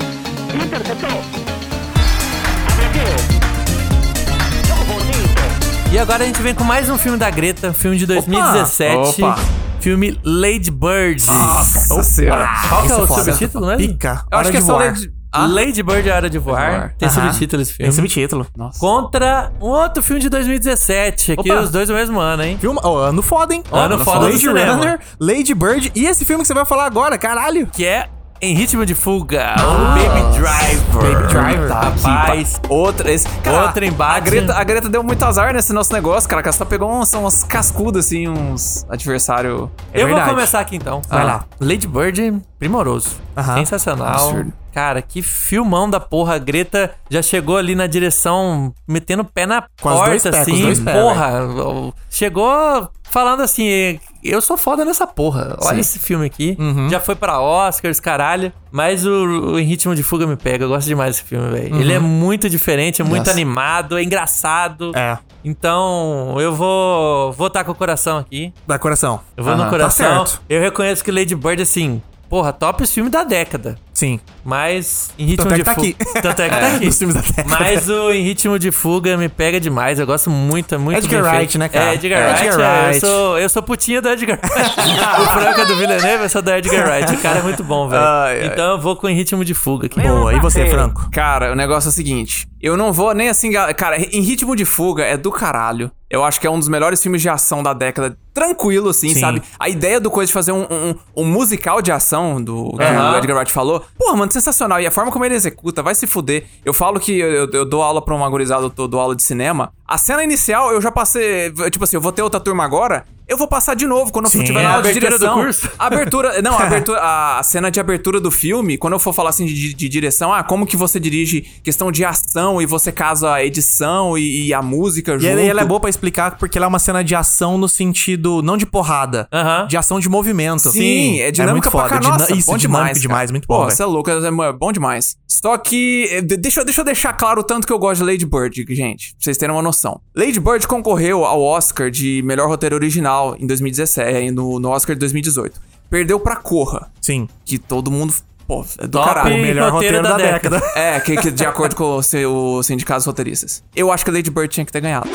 Speaker 4: E agora a gente vem com mais um filme da Greta, um filme de 2017.
Speaker 5: Opa.
Speaker 4: Filme Lady Bird.
Speaker 5: Nossa senhora.
Speaker 4: Qual que é
Speaker 3: Isso
Speaker 4: o
Speaker 3: é foda.
Speaker 4: subtítulo, né?
Speaker 3: Pica.
Speaker 5: Eu
Speaker 3: Hora
Speaker 5: acho que é
Speaker 3: de
Speaker 5: só
Speaker 3: voar.
Speaker 5: Lady... Ah.
Speaker 4: Lady Bird é a Hora de Voar.
Speaker 5: Voar.
Speaker 4: Tem
Speaker 3: Aham.
Speaker 4: subtítulo esse
Speaker 3: Tem
Speaker 4: filme.
Speaker 3: subtítulo. Nossa.
Speaker 4: Contra um outro filme de 2017, que
Speaker 3: Opa.
Speaker 4: os dois no mesmo ano, hein?
Speaker 3: Filme, ó, ano foda, hein?
Speaker 4: Ano
Speaker 3: Ó,
Speaker 4: foda do
Speaker 3: Lady
Speaker 4: cinema.
Speaker 3: Runner, Lady Bird e esse filme que você vai falar agora, caralho.
Speaker 4: Que é Em Ritmo de Fuga, ou Baby Driver.
Speaker 3: Baby Driver.
Speaker 5: tá
Speaker 4: Rapaz,
Speaker 5: Outra, esse, cara,
Speaker 4: Outra embate.
Speaker 5: tá. A Greta, a Greta deu muito azar nesse nosso negócio, cara. Que ela só pegou uns, umas cascudas, assim, uns adversário.
Speaker 4: eu
Speaker 3: verdade.
Speaker 4: vou começar aqui então.
Speaker 5: Vai
Speaker 4: É Ah,
Speaker 5: lá.
Speaker 4: Lady Bird, primoroso.
Speaker 3: Aham.
Speaker 4: Sensacional.
Speaker 5: Absurdo.
Speaker 4: Cara, que filmão da porra. A Greta já chegou ali na direção, metendo o pé na
Speaker 3: Com as
Speaker 4: porta,
Speaker 3: dois pés, com os
Speaker 4: assim.
Speaker 3: dois pés,
Speaker 4: porra. Chegou falando assim. Eu sou foda nessa porra. Olha esse filme aqui.
Speaker 3: Uhum.
Speaker 4: Já foi pra Oscars, caralho. Mas o, o Em Ritmo de Fuga me pega. Eu gosto demais desse filme, velho. Ele é
Speaker 3: Uhum.
Speaker 4: muito diferente, é muito
Speaker 5: Nossa.
Speaker 4: animado, é engraçado.
Speaker 3: É,
Speaker 4: Então, eu vou votar com o coração aqui.
Speaker 3: da coração.
Speaker 4: Eu vou no
Speaker 5: Aham, tá
Speaker 4: coração.
Speaker 3: certo.
Speaker 4: eu reconheço que Lady Bird, assim, porra, top filme da década.
Speaker 3: Sim.
Speaker 4: Mas em ritmo
Speaker 3: Tanto é
Speaker 4: de
Speaker 3: que tá
Speaker 4: fuga.
Speaker 3: aqui.
Speaker 4: Tanto é que tá aqui.
Speaker 3: dos filmes da década.
Speaker 4: Mas o Em Ritmo de Fuga me pega demais. Eu gosto muito, é muito
Speaker 3: Edgar
Speaker 4: bem
Speaker 3: Wright,
Speaker 4: feito.
Speaker 3: né, cara?
Speaker 4: É, Edgar
Speaker 3: É,
Speaker 4: Wright.
Speaker 3: Edgar
Speaker 4: é,
Speaker 3: Wright.
Speaker 4: Eu, sou, eu sou putinha do Edgar Wright. o Franca do Villeneuve, eu sou do Edgar Wright. O cara é muito bom,
Speaker 5: Ai, ai.
Speaker 4: velho. Então eu vou com Em Ritmo de Fuga aqui.
Speaker 3: Boa, e você, Franco?
Speaker 5: Cara, o negócio é o seguinte. Eu não vou nem assim. ga- Cara, em ritmo de fuga é do caralho. Eu acho que é um dos melhores filmes de ação da década. Tranquilo, assim,
Speaker 3: Sim.
Speaker 5: sabe? A ideia do coisa de fazer um, um- um musical de ação do que
Speaker 4: Aham.
Speaker 5: o Edgar Wright falou. Porra, mano, sensacional. E a forma como ele executa, vai se fuder. Eu falo que eu, eu- eu dou aula pra uma gurizada, eu tô- dou aula de cinema. A cena inicial eu já passei. Tipo assim, eu vou ter outra turma agora. Eu vou passar de novo quando eu
Speaker 3: Sim,
Speaker 5: tiver
Speaker 3: é
Speaker 5: na
Speaker 3: a
Speaker 5: aula de
Speaker 4: abertura do
Speaker 5: direção.
Speaker 4: curso.
Speaker 5: A Abertura, não, a, abertura- a- a cena de abertura do filme, quando eu for falar assim de, de direção, ah, como que você dirige questão de ação e você casa a edição e, e a música junto.
Speaker 3: E ela, e ela é boa pra explicar porque ela é uma cena de ação no sentido, não de porrada,
Speaker 4: Aham.
Speaker 3: de ação de movimento.
Speaker 5: Sim, é
Speaker 3: muito
Speaker 5: dinâmica pra
Speaker 3: foda.
Speaker 5: caralho.
Speaker 3: Dina-
Speaker 5: Nossa,
Speaker 3: Isso,
Speaker 5: bom
Speaker 3: dinâmica
Speaker 5: demais,
Speaker 3: demais,
Speaker 5: cara.
Speaker 3: muito bom.
Speaker 5: Pô,
Speaker 3: velho.
Speaker 5: você é louco, é é bom demais. Só que, eh, de- deixa, eu- deixa eu deixar claro o tanto que eu gosto de Lady Bird, gente, pra vocês terem uma noção. Lady Bird concorreu ao Oscar de melhor roteiro original em 2017, eh, no, no Oscar de 2018. Perdeu pra Corra,
Speaker 3: Sim.
Speaker 5: que todo mundo, pô, é do
Speaker 4: Top
Speaker 5: caralho.
Speaker 4: E
Speaker 3: Melhor
Speaker 4: roteiro
Speaker 3: roteiro da,
Speaker 4: da
Speaker 3: década.
Speaker 5: É, que, que de acordo com o, seu- o sindicato dos roteiristas. Eu acho que a Lady Bird tinha que ter ganhado.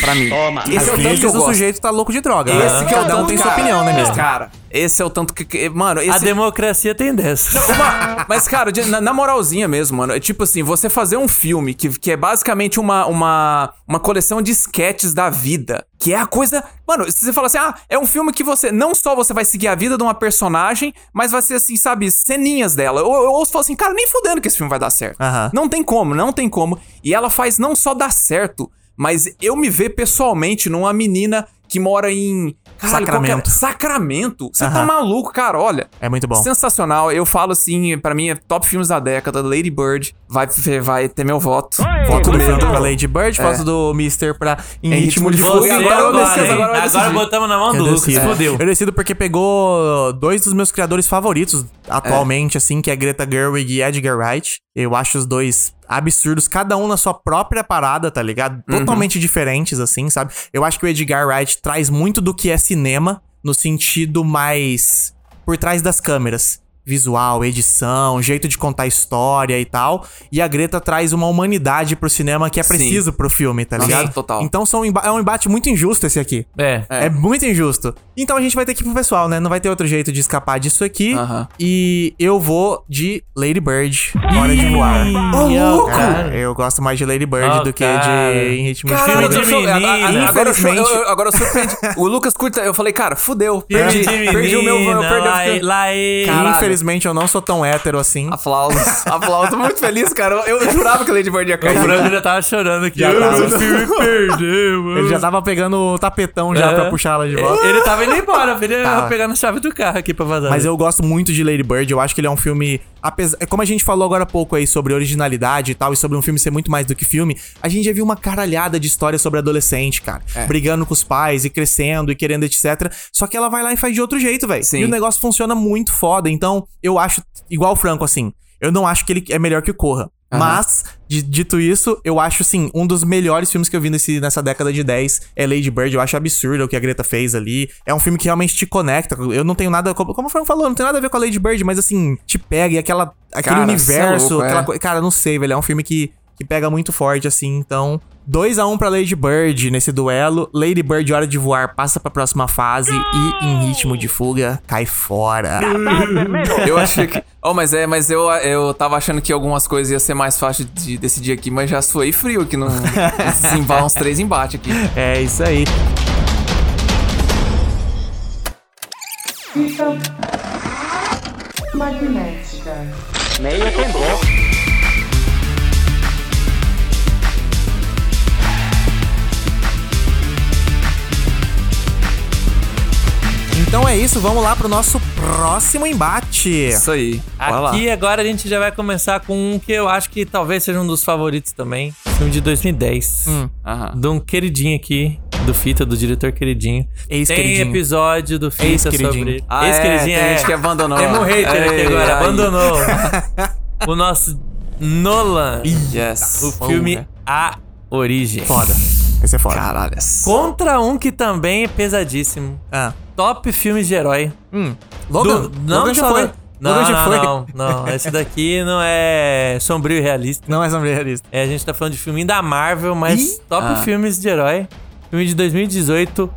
Speaker 5: Pra mim.
Speaker 6: Toma.
Speaker 5: Esse é o
Speaker 3: Às
Speaker 5: tanto que eu
Speaker 3: vezes o
Speaker 5: gosto.
Speaker 3: sujeito tá louco de droga. né?
Speaker 5: Esse que é o
Speaker 3: Cada um
Speaker 5: tanto,
Speaker 3: tem sua
Speaker 5: cara.
Speaker 3: opinião, né, mesmo?
Speaker 5: Cara, esse é o tanto que... que- mano,
Speaker 4: A
Speaker 5: esse...
Speaker 4: democracia tem dessas.
Speaker 5: Uma- Mas, cara, de- na, na moralzinha mesmo, mano. É tipo assim, você fazer um filme que, que é basicamente uma, uma, uma coleção de sketches da vida. Que é a coisa. Mano, se você fala assim, ah, é um filme que você. Não só você vai seguir a vida de uma personagem, mas vai ser assim, sabe, ceninhas dela. Ou eu ouço e falo assim, cara, nem fudendo que esse filme vai dar certo.
Speaker 3: Aham.
Speaker 5: Não tem como, não tem como. E ela faz não só dar certo, mas eu me ver pessoalmente numa menina que mora em. Caralho, qual que era?
Speaker 3: Sacramento.
Speaker 5: Sacramento? Você tá
Speaker 3: Aham.
Speaker 5: maluco, cara, olha.
Speaker 3: É muito bom.
Speaker 5: Sensacional. Eu falo assim, pra mim é top filmes da década. Lady Bird vai, vai ter meu voto.
Speaker 6: Oi,
Speaker 5: voto
Speaker 6: Lady
Speaker 5: mesmo.
Speaker 3: Franco pra Lady Bird, foto do Mr. pra Em Ritmo de
Speaker 5: Fuga.
Speaker 3: Fogo.
Speaker 4: Você
Speaker 5: Agora eu decido,
Speaker 4: hein?
Speaker 5: agora eu
Speaker 4: Agora
Speaker 5: decidi.
Speaker 4: botamos na mão do
Speaker 3: Eu
Speaker 4: Lucas.
Speaker 3: decido.
Speaker 4: Fudeu.
Speaker 3: Eu decido é. porque pegou dois dos meus criadores favoritos atualmente, assim, que é Greta Gerwig e Edgar Wright. Eu acho os dois absurdos, cada um na sua própria parada, tá ligado? Totalmente diferentes, assim, sabe? Eu acho que o Edgar Wright traz muito do que é cinema, no sentido mais por trás das câmeras. Visual, edição, jeito de contar história e tal. E a Greta traz uma humanidade pro cinema que é preciso pro filme, tá
Speaker 5: Nossa,
Speaker 3: ligado?
Speaker 5: total.
Speaker 3: Então são emba- é um embate muito injusto esse aqui.
Speaker 4: É.
Speaker 3: É. muito injusto. Então a gente vai ter que ir pro pessoal, né? Não vai ter outro jeito de escapar disso aqui.
Speaker 5: Aham.
Speaker 3: E eu vou de Lady Bird. Hora de voar.
Speaker 5: louco!
Speaker 3: É, eu gosto mais de Lady Bird
Speaker 4: Ó,
Speaker 3: do que
Speaker 4: cara.
Speaker 3: de em ritmo de
Speaker 5: Caralho,
Speaker 3: filme.
Speaker 4: de
Speaker 5: eu sou-
Speaker 4: menina,
Speaker 5: a- a- agora eu sou-
Speaker 3: infelizmente.
Speaker 5: eu- eu- Agora eu surpreendi. o Lucas curta. Eu falei, cara, fudeu.
Speaker 4: Filme
Speaker 5: Perdi,
Speaker 4: de
Speaker 5: perdi o meu
Speaker 4: menina,
Speaker 5: voto. Perdi
Speaker 4: lá-
Speaker 5: o filme.
Speaker 4: lá e-
Speaker 5: Caralho.
Speaker 3: Infelizmente eu não sou tão hétero assim.
Speaker 5: Aplausos. Aplausos. Tô muito feliz, cara. Eu, eu jurava que a Lady Bird ia
Speaker 4: É O né?
Speaker 5: cair.
Speaker 4: Franco já tava chorando aqui.
Speaker 3: Já tava.
Speaker 4: O filme perdeu.
Speaker 3: Ele já tava pegando o tapetão já
Speaker 4: É.
Speaker 3: pra puxar ela de volta.
Speaker 4: Ele, ele tava indo embora, ele ia pegar na chave do carro aqui pra vazar.
Speaker 3: Mas eu gosto muito de Lady Bird, eu acho que ele é um filme. Apesar, como a gente falou agora há pouco aí sobre originalidade e tal, e sobre um filme ser muito mais do que filme, a gente já viu uma caralhada de história sobre adolescente, cara. Brigando com os pais e crescendo e querendo, etc. Só que ela vai lá e faz de outro jeito, velho.
Speaker 5: Sim.
Speaker 3: E o negócio funciona muito foda. Então, eu acho, igual o Franco, assim, eu não acho que ele é melhor que o Corra. Mas, di- dito isso, eu acho, assim, um dos melhores filmes que eu vi nesse, nessa década de 10 é Lady Bird. Eu acho absurdo o que a Greta fez ali. É um filme que realmente te conecta. Eu não tenho nada. Como, como o Franco falou, não tem nada a ver com a Lady Bird, mas, assim, te pega e aquela, aquele
Speaker 5: Cara, cê é
Speaker 3: universo.
Speaker 5: louco, é.
Speaker 3: aquela, coi- Cara, não sei, velho. É um filme que, que pega muito forte, assim. Então, 2x1 pra Lady Bird nesse duelo. Lady Bird, hora de voar, passa pra próxima fase e, em ritmo de fuga, cai fora.
Speaker 4: Hum.
Speaker 5: Eu achei que. Oh, mas é, mas eu, eu tava achando que algumas coisas ia ser mais fácil de decidir aqui, mas já suei frio aqui no. Sim, vai uns três embates aqui.
Speaker 3: É isso aí.
Speaker 1: Fita magnética.
Speaker 7: Meia quebrou.
Speaker 3: Então é isso, vamos lá pro nosso próximo embate.
Speaker 5: Isso aí. Vai lá.
Speaker 4: Aqui agora a gente já vai começar com um que eu acho que talvez seja um dos favoritos também. Filme de 2010.
Speaker 5: Hum. Aham.
Speaker 4: De um queridinho aqui, do Fita, do diretor queridinho. Tem
Speaker 3: Ex-queridinho.
Speaker 4: episódio do Fita
Speaker 3: Ex-queridinho.
Speaker 4: sobre.
Speaker 5: Ah, é, tem gente que abandonou.
Speaker 3: Ah,
Speaker 4: Temos um hater aqui
Speaker 5: Ei,
Speaker 4: agora,
Speaker 5: ai.
Speaker 4: abandonou. o nosso Nolan.
Speaker 5: Yes.
Speaker 4: O filme A Origem.
Speaker 3: Foda. Esse é foda.
Speaker 5: Caralho.
Speaker 4: Contra um que também é pesadíssimo.
Speaker 3: Ah.
Speaker 4: Top filmes de herói.
Speaker 3: Logan,
Speaker 4: Do- não
Speaker 3: Logan já
Speaker 4: só-
Speaker 3: foi.
Speaker 4: Não,
Speaker 3: Logan já
Speaker 4: não,
Speaker 3: foi.
Speaker 4: não, não. Esse daqui não é sombrio e realista.
Speaker 3: Não é sombra realista.
Speaker 4: É, a gente tá falando de filme da Marvel, mas
Speaker 3: Ih.
Speaker 4: top
Speaker 5: Ah.
Speaker 4: filmes de herói. Filme de 2018,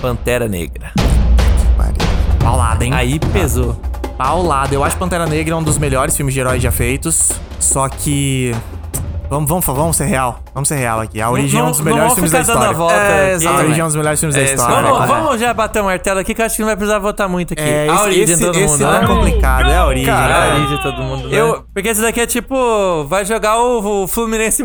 Speaker 4: Pantera Negra.
Speaker 3: Paulada, hein?
Speaker 4: Aí pesou.
Speaker 3: Paulada. Eu acho Pantera Negra um dos melhores filmes de heróis já feitos. Só que. Vamos, vamos, vamos ser real. Vamos ser real aqui. A origem é um dos
Speaker 4: não- não
Speaker 3: melhores filmes
Speaker 4: vamos
Speaker 3: da
Speaker 4: ficar dando a
Speaker 3: história.
Speaker 4: volta
Speaker 5: É,
Speaker 4: aqui.
Speaker 3: A
Speaker 5: exatamente.
Speaker 3: origem é um dos melhores filmes da
Speaker 5: É,
Speaker 3: história.
Speaker 5: vamos-
Speaker 4: Vamos,
Speaker 3: cara.
Speaker 4: vamos já bater o martelo aqui, que eu acho que não vai precisar votar muito aqui.
Speaker 3: né? É, esse,
Speaker 4: a origem
Speaker 3: esse,
Speaker 4: todo
Speaker 3: esse
Speaker 4: mundo,
Speaker 3: não é
Speaker 4: né?
Speaker 3: complicado, é a origem.
Speaker 4: A
Speaker 5: Cara,
Speaker 3: né?
Speaker 4: origem todo mundo, né?
Speaker 5: Eu-
Speaker 4: Porque esse daqui é tipo, vai jogar o, o Fluminense e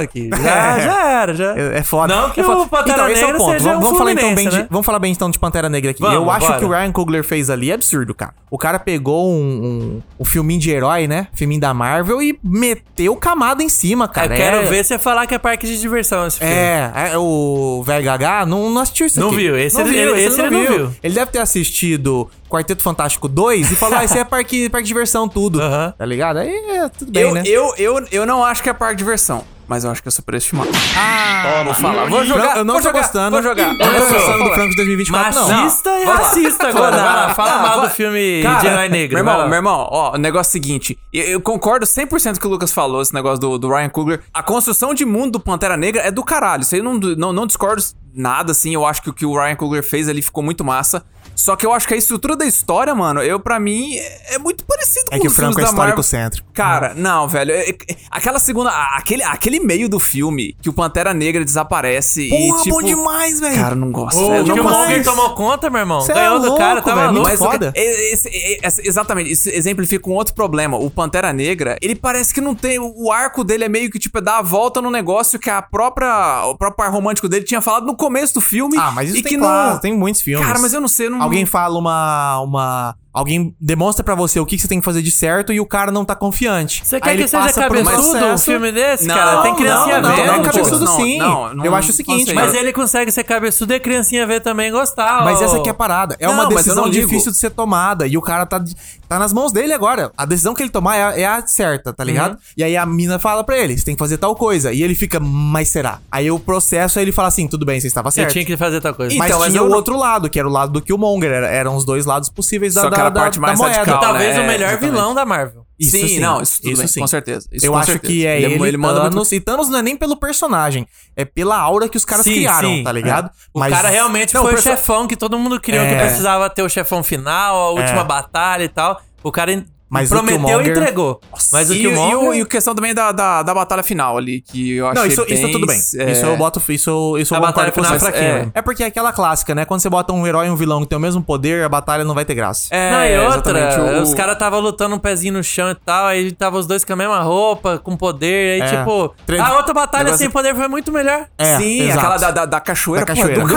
Speaker 4: aqui. Já, já era, já.
Speaker 3: É é foda.
Speaker 4: Não que
Speaker 3: é foda.
Speaker 4: o Pantera
Speaker 3: então, esse é o
Speaker 4: Negra
Speaker 3: ponto.
Speaker 4: seja
Speaker 3: vamos,
Speaker 4: um
Speaker 3: vamos falar então bem
Speaker 4: Fluminense,
Speaker 3: de,
Speaker 4: né?
Speaker 3: vamos falar bem então de Pantera Negra aqui.
Speaker 4: Vamos,
Speaker 3: eu acho
Speaker 4: bora.
Speaker 3: que o Ryan Coogler fez ali é absurdo, cara. O cara pegou um, um, um filminho de herói, né? Filminho da Marvel e meteu camada em cima,
Speaker 4: Eu
Speaker 3: cara.
Speaker 4: quero
Speaker 3: é,
Speaker 4: ver você falar que é parque de diversão esse filme.
Speaker 3: É, é, o velho Gagá não, não assistiu isso
Speaker 4: Não
Speaker 3: aqui.
Speaker 4: viu, esse ele- ele- esse ele não viu.
Speaker 3: Ele deve ter assistido Quarteto Fantástico 2 e falou, ah, isso aí é parque, parque de diversão, tudo.
Speaker 4: Aham.
Speaker 3: Tá ligado? Aí é tudo bem,
Speaker 5: Eu,
Speaker 3: né?
Speaker 5: eu, eu, eu não acho que é parque de diversão, mas eu acho que eu sou superestimado.
Speaker 3: Ah,
Speaker 5: Vou falar, vou jogar.
Speaker 3: eu não
Speaker 5: vou
Speaker 3: tô
Speaker 5: jogar,
Speaker 3: gostando.
Speaker 5: Vou jogar.
Speaker 3: Eu não tô
Speaker 5: Começou.
Speaker 3: gostando do Franco de
Speaker 5: Tipo, ah,
Speaker 3: 2024, não.
Speaker 4: Machista e
Speaker 5: Vai lá.
Speaker 4: racista agora.
Speaker 5: Vai lá,
Speaker 4: Fala
Speaker 5: vai lá,
Speaker 4: mal do
Speaker 5: Ah, vai-
Speaker 4: filme
Speaker 5: Cara,
Speaker 4: de herói negro.
Speaker 5: Meu
Speaker 4: vai
Speaker 5: irmão,
Speaker 4: lá.
Speaker 5: meu irmão, ó, o negócio é o seguinte. Eu, eu concordo 100% com o que o Lucas falou, esse negócio do, do Ryan Coogler. A construção de mundo do Pantera Negra é do caralho. Isso aí eu não, não, não discordo nada, assim. Eu acho que o que o Ryan Coogler fez ali ficou muito massa. Só que eu acho que a estrutura da história, mano, eu para mim é é muito parecido
Speaker 3: É
Speaker 5: com
Speaker 3: que
Speaker 5: os
Speaker 3: o Franco é
Speaker 5: filmes da Marvel.
Speaker 3: histórico-cêntrico.
Speaker 5: Cara, não, velho. é- é- Aquela segunda. a- Aquele, aquele meio do filme que o Pantera Negra desaparece
Speaker 3: Porra,
Speaker 5: e tipo.
Speaker 3: bom demais, velho.
Speaker 5: Cara, eu não gosto.
Speaker 4: Ô,
Speaker 5: velho, eu
Speaker 4: que
Speaker 5: não
Speaker 4: o
Speaker 5: gosto.
Speaker 4: Logan tomou conta, meu irmão.
Speaker 3: Cê é
Speaker 4: Ganhou do
Speaker 3: louco,
Speaker 4: cara, tava
Speaker 3: velho, muito
Speaker 4: louco.
Speaker 5: Mas o que-
Speaker 3: foda.
Speaker 5: é- esse- é- esse- exatamente, isso exemplifica um outro problema. O Pantera Negra, ele parece que não tem. O arco dele é meio que, tipo, é dar a volta no negócio que a própria. O próprio par romântico dele tinha falado no começo do filme.
Speaker 3: Ah, mas isso
Speaker 5: e
Speaker 3: tem,
Speaker 5: que
Speaker 3: claro,
Speaker 5: não.
Speaker 3: tem muitos filmes.
Speaker 5: Cara, mas eu não sei, eu não.
Speaker 3: Alguém fala uma, uma... Alguém demonstra pra você o que que você tem que fazer de certo e o cara não tá confiante.
Speaker 4: Você quer
Speaker 3: Aí ele
Speaker 4: que seja
Speaker 3: passa por
Speaker 4: cabeçudo um
Speaker 3: processo-
Speaker 4: filme desse,
Speaker 5: Não,
Speaker 4: cara? Tem
Speaker 5: não,
Speaker 4: criancinha
Speaker 5: não,
Speaker 3: não,
Speaker 4: vendo.
Speaker 3: é
Speaker 5: pô.
Speaker 3: cabeçudo
Speaker 5: tipo, Não,
Speaker 3: sim.
Speaker 5: não, não
Speaker 3: eu acho o seguinte,
Speaker 5: faço
Speaker 4: Mas
Speaker 3: mas,
Speaker 4: ele consegue ser cabeçudo e a criancinha ver também e gostar.
Speaker 3: mas
Speaker 4: ó.
Speaker 3: essa aqui é a parada. É
Speaker 5: Não,
Speaker 3: uma
Speaker 5: mas eu
Speaker 3: decisão
Speaker 5: não digo.
Speaker 3: difícil de ser tomada e o cara tá, tá nas mãos dele agora. A decisão que ele tomar é, a- é a certa, tá ligado?
Speaker 5: Uhum.
Speaker 3: E aí a mina fala pra ele, você tem que fazer tal coisa. E ele fica, mas será? Aí o processo, aí ele fala assim, tudo bem, você estava
Speaker 4: Eu
Speaker 3: certo.
Speaker 4: tinha que fazer outra coisa.
Speaker 5: Ih,
Speaker 3: Mas
Speaker 5: Então, mas
Speaker 3: tinha
Speaker 5: eu
Speaker 3: o
Speaker 5: não-
Speaker 3: outro lado, que era o lado do Killmonger. Era, eram os dois lados possíveis da,
Speaker 5: Só que
Speaker 3: da,
Speaker 5: era a
Speaker 3: da,
Speaker 5: parte
Speaker 3: da
Speaker 5: mais
Speaker 3: moeda.
Speaker 5: radical,
Speaker 4: Talvez
Speaker 5: né?
Speaker 4: o melhor
Speaker 5: Exatamente.
Speaker 4: vilão da Marvel.
Speaker 3: é, Isso
Speaker 5: sim,
Speaker 3: sim,
Speaker 5: não, isso tudo
Speaker 3: isso
Speaker 5: bem,
Speaker 3: sim.
Speaker 5: com certeza. Isso
Speaker 3: eu
Speaker 5: com
Speaker 3: acho
Speaker 5: certeza.
Speaker 3: que é ele,
Speaker 5: ele manda
Speaker 3: Thanos,
Speaker 5: muito
Speaker 3: E Thanos não é nem pelo personagem, é pela aura que os caras
Speaker 4: Sim,
Speaker 3: criaram,
Speaker 4: sim.
Speaker 3: tá
Speaker 5: é.
Speaker 3: ligado?
Speaker 4: O cara realmente
Speaker 3: Não,
Speaker 4: foi o
Speaker 3: perso-
Speaker 4: chefão que todo mundo criou que
Speaker 3: É.
Speaker 4: precisava ter o chefão final, a última batalha e tal. O cara en-
Speaker 3: Mas o
Speaker 4: prometeu e
Speaker 3: Killmonger-
Speaker 4: entregou. Mas o
Speaker 5: e, e,
Speaker 4: Killmonger...
Speaker 5: o- e a questão também da, da, da batalha final ali, que eu achei
Speaker 3: Não, isso, isso
Speaker 5: bem,
Speaker 3: tudo bem.
Speaker 5: é,
Speaker 3: Isso eu boto. Isso, isso eu
Speaker 4: A
Speaker 3: concordo
Speaker 4: batalha
Speaker 3: com
Speaker 4: final
Speaker 3: você.
Speaker 4: é fraquinha.
Speaker 3: É. é porque é aquela clássica, né? Quando você bota um herói e um vilão que tem o mesmo poder, a batalha não vai ter graça.
Speaker 5: é,
Speaker 4: Não, e
Speaker 5: exatamente,
Speaker 4: outra,
Speaker 5: o-
Speaker 4: os caras tava lutando um pezinho no chão e tal, aí tava os dois com a mesma roupa, com poder, aí
Speaker 3: É.
Speaker 4: tipo,
Speaker 3: Tre-
Speaker 4: a outra batalha
Speaker 5: negócio-
Speaker 4: sem poder foi muito melhor.
Speaker 3: É,
Speaker 5: Sim,
Speaker 3: exato.
Speaker 5: aquela da, da, da cachoeira.
Speaker 3: Da
Speaker 5: pô,
Speaker 3: cachoeira,
Speaker 5: do
Speaker 3: do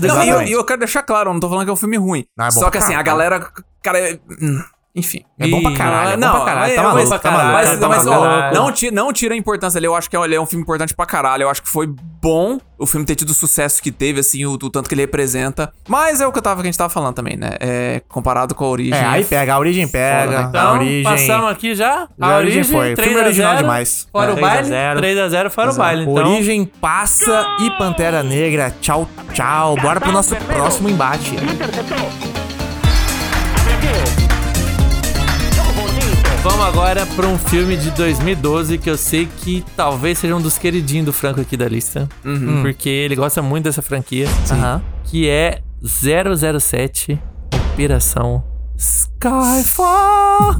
Speaker 3: caralho,
Speaker 5: Não, e eu,
Speaker 3: exatamente.
Speaker 5: e eu quero deixar claro, eu não tô falando que é um filme ruim.
Speaker 3: Não, é bom
Speaker 5: Só
Speaker 3: pra
Speaker 5: que assim, a
Speaker 3: caralho.
Speaker 5: galera. Cara, é- hum, enfim.
Speaker 3: É bom pra caralho, é bom
Speaker 5: não,
Speaker 3: pra caralho,
Speaker 5: é
Speaker 3: tá
Speaker 5: bom
Speaker 3: maluco,
Speaker 5: pra
Speaker 3: tá
Speaker 5: caralho.
Speaker 3: maluco,
Speaker 5: Mas,
Speaker 3: tá
Speaker 5: mas, ó,
Speaker 4: maluco.
Speaker 5: não, ti- não tira a importância dele. Eu acho que ele é um filme importante pra caralho. Eu acho que foi bom o filme ter tido o sucesso que teve, assim, o, o tanto que ele representa. Mas é o que, eu tava, que a gente tava falando também, né? É, comparado com a origem.
Speaker 3: É, aí pega, a origem pega.
Speaker 5: Foda, né?
Speaker 3: a
Speaker 4: Então,
Speaker 3: origem.
Speaker 4: passamos aqui já.
Speaker 3: Já a origem foi. Filme
Speaker 4: 3 a
Speaker 3: original
Speaker 4: 0,
Speaker 3: demais.
Speaker 4: Fora
Speaker 3: É.
Speaker 4: o
Speaker 3: 3 a
Speaker 4: baile.
Speaker 3: 0.
Speaker 4: 3x0 fora o baile. Então,
Speaker 3: Origem passa e Pantera Negra. Tchau, tchau. Bora pro nosso próximo embate.
Speaker 7: Interceptou. Abriu. Jogo bonito.
Speaker 4: Vamos agora pra um filme de 2012 que eu sei que talvez seja um dos queridinhos do Franco aqui da lista.
Speaker 3: Hum.
Speaker 4: Porque ele gosta muito dessa franquia. Aham. Que é 007 Operação Skyfall.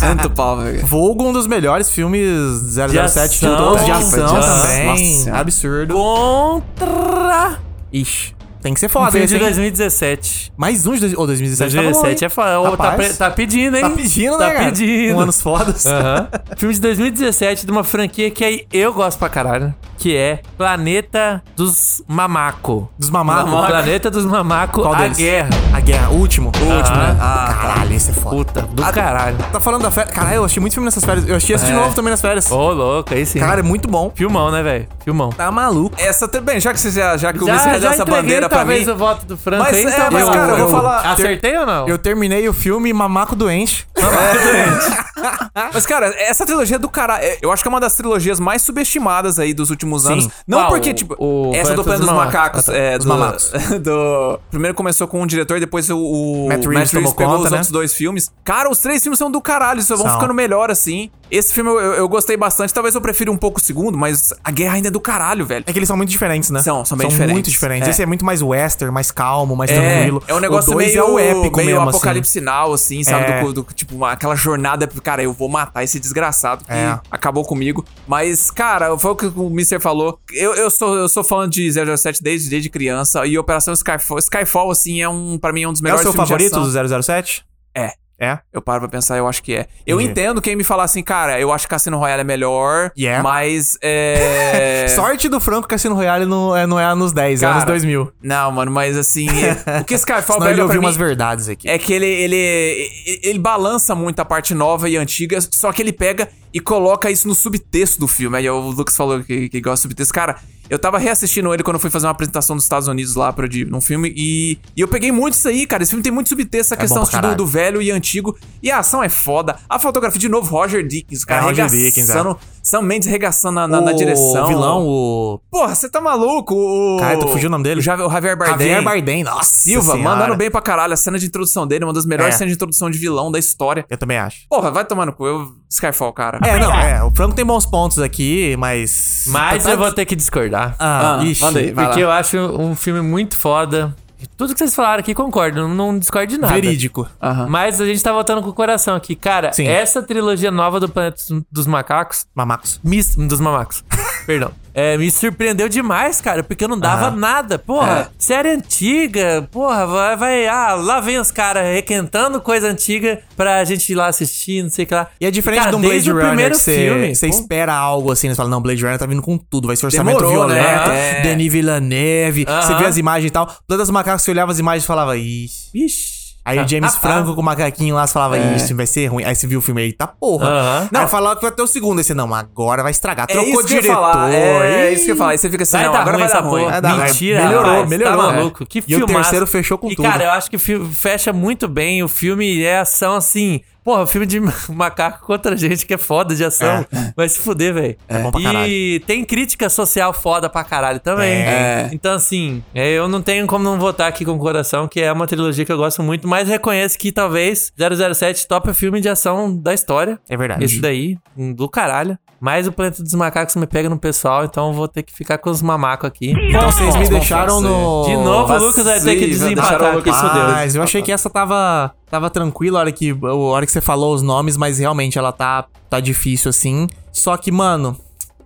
Speaker 5: Santo pau, velho.
Speaker 3: Vulgo um dos melhores filmes 007 de
Speaker 4: ação.
Speaker 3: todos, de ação
Speaker 4: Nossa
Speaker 3: também.
Speaker 5: Senhora.
Speaker 3: Absurdo.
Speaker 4: Contra.
Speaker 3: Ixi, tem que ser
Speaker 4: Um
Speaker 3: foda
Speaker 4: filme
Speaker 3: esse,
Speaker 4: de
Speaker 3: hein?
Speaker 4: 2017.
Speaker 3: Mais um de dois- ô, 2017. tá bom, hein?
Speaker 4: 2017 é foda. Ô, Tá,
Speaker 3: Rapaz.
Speaker 4: pre- tá pedindo, hein?
Speaker 3: Tá pedindo, né,
Speaker 4: Tá
Speaker 3: cara?
Speaker 4: pedindo. É.
Speaker 3: Um anos fodas.
Speaker 4: Aham. Filme de 2017 de uma franquia que aí eu gosto pra caralho, que é Planeta dos Mamaco.
Speaker 3: Dos mamacos.
Speaker 4: O Planeta dos Mamaco,
Speaker 3: Qual
Speaker 4: a
Speaker 3: deles?
Speaker 4: guerra.
Speaker 3: A guerra. O último. O
Speaker 4: último, né?
Speaker 3: caralho, esse é foda.
Speaker 4: Puta, do caralho.
Speaker 3: Tá falando da férias. Caralho, eu achei muito filme nessas férias. Eu achei esse de novo também nas férias.
Speaker 4: Ô, louco, aí sim.
Speaker 3: Cara, é muito bom.
Speaker 4: Filmão, né, velho? Filmão.
Speaker 3: Tá maluco.
Speaker 5: Essa também, já que você já, já que
Speaker 4: Já-
Speaker 5: você
Speaker 4: já
Speaker 5: deu essa
Speaker 4: entreguei,
Speaker 5: bandeira pra mim.
Speaker 4: talvez, o voto do Franco
Speaker 5: Mas
Speaker 4: aí,
Speaker 5: é,
Speaker 4: então
Speaker 5: mas,
Speaker 4: eu-
Speaker 5: cara, eu vou falar-
Speaker 4: Acertei ou não?
Speaker 3: Eu terminei o filme Mamaco Doente.
Speaker 5: Mas, cara, essa trilogia é do caralho. É, Eu acho que é uma das trilogias mais subestimadas aí dos últimos anos.
Speaker 3: Ah,
Speaker 5: Não
Speaker 4: Qual?
Speaker 5: porque, tipo,
Speaker 4: O- o
Speaker 5: essa do Plano
Speaker 4: Planeta
Speaker 5: dos
Speaker 4: dos
Speaker 5: Macacos.
Speaker 4: Macacos.
Speaker 5: é,
Speaker 3: Os
Speaker 5: do,
Speaker 3: Mamacos.
Speaker 5: do- Primeiro começou com um diretor, depois o, o
Speaker 3: Matt Reeves tomou
Speaker 5: pegou
Speaker 3: conta,
Speaker 5: os
Speaker 3: né?
Speaker 5: outros dois filmes. Cara, os três filmes são do caralho, só vão
Speaker 3: São.
Speaker 5: ficando melhor assim. Esse filme eu, eu- eu gostei bastante, talvez eu prefira um pouco o segundo, mas a guerra ainda é do caralho, velho.
Speaker 3: É que eles são muito diferentes, né?
Speaker 5: São, são bem diferentes.
Speaker 3: muito diferentes.
Speaker 5: É.
Speaker 3: Esse é muito mais western, mais calmo, mais
Speaker 5: É,
Speaker 3: tranquilo.
Speaker 5: é um negócio
Speaker 3: o dois
Speaker 5: meio,
Speaker 3: é o épico
Speaker 5: meio
Speaker 3: mesmo,
Speaker 5: apocalipse sinal, assim, sabe?
Speaker 3: É.
Speaker 5: Do, do- tipo, uma- aquela jornada, cara, eu vou matar esse desgraçado que
Speaker 3: É.
Speaker 5: acabou comigo. Mas, cara, foi o que o Mr. falou. Eu, eu, sou, eu sou fã de 007 desde, desde criança e Operação Skyfall, Skyfall, assim, é um, pra mim, é um dos
Speaker 3: Assim. É o
Speaker 5: melhores
Speaker 3: seu
Speaker 5: filmes de
Speaker 3: favorito
Speaker 5: ação.
Speaker 3: do 007?
Speaker 5: É.
Speaker 3: É?
Speaker 5: Eu paro pra pensar, eu acho que é. Eu
Speaker 3: Entendi.
Speaker 5: entendo quem me falar assim, cara, eu acho que Cassino Royale é melhor,
Speaker 3: Yeah.
Speaker 5: mas é...
Speaker 3: Sorte do Franco Cassino Royale não é, não é anos 10, é
Speaker 5: Cara,
Speaker 3: anos 2000.
Speaker 5: Não, mano, mas assim, o que Skyfall
Speaker 3: Senão
Speaker 5: pega
Speaker 3: ele
Speaker 5: pra
Speaker 3: ouviu
Speaker 5: mim-
Speaker 3: umas verdades aqui.
Speaker 5: É que ele, ele, ele- ele balança muito a parte nova e antiga, só que ele pega e coloca isso no subtexto do filme. Aí o Lucas falou que, que gosta de subtexto. Cara, eu tava reassistindo ele quando eu fui fazer uma apresentação dos Estados Unidos lá pra, de, num filme e, e eu peguei muito isso aí, cara. Esse filme tem muito subtexto, essa questão
Speaker 3: É
Speaker 5: assim
Speaker 3: bom pra
Speaker 5: do,
Speaker 3: caralho.
Speaker 5: do velho e antigo. E a ação é foda. A fotografia, de novo, Roger Dickens, cara,
Speaker 3: É, Roger Dickens,
Speaker 5: arregaçando. Sam Mendes regaçando na, na- na
Speaker 3: O
Speaker 5: direção.
Speaker 3: vilão, o...
Speaker 5: Porra, você tá maluco? O...
Speaker 3: Cara, tô fugindo o nome dele.
Speaker 5: O Javier o Javier Bardem.
Speaker 3: Javier Bardem, nossa
Speaker 5: Silva,
Speaker 3: senhora.
Speaker 5: mandando bem pra caralho. A cena de introdução dele, é uma das melhores
Speaker 3: É.
Speaker 5: cenas de introdução de vilão da história.
Speaker 3: Eu também acho.
Speaker 5: Porra, vai tomar no cu. Eu... Skyfall, cara.
Speaker 3: É, não, é. O Franco tem bons pontos aqui, mas...
Speaker 4: Mas
Speaker 3: Tá-
Speaker 4: eu vou ter que discordar.
Speaker 3: Ah,
Speaker 5: Ah,
Speaker 3: ixi.
Speaker 5: manda aí. Vai
Speaker 4: Porque
Speaker 5: lá.
Speaker 4: eu acho um filme muito foda. Tudo que vocês falaram aqui concordo, não, não discordo de nada.
Speaker 3: Verídico.
Speaker 5: Aham.
Speaker 4: Mas a gente tá votando com o coração aqui. Cara,
Speaker 3: Sim.
Speaker 4: essa trilogia nova do Planeta dos Macacos
Speaker 3: Mamacos.
Speaker 4: me- dos mamacos. Perdão. É, me surpreendeu demais, cara, porque eu não dava nada.
Speaker 3: É.
Speaker 4: Porra, série antiga, porra, vai, vai. Ah, lá vem os caras requentando coisa antiga pra gente ir lá assistir, não sei o que lá.
Speaker 3: E é diferente
Speaker 4: Cara,
Speaker 3: de um Blade
Speaker 4: desde o
Speaker 3: Runner
Speaker 4: primeiro
Speaker 3: que você
Speaker 4: filme,
Speaker 3: você
Speaker 4: pô.
Speaker 3: espera algo assim, você fala, não, Blade Runner tá vindo com tudo, vai ser orçamento
Speaker 5: Demorou, né?
Speaker 3: violento,
Speaker 5: É.
Speaker 3: Denis Villeneuve, você
Speaker 4: Aham.
Speaker 3: vê as imagens e tal. Plantas dos Macacos, você olhava as imagens e falava, ixi.
Speaker 4: Ixi.
Speaker 5: Tá
Speaker 3: Aí o James
Speaker 4: Ah,
Speaker 3: Franco com o macaquinho lá, você falava,
Speaker 5: É.
Speaker 3: ixi, vai ser ruim. Aí você viu o filme, eita porra.
Speaker 4: Aham.
Speaker 3: Não, aí falava que vai ter o segundo, aí você, não, agora vai estragar.
Speaker 5: É
Speaker 3: Trocou
Speaker 5: isso que eu ia
Speaker 3: diretor.
Speaker 5: falar. É,
Speaker 3: ih.
Speaker 5: é isso que eu ia falar. Aí você fica assim,
Speaker 4: Vai
Speaker 5: não,
Speaker 4: dar
Speaker 5: agora
Speaker 4: ruim
Speaker 5: vai dar
Speaker 4: essa
Speaker 5: ruim.
Speaker 4: porra.
Speaker 3: Vai dar ruim.
Speaker 4: Mentira,
Speaker 3: Melhorou,
Speaker 4: rapaz,
Speaker 3: melhorou. É.
Speaker 4: Tá maluco. Que
Speaker 3: E o
Speaker 4: filmaço.
Speaker 3: terceiro fechou com
Speaker 4: e,
Speaker 3: tudo.
Speaker 4: cara, eu acho que o filme fecha muito bem. O filme é ação assim. Porra, o filme de macaco contra gente que é foda de ação. Vai se fuder, velho. É
Speaker 3: bom pra
Speaker 4: E
Speaker 3: caralho.
Speaker 4: tem crítica social foda pra caralho também.
Speaker 5: É.
Speaker 4: Então, assim, é, eu não tenho como não votar aqui com o coração, que é uma trilogia que eu gosto muito, mas reconheço que talvez 007 top filme de ação da história.
Speaker 3: É
Speaker 5: Tá.
Speaker 3: verdade.
Speaker 4: Esse daí, um do caralho. Mas o Planeta dos Macacos me pega no pessoal, então eu vou ter que ficar com os mamacos aqui.
Speaker 3: Bom, Então, vocês me
Speaker 5: Bom,
Speaker 3: deixaram
Speaker 5: confesso,
Speaker 3: no...
Speaker 4: De novo, o
Speaker 5: vacilo,
Speaker 4: Lucas vai ter que
Speaker 5: deixaram o
Speaker 4: desempatar aqui,
Speaker 5: Lucas
Speaker 4: fudeu.
Speaker 3: Mas eu achei que essa tava, tava tranquila a hora, que, a hora que você falou os nomes, mas realmente ela tá, tá difícil assim. Só que, mano,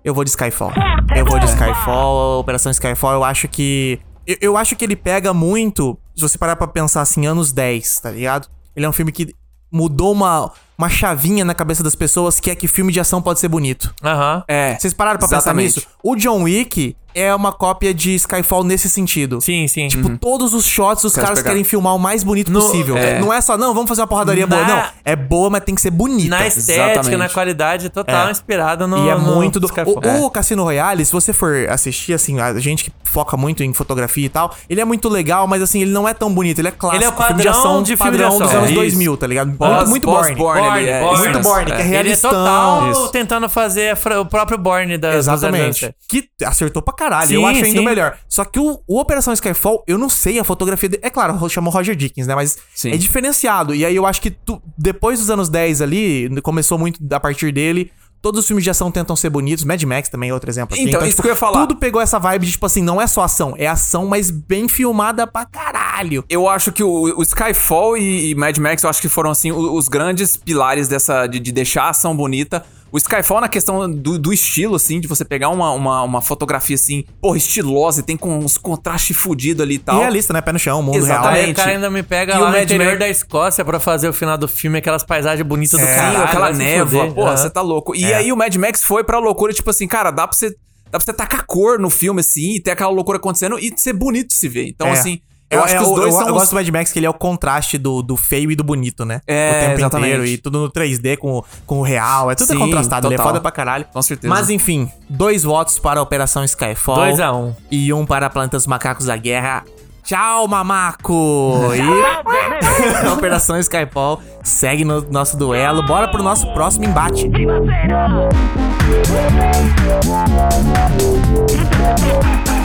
Speaker 3: eu vou de Skyfall. Eu vou de Skyfall, Operação Skyfall, eu acho que. Eu, eu acho que ele pega muito. Se você parar pra pensar assim, anos 10, tá ligado? Ele é um filme que mudou uma, uma chavinha na cabeça das pessoas que é que filme de ação pode ser bonito.
Speaker 4: Aham.
Speaker 5: É.
Speaker 3: Vocês pararam pra
Speaker 5: Exatamente.
Speaker 3: pensar nisso? O John Wick é uma cópia de Skyfall nesse sentido.
Speaker 4: Sim, sim.
Speaker 3: Tipo, todos os shots os
Speaker 5: Quero
Speaker 3: caras
Speaker 5: pegar.
Speaker 3: querem filmar o mais bonito possível.
Speaker 5: é.
Speaker 3: Não é só, não, vamos fazer uma porradaria
Speaker 4: Na-
Speaker 3: boa. Não, é boa, mas tem que ser bonita.
Speaker 4: na estética,
Speaker 5: exatamente.
Speaker 4: na qualidade total,
Speaker 3: É.
Speaker 4: inspirada no.
Speaker 3: E é
Speaker 4: no
Speaker 3: muito do.
Speaker 4: Skyfall.
Speaker 3: O, o Cassino Royale, se você for assistir, assim, a gente que foca muito em fotografia e tal, ele é muito legal, mas assim, ele não é tão bonito. Ele é clássico.
Speaker 4: Ele é o padrão de filme de
Speaker 3: padrão dos
Speaker 4: ação.
Speaker 3: anos
Speaker 4: É,
Speaker 3: 2000, tá ligado?
Speaker 5: Pós-
Speaker 3: muito muito
Speaker 5: pós-
Speaker 3: Bourne.
Speaker 5: Bourne, Borne, é,
Speaker 4: Borne.
Speaker 5: isso
Speaker 3: Muito
Speaker 5: mesmo,
Speaker 3: Borne, que é
Speaker 5: é.
Speaker 4: Ele é
Speaker 3: realistão.
Speaker 4: total
Speaker 5: Isso.
Speaker 4: tentando fazer a fra- o próprio Borne da dos anos
Speaker 3: Exatamente.
Speaker 4: 90.
Speaker 3: Que acertou pra caralho. eu
Speaker 4: Sim,
Speaker 3: acho ainda
Speaker 4: sim.
Speaker 3: melhor. Só que o, o Operação Skyfall, eu não sei a fotografia dele. É claro, chamou Roger Dickens, né? Mas
Speaker 5: Sim.
Speaker 3: é diferenciado. E aí eu acho que tu- depois dos anos 10 ali, começou muito a partir dele. Todos os filmes de ação tentam ser bonitos. Mad Max também é outro exemplo aqui.
Speaker 5: Então, isso que eu ia falar.
Speaker 3: Tudo pegou essa vibe de, tipo assim, não é só ação. É ação, mas bem filmada pra caralho.
Speaker 5: Eu acho que o, o Skyfall e, e Mad Max, eu acho que foram, assim, o- os, grandes pilares dessa, de, de deixar a ação bonita. O Skyfall na questão do, do estilo, assim, de você pegar uma, uma, uma fotografia, assim, porra, estilosa e tem com uns contrastes fudidos ali e é
Speaker 3: E
Speaker 5: tal.
Speaker 3: realista, né? Pé no chão, mundo
Speaker 5: Exatamente.
Speaker 3: real.
Speaker 4: Aí É, o cara ainda me pega
Speaker 5: E o
Speaker 4: lá no
Speaker 5: Mad
Speaker 4: interior
Speaker 5: Max-
Speaker 4: da Escócia pra fazer o final do filme, aquelas paisagens bonitas assim, do
Speaker 5: Sim,
Speaker 4: É. caralho.
Speaker 5: aquela
Speaker 4: vai se
Speaker 5: névoa.
Speaker 4: fuder.
Speaker 5: Porra,
Speaker 4: Aham. É.
Speaker 5: você tá louco. E aí o Mad Max foi pra loucura, tipo assim, cara, dá pra você, dá pra você tacar cor no filme, assim, e ter aquela loucura acontecendo e ser bonito de se ver. Então,
Speaker 3: É.
Speaker 5: assim, eu acho que os
Speaker 3: eu-
Speaker 5: dois
Speaker 3: eu,
Speaker 5: são
Speaker 3: eu
Speaker 5: os-
Speaker 3: gosto do Mad Max que ele é o contraste do, do feio e do bonito, né?
Speaker 5: É,
Speaker 3: o tempo
Speaker 5: exatamente.
Speaker 3: inteiro. E tudo no 3D com, o- com o real. É tudo
Speaker 5: Sim,
Speaker 3: contrastado. Ele é
Speaker 5: total.
Speaker 3: foda pra caralho.
Speaker 5: Com certeza.
Speaker 3: Mas enfim, dois votos para a Operação Skyfall.
Speaker 4: 2 a 1
Speaker 3: E um para a Planta dos Macacos da Guerra. Tchau, mamaco! E a Operação Skyfall segue no nosso duelo. Bora pro nosso próximo embate.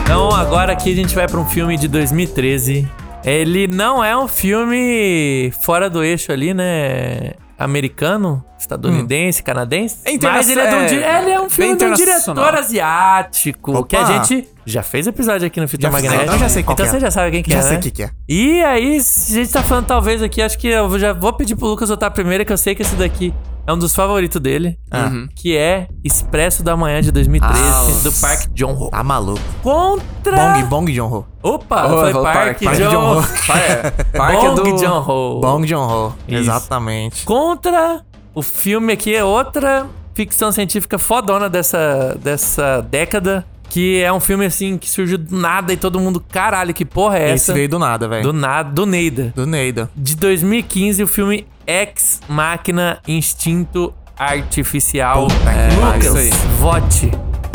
Speaker 4: Então agora aqui a gente vai pra um filme de 2013. Ele não é um filme fora do eixo ali, né? Americano,
Speaker 3: Hum.
Speaker 4: estadunidense, canadense.
Speaker 5: É interna-
Speaker 4: mas ele é, de um, di-
Speaker 5: é,
Speaker 4: ele é um
Speaker 5: bem
Speaker 4: filme de um
Speaker 5: internacional.
Speaker 4: diretor asiático.
Speaker 3: Opa!
Speaker 4: Que a gente já fez episódio aqui no Fita
Speaker 3: Já fiz,
Speaker 4: Magnética.
Speaker 3: então eu já sei qual
Speaker 4: Então
Speaker 3: que é.
Speaker 4: você já sabe quem que
Speaker 3: Já
Speaker 4: é,
Speaker 3: sei
Speaker 4: né?
Speaker 3: o que que é.
Speaker 4: E aí, se a gente tá falando talvez aqui, acho que eu já vou pedir pro Lucas votar primeiro, que eu sei que esse daqui é um dos favoritos dele.
Speaker 3: Ah.
Speaker 4: Que é Expresso da Manhã de 2013,
Speaker 5: Ah,
Speaker 4: do Park John Ho.
Speaker 3: Tá maluco.
Speaker 4: Contra...
Speaker 3: Bong, Bong Joon-ho.
Speaker 4: Opa,
Speaker 5: Oh,
Speaker 4: foi
Speaker 5: falou
Speaker 4: Park,
Speaker 5: Park,
Speaker 3: Park
Speaker 4: John...
Speaker 3: Joon-ho.
Speaker 5: Park é
Speaker 4: Bong
Speaker 5: do-
Speaker 4: Joon-ho.
Speaker 3: Bong Joon-ho.
Speaker 4: Isso.
Speaker 3: Exatamente.
Speaker 4: Contra o filme aqui é outra ficção científica fodona dessa, dessa década. Que é um filme assim que surgiu do nada e todo mundo, caralho, que porra é
Speaker 3: Esse
Speaker 4: essa?
Speaker 3: veio do nada, velho.
Speaker 4: Do nada, do Neida.
Speaker 3: do Neida.
Speaker 4: De 2015, o filme Ex Máquina Instinto Artificial. É,
Speaker 3: Puta que pariu.
Speaker 4: Lucas,
Speaker 5: Isso
Speaker 4: vote.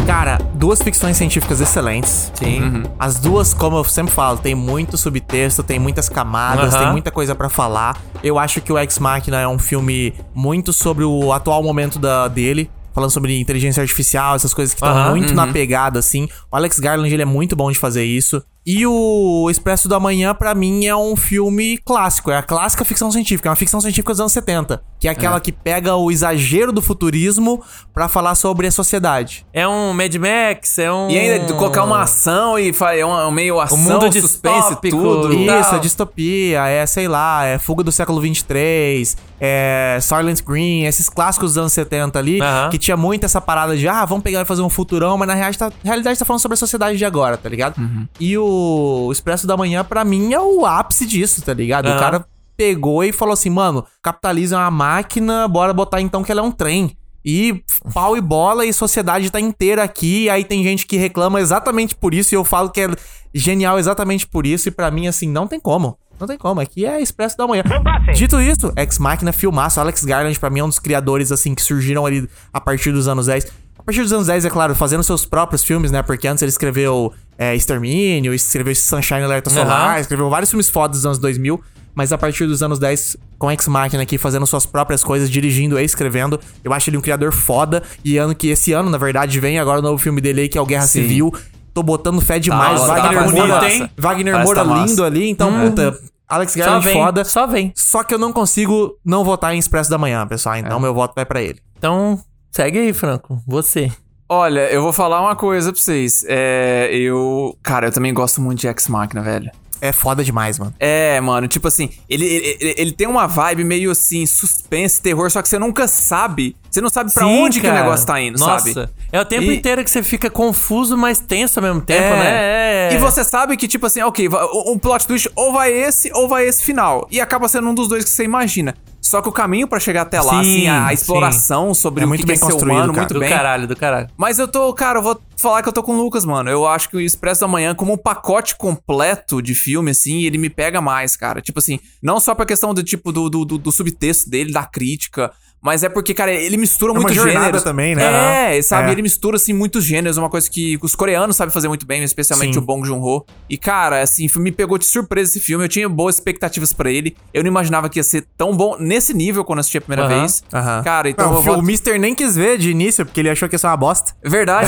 Speaker 3: Cara, duas ficções científicas excelentes. Uhum.
Speaker 4: Sim.
Speaker 3: As duas, como eu sempre falo, tem muito subtexto, tem muitas camadas,
Speaker 4: Aham.
Speaker 3: tem muita coisa pra falar. Eu acho que o Ex Machina é um filme muito sobre o atual momento da, dele. Falando sobre inteligência artificial, essas coisas que estão
Speaker 4: Aham, Uhum.
Speaker 3: muito na pegada, assim. O Alex Garland, ele é muito bom de fazer isso. E o Expresso da Manhã, pra mim, é um filme clássico. É a clássica ficção científica. É uma ficção científica dos anos 70. Que é aquela que pega o exagero do futurismo pra falar sobre a sociedade.
Speaker 4: É um Mad Max, é um.
Speaker 5: E ainda colocar uma ação e fa- é um, é um meio
Speaker 3: Tipo,
Speaker 5: ação,
Speaker 4: mundo
Speaker 5: suspense,
Speaker 4: distópico.
Speaker 5: tudo.
Speaker 4: E-
Speaker 3: Isso,
Speaker 4: tal.
Speaker 3: é distopia, é, sei lá, é Fuga do Século 23, é Silent Green, esses clássicos dos anos 70 ali,
Speaker 4: Aham.
Speaker 3: que tinha muito essa parada de, ah, vamos pegar e fazer um futurão, mas na realidade tá, na realidade tá falando sobre a sociedade de agora, tá ligado? E o Expresso da Manhã, pra mim, é o ápice disso, tá ligado?
Speaker 4: Aham.
Speaker 3: O cara pegou e falou assim, mano, capitalismo é uma máquina, bora botar então que ela é um trem. E pau e bola, e sociedade tá inteira aqui. E aí tem gente que reclama exatamente por isso, e eu falo que é genial exatamente por isso. E pra mim, assim, não tem como. Não tem como. Aqui é Expresso da Manhã. Dito isso, Ex Machina filmaço. Alex Garland, pra mim, é um dos criadores, assim, que surgiram ali a partir dos anos 10. A partir dos anos 10, é claro, fazendo seus próprios filmes, né? Porque antes ele escreveu é, Extermínio, escreveu Sunshine Alerta Solar,
Speaker 4: Aham.
Speaker 3: escreveu vários filmes fodas dos anos 2000, mas a partir dos anos 10, com Ex Machina aqui, fazendo suas próprias coisas, dirigindo e escrevendo, eu acho ele um criador foda, e ano que esse ano, na verdade, vem agora o novo filme dele aí, que é o Guerra
Speaker 5: Sim.
Speaker 3: Civil, tô botando fé demais,
Speaker 5: tá
Speaker 3: Wagner
Speaker 5: bonito,
Speaker 3: Moura,
Speaker 5: hein?
Speaker 3: Wagner
Speaker 5: Parece
Speaker 3: Moura
Speaker 5: tá massa.
Speaker 3: lindo ali, então, puta, Alex
Speaker 4: Só
Speaker 3: Garland
Speaker 4: vem.
Speaker 3: foda,
Speaker 4: Só vem.
Speaker 3: só que eu não consigo não votar em Expresso da Manhã, pessoal,
Speaker 5: É.
Speaker 3: então meu voto vai pra ele.
Speaker 4: Então, segue aí, Franco. Você.
Speaker 5: Olha, eu vou falar uma coisa pra vocês. É, eu. Cara, eu também gosto muito de Ex Machina, velho.
Speaker 3: É foda demais, mano.
Speaker 5: É, mano, tipo assim, ele, ele, ele- ele tem uma vibe meio assim, suspense, terror, só que você nunca sabe. Você não sabe pra
Speaker 4: Sim,
Speaker 5: onde que o
Speaker 4: cara.
Speaker 5: negócio tá indo,
Speaker 4: Nossa,
Speaker 5: sabe?
Speaker 4: É o tempo
Speaker 5: E-
Speaker 4: inteiro que você fica confuso, mas tenso ao mesmo tempo,
Speaker 5: É,
Speaker 4: né?
Speaker 5: E você sabe que, tipo assim, ok, va- o- um plot twist ou vai esse ou vai esse final. E acaba sendo um dos dois que você imagina. Só que o caminho pra chegar até lá,
Speaker 4: Sim,
Speaker 5: assim, a, a
Speaker 4: sim.
Speaker 5: exploração sobre
Speaker 3: É
Speaker 5: o
Speaker 3: muito
Speaker 5: que
Speaker 3: bem
Speaker 5: que é ser
Speaker 3: construído,
Speaker 5: humano,
Speaker 3: cara.
Speaker 5: muito
Speaker 4: Do
Speaker 5: bem.
Speaker 4: caralho, do caralho.
Speaker 5: Mas eu tô, cara, eu vou falar que eu tô com o Lucas, mano. Eu acho que o Expresso da Manhã, como um pacote completo de filme, assim, ele me pega mais, cara. Tipo assim, não só pra questão do tipo do, do, do- do subtexto dele, da crítica, Mas é porque, cara, ele mistura
Speaker 3: uma
Speaker 5: muitos
Speaker 3: jornada
Speaker 5: gêneros.
Speaker 3: também, né?
Speaker 5: É, sabe?
Speaker 3: É.
Speaker 5: Ele mistura, assim, muitos gêneros. Uma coisa que os coreanos sabem fazer muito bem, especialmente
Speaker 3: Sim.
Speaker 5: o Bong Joon-ho. E, cara, assim, me pegou de surpresa esse filme. Eu tinha boas expectativas pra ele. Eu não imaginava que ia ser tão bom nesse nível quando assisti a primeira
Speaker 4: Aham,
Speaker 5: vez.
Speaker 3: aham.
Speaker 5: Cara, então
Speaker 3: Não,
Speaker 5: eu vou...
Speaker 3: o Mr. nem quis ver de início, porque ele achou que ia ser uma bosta.
Speaker 5: Verdade,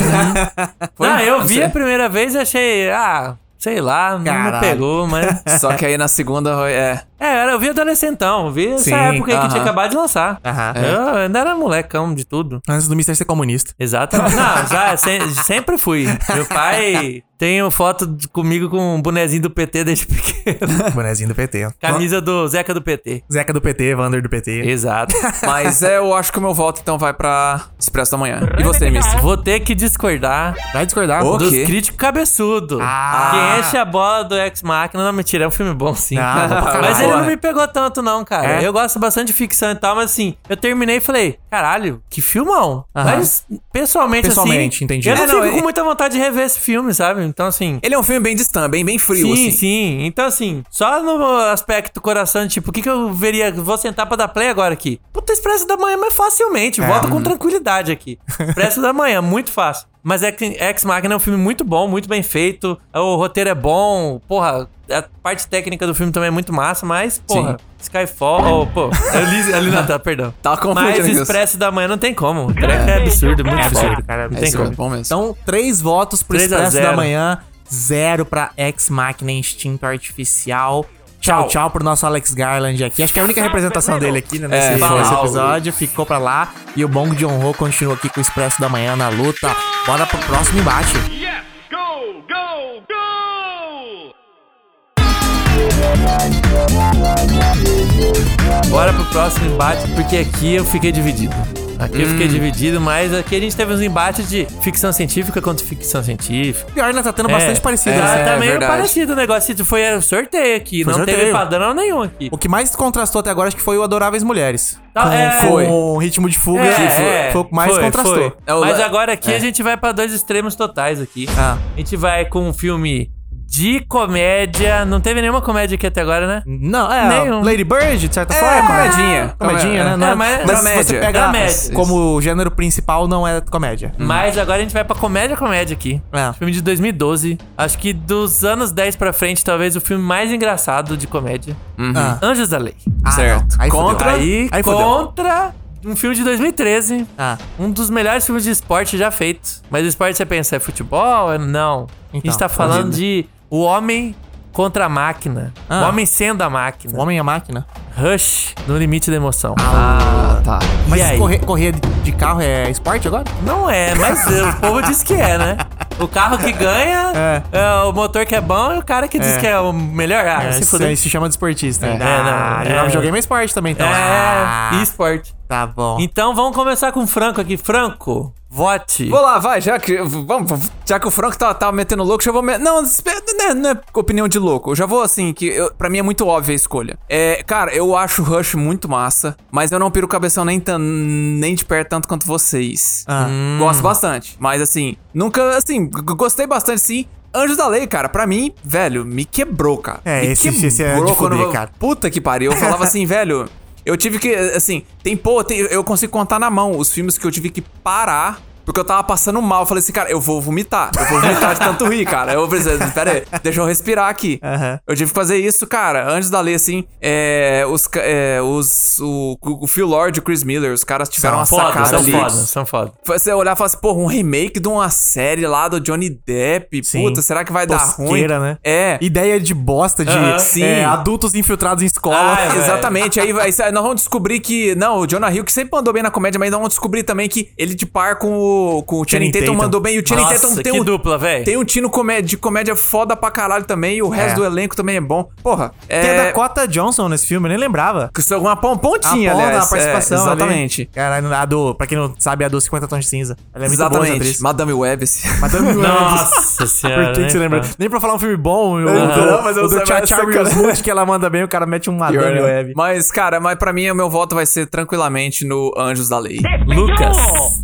Speaker 5: né? Foi-
Speaker 4: Não, eu vi
Speaker 5: Nossa,
Speaker 4: a primeira vez e achei, ah, sei lá, não me
Speaker 3: Caralho.
Speaker 4: pegou, mas.
Speaker 5: Só que aí na segunda, é...
Speaker 4: É, eu vi adolescentão, vi essa
Speaker 3: Sim,
Speaker 4: época aí que
Speaker 5: aham. É.
Speaker 4: tinha acabado de lançar.
Speaker 3: Aham.
Speaker 4: Eu ainda era molecão de tudo.
Speaker 3: Antes do Mr. ser comunista.
Speaker 4: Exatamente. Não, já se- sempre fui. Meu pai tem foto de- comigo com um bonezinho do PT desde pequeno.
Speaker 3: Bonezinho do PT.
Speaker 4: Camisa do Zeca do PT.
Speaker 3: Zeca do PT, Wander do
Speaker 5: É,
Speaker 3: PT.
Speaker 4: Exato.
Speaker 5: Mas é, eu acho que o meu voto então vai pra Expresso da Manhã. E você, Mister?
Speaker 4: Vou ter que discordar
Speaker 3: Vai discordar.
Speaker 5: Ô,
Speaker 4: dos
Speaker 5: quê?
Speaker 4: críticos cabeçudo.
Speaker 3: Ah.
Speaker 4: Que enche a bola do Ex Machina. Não, mentira, é um filme bom sim.
Speaker 3: Ah, bom pra caralho.
Speaker 4: mas ele não
Speaker 5: Porra.
Speaker 4: me pegou tanto não, cara.
Speaker 3: É?
Speaker 4: Eu gosto bastante de ficção e tal, mas assim, eu terminei e falei, caralho, que filmão.
Speaker 3: Aham.
Speaker 4: Mas pessoalmente,
Speaker 3: Pessoalmente,
Speaker 4: assim,
Speaker 3: entendi.
Speaker 4: eu não
Speaker 5: É, não,
Speaker 4: fico
Speaker 5: ele-
Speaker 4: com muita vontade de rever esse filme, sabe? Então assim...
Speaker 5: Ele é um filme bem distan, bem, bem frio,
Speaker 4: Sim,
Speaker 5: assim.
Speaker 4: sim. Então, assim, só no aspecto coração, tipo, o que, que eu veria? Vou sentar pra dar play agora aqui. Puta, Expresso da Manhã, mas facilmente.
Speaker 5: É.
Speaker 4: Volta
Speaker 5: Uhum.
Speaker 4: com tranquilidade aqui. Expresso da Manhã, muito fácil. Mas Ex, Ex Machina é um filme muito bom, muito bem feito. O roteiro é bom. Porra, a parte técnica do filme também é muito massa, mas, porra, Skyfall. oh, pô, eu li ali na tá, perdão.
Speaker 5: Tá confundindo,
Speaker 4: Mas
Speaker 5: Nilson.
Speaker 4: Expresso da Manhã não tem como. O treco é absurdo, muito absurdo.
Speaker 3: cara.
Speaker 4: Não
Speaker 5: É
Speaker 4: tem
Speaker 5: isso,
Speaker 4: como.
Speaker 5: é bom mesmo.
Speaker 3: Então, três votos pro
Speaker 4: 3 a
Speaker 3: Expresso da
Speaker 4: zero.
Speaker 3: Manhã, zero pra Ex Machina Instinto Artificial. Tchau, tchau, pro nosso Alex Garland aqui. Acho que a única representação dele aqui né, nesse,
Speaker 5: É, foi.
Speaker 3: nesse episódio ficou pra lá. E o Bong Joon-ho continua aqui com o Expresso da Manhã na luta. Bora pro próximo embate.
Speaker 6: Yes, go, go, go!
Speaker 4: Bora pro próximo embate, porque aqui eu fiquei dividido. Aqui eu
Speaker 3: Hum.
Speaker 4: fiquei dividido, mas aqui a gente teve uns embates de ficção científica contra ficção científica.
Speaker 3: Pior, né? Tá tendo bastante parecido.
Speaker 4: Ah,
Speaker 3: né?
Speaker 4: tá meio
Speaker 5: verdade.
Speaker 4: parecido o negócio. Isso Foi é sorteio aqui,
Speaker 3: Foi
Speaker 4: não teve
Speaker 3: sorteio.
Speaker 4: padrão nenhum aqui.
Speaker 3: O que mais contrastou até agora acho que foi o Adoráveis Mulheres.
Speaker 4: Tá,
Speaker 3: com,
Speaker 4: é.
Speaker 3: com
Speaker 5: Foi.
Speaker 3: o ritmo de fuga
Speaker 4: É,
Speaker 3: foi,
Speaker 4: é,
Speaker 3: foi o que mais
Speaker 4: foi,
Speaker 3: contrastou.
Speaker 4: foi.
Speaker 5: É o-
Speaker 4: Mas agora aqui
Speaker 5: é.
Speaker 4: a gente vai pra dois extremos totais aqui.
Speaker 5: Ah.
Speaker 4: A gente vai com um filme de comédia. Não teve nenhuma comédia aqui até agora, né?
Speaker 3: Não, é.
Speaker 4: Nenhum.
Speaker 3: Lady Bird, de certa forma, é
Speaker 5: comedinha.
Speaker 3: Comedinha, né?
Speaker 5: É,
Speaker 3: Não é-
Speaker 4: mas-
Speaker 3: mas se
Speaker 5: dramédia.
Speaker 3: você pegar
Speaker 4: Dramédia.
Speaker 3: como gênero principal, não é comédia.
Speaker 4: Mas agora a gente vai pra comédia comédia aqui.
Speaker 3: É.
Speaker 4: Filme de 2012. Acho que dos anos 10 pra frente, talvez o filme mais engraçado de comédia.
Speaker 3: Ah.
Speaker 4: Anjos da Lei.
Speaker 3: Ah,
Speaker 5: Certo.
Speaker 3: não. Aí fudeu.
Speaker 5: Contra-
Speaker 4: Aí,
Speaker 3: aí fudeu.
Speaker 4: contra um filme de 2013.
Speaker 3: Ah.
Speaker 4: Um dos melhores filmes de esporte já feitos. Mas o esporte você pensa, é futebol? É- Não. a gente
Speaker 3: Então,
Speaker 4: tá falando de o homem contra a máquina.
Speaker 3: Ah.
Speaker 4: O homem sendo a máquina.
Speaker 3: O homem é máquina.
Speaker 4: Rush no limite da emoção.
Speaker 5: Ah, tá.
Speaker 4: e
Speaker 3: Mas
Speaker 4: aí?
Speaker 3: correr, correr de carro é esporte agora?
Speaker 4: Não é, mas o povo diz que é, né? O carro que ganha,
Speaker 3: É.
Speaker 4: é o motor que é bom e o cara que diz
Speaker 3: É.
Speaker 4: que é o melhor. Ah,
Speaker 3: É,
Speaker 4: se
Speaker 3: isso
Speaker 4: fuder.
Speaker 3: aí se chama de esportista. É,
Speaker 4: não, é.
Speaker 3: Joguei meu esporte também, então. Ah,
Speaker 4: É, e esporte.
Speaker 3: Tá bom.
Speaker 4: Então vamos começar com o Franco aqui. Franco, vote.
Speaker 5: Vou lá, vai, já que. Vamos, vamos- já que o Franco tá, tá metendo louco, já vou. Me... Não, despe- não é, não é opinião de louco. Eu já vou assim, que eu, pra mim é muito óbvia a escolha. É, cara, eu acho o Rush muito massa, mas eu não piro o cabeção nem, tan, nem de perto tanto quanto vocês.
Speaker 3: Ah.
Speaker 5: Hum. Gosto bastante. Mas assim, nunca, assim, g- gostei bastante sim. Anjos da Lei, cara, pra mim, velho, me quebrou, cara.
Speaker 3: É,
Speaker 5: me
Speaker 3: esse- esse é de
Speaker 5: quando
Speaker 3: fuder,
Speaker 5: eu-
Speaker 3: cara.
Speaker 5: Puta que pariu. Eu falava assim, velho. Eu tive que, assim, tem, pô, tem- eu consigo contar na mão os filmes que eu tive que parar. Porque eu tava passando mal. Eu falei assim, cara, eu vou vomitar. Eu vou vomitar de tanto rir, cara. Eu preciso, pera aí, deixa eu respirar aqui.
Speaker 3: Aham.
Speaker 5: Eu tive que fazer isso, cara. Antes da lei, assim, é, os, ca- é, os, o, o Phil Lord e o Chris Miller, os caras tiveram uma
Speaker 4: foda,
Speaker 5: sacada
Speaker 4: são
Speaker 5: ali.
Speaker 4: foda, são foda.
Speaker 5: Você olhar e falar assim, porra, um remake de uma série lá do Johnny Depp.
Speaker 3: Sim.
Speaker 5: Puta, será que vai
Speaker 3: Tosqueira,
Speaker 5: dar Ah, ruim?
Speaker 3: né?
Speaker 5: É.
Speaker 3: Ideia de bosta de
Speaker 4: Aham.
Speaker 5: Sim.
Speaker 3: é, adultos infiltrados em escola.
Speaker 4: Ah, é, velho.
Speaker 5: Exatamente. Aí, vai- nós vamos descobrir que. Não, o Jonah Hill, que sempre mandou bem na comédia, mas nós vamos descobrir também que ele de par com o, com o Channing
Speaker 3: Channing
Speaker 5: Tatum
Speaker 3: Tatum.
Speaker 5: mandou bem. E o Channing Tatum
Speaker 4: Nossa,
Speaker 5: tem
Speaker 4: que
Speaker 5: um,
Speaker 4: dupla, velho.
Speaker 5: tem um tino comé- de comédia foda pra caralho também. E o resto
Speaker 3: É.
Speaker 5: do elenco também é bom. Porra. É,
Speaker 3: Tem a Dakota Johnson nesse filme, eu nem lembrava.
Speaker 5: que isso é uma pon- pontinha,
Speaker 3: a
Speaker 5: né?
Speaker 3: ponta, a
Speaker 5: É,
Speaker 3: participação ali.
Speaker 5: exatamente.
Speaker 3: Caralho, a do, pra quem não sabe, a do 50 Tons de Cinza. Ela é muito boa essa atriz.
Speaker 5: Exatamente. Madame Web. esse-
Speaker 3: Madame Web.
Speaker 4: Nossa senhora.
Speaker 3: né? Por que, que
Speaker 4: né,
Speaker 3: você lembra?
Speaker 4: cara?
Speaker 3: Nem pra falar um filme bom, eu,
Speaker 5: Não,
Speaker 3: do,
Speaker 5: mas eu
Speaker 3: o do
Speaker 5: sabia
Speaker 3: Cha
Speaker 5: essa
Speaker 3: Charlie
Speaker 5: cara.
Speaker 3: Wood, que ela manda bem, o cara mete um Madame
Speaker 5: Pior, né?
Speaker 3: Web.
Speaker 5: Mas, cara, mas pra mim, o meu voto vai ser tranquilamente no Anjos da Lei.
Speaker 4: Lucas.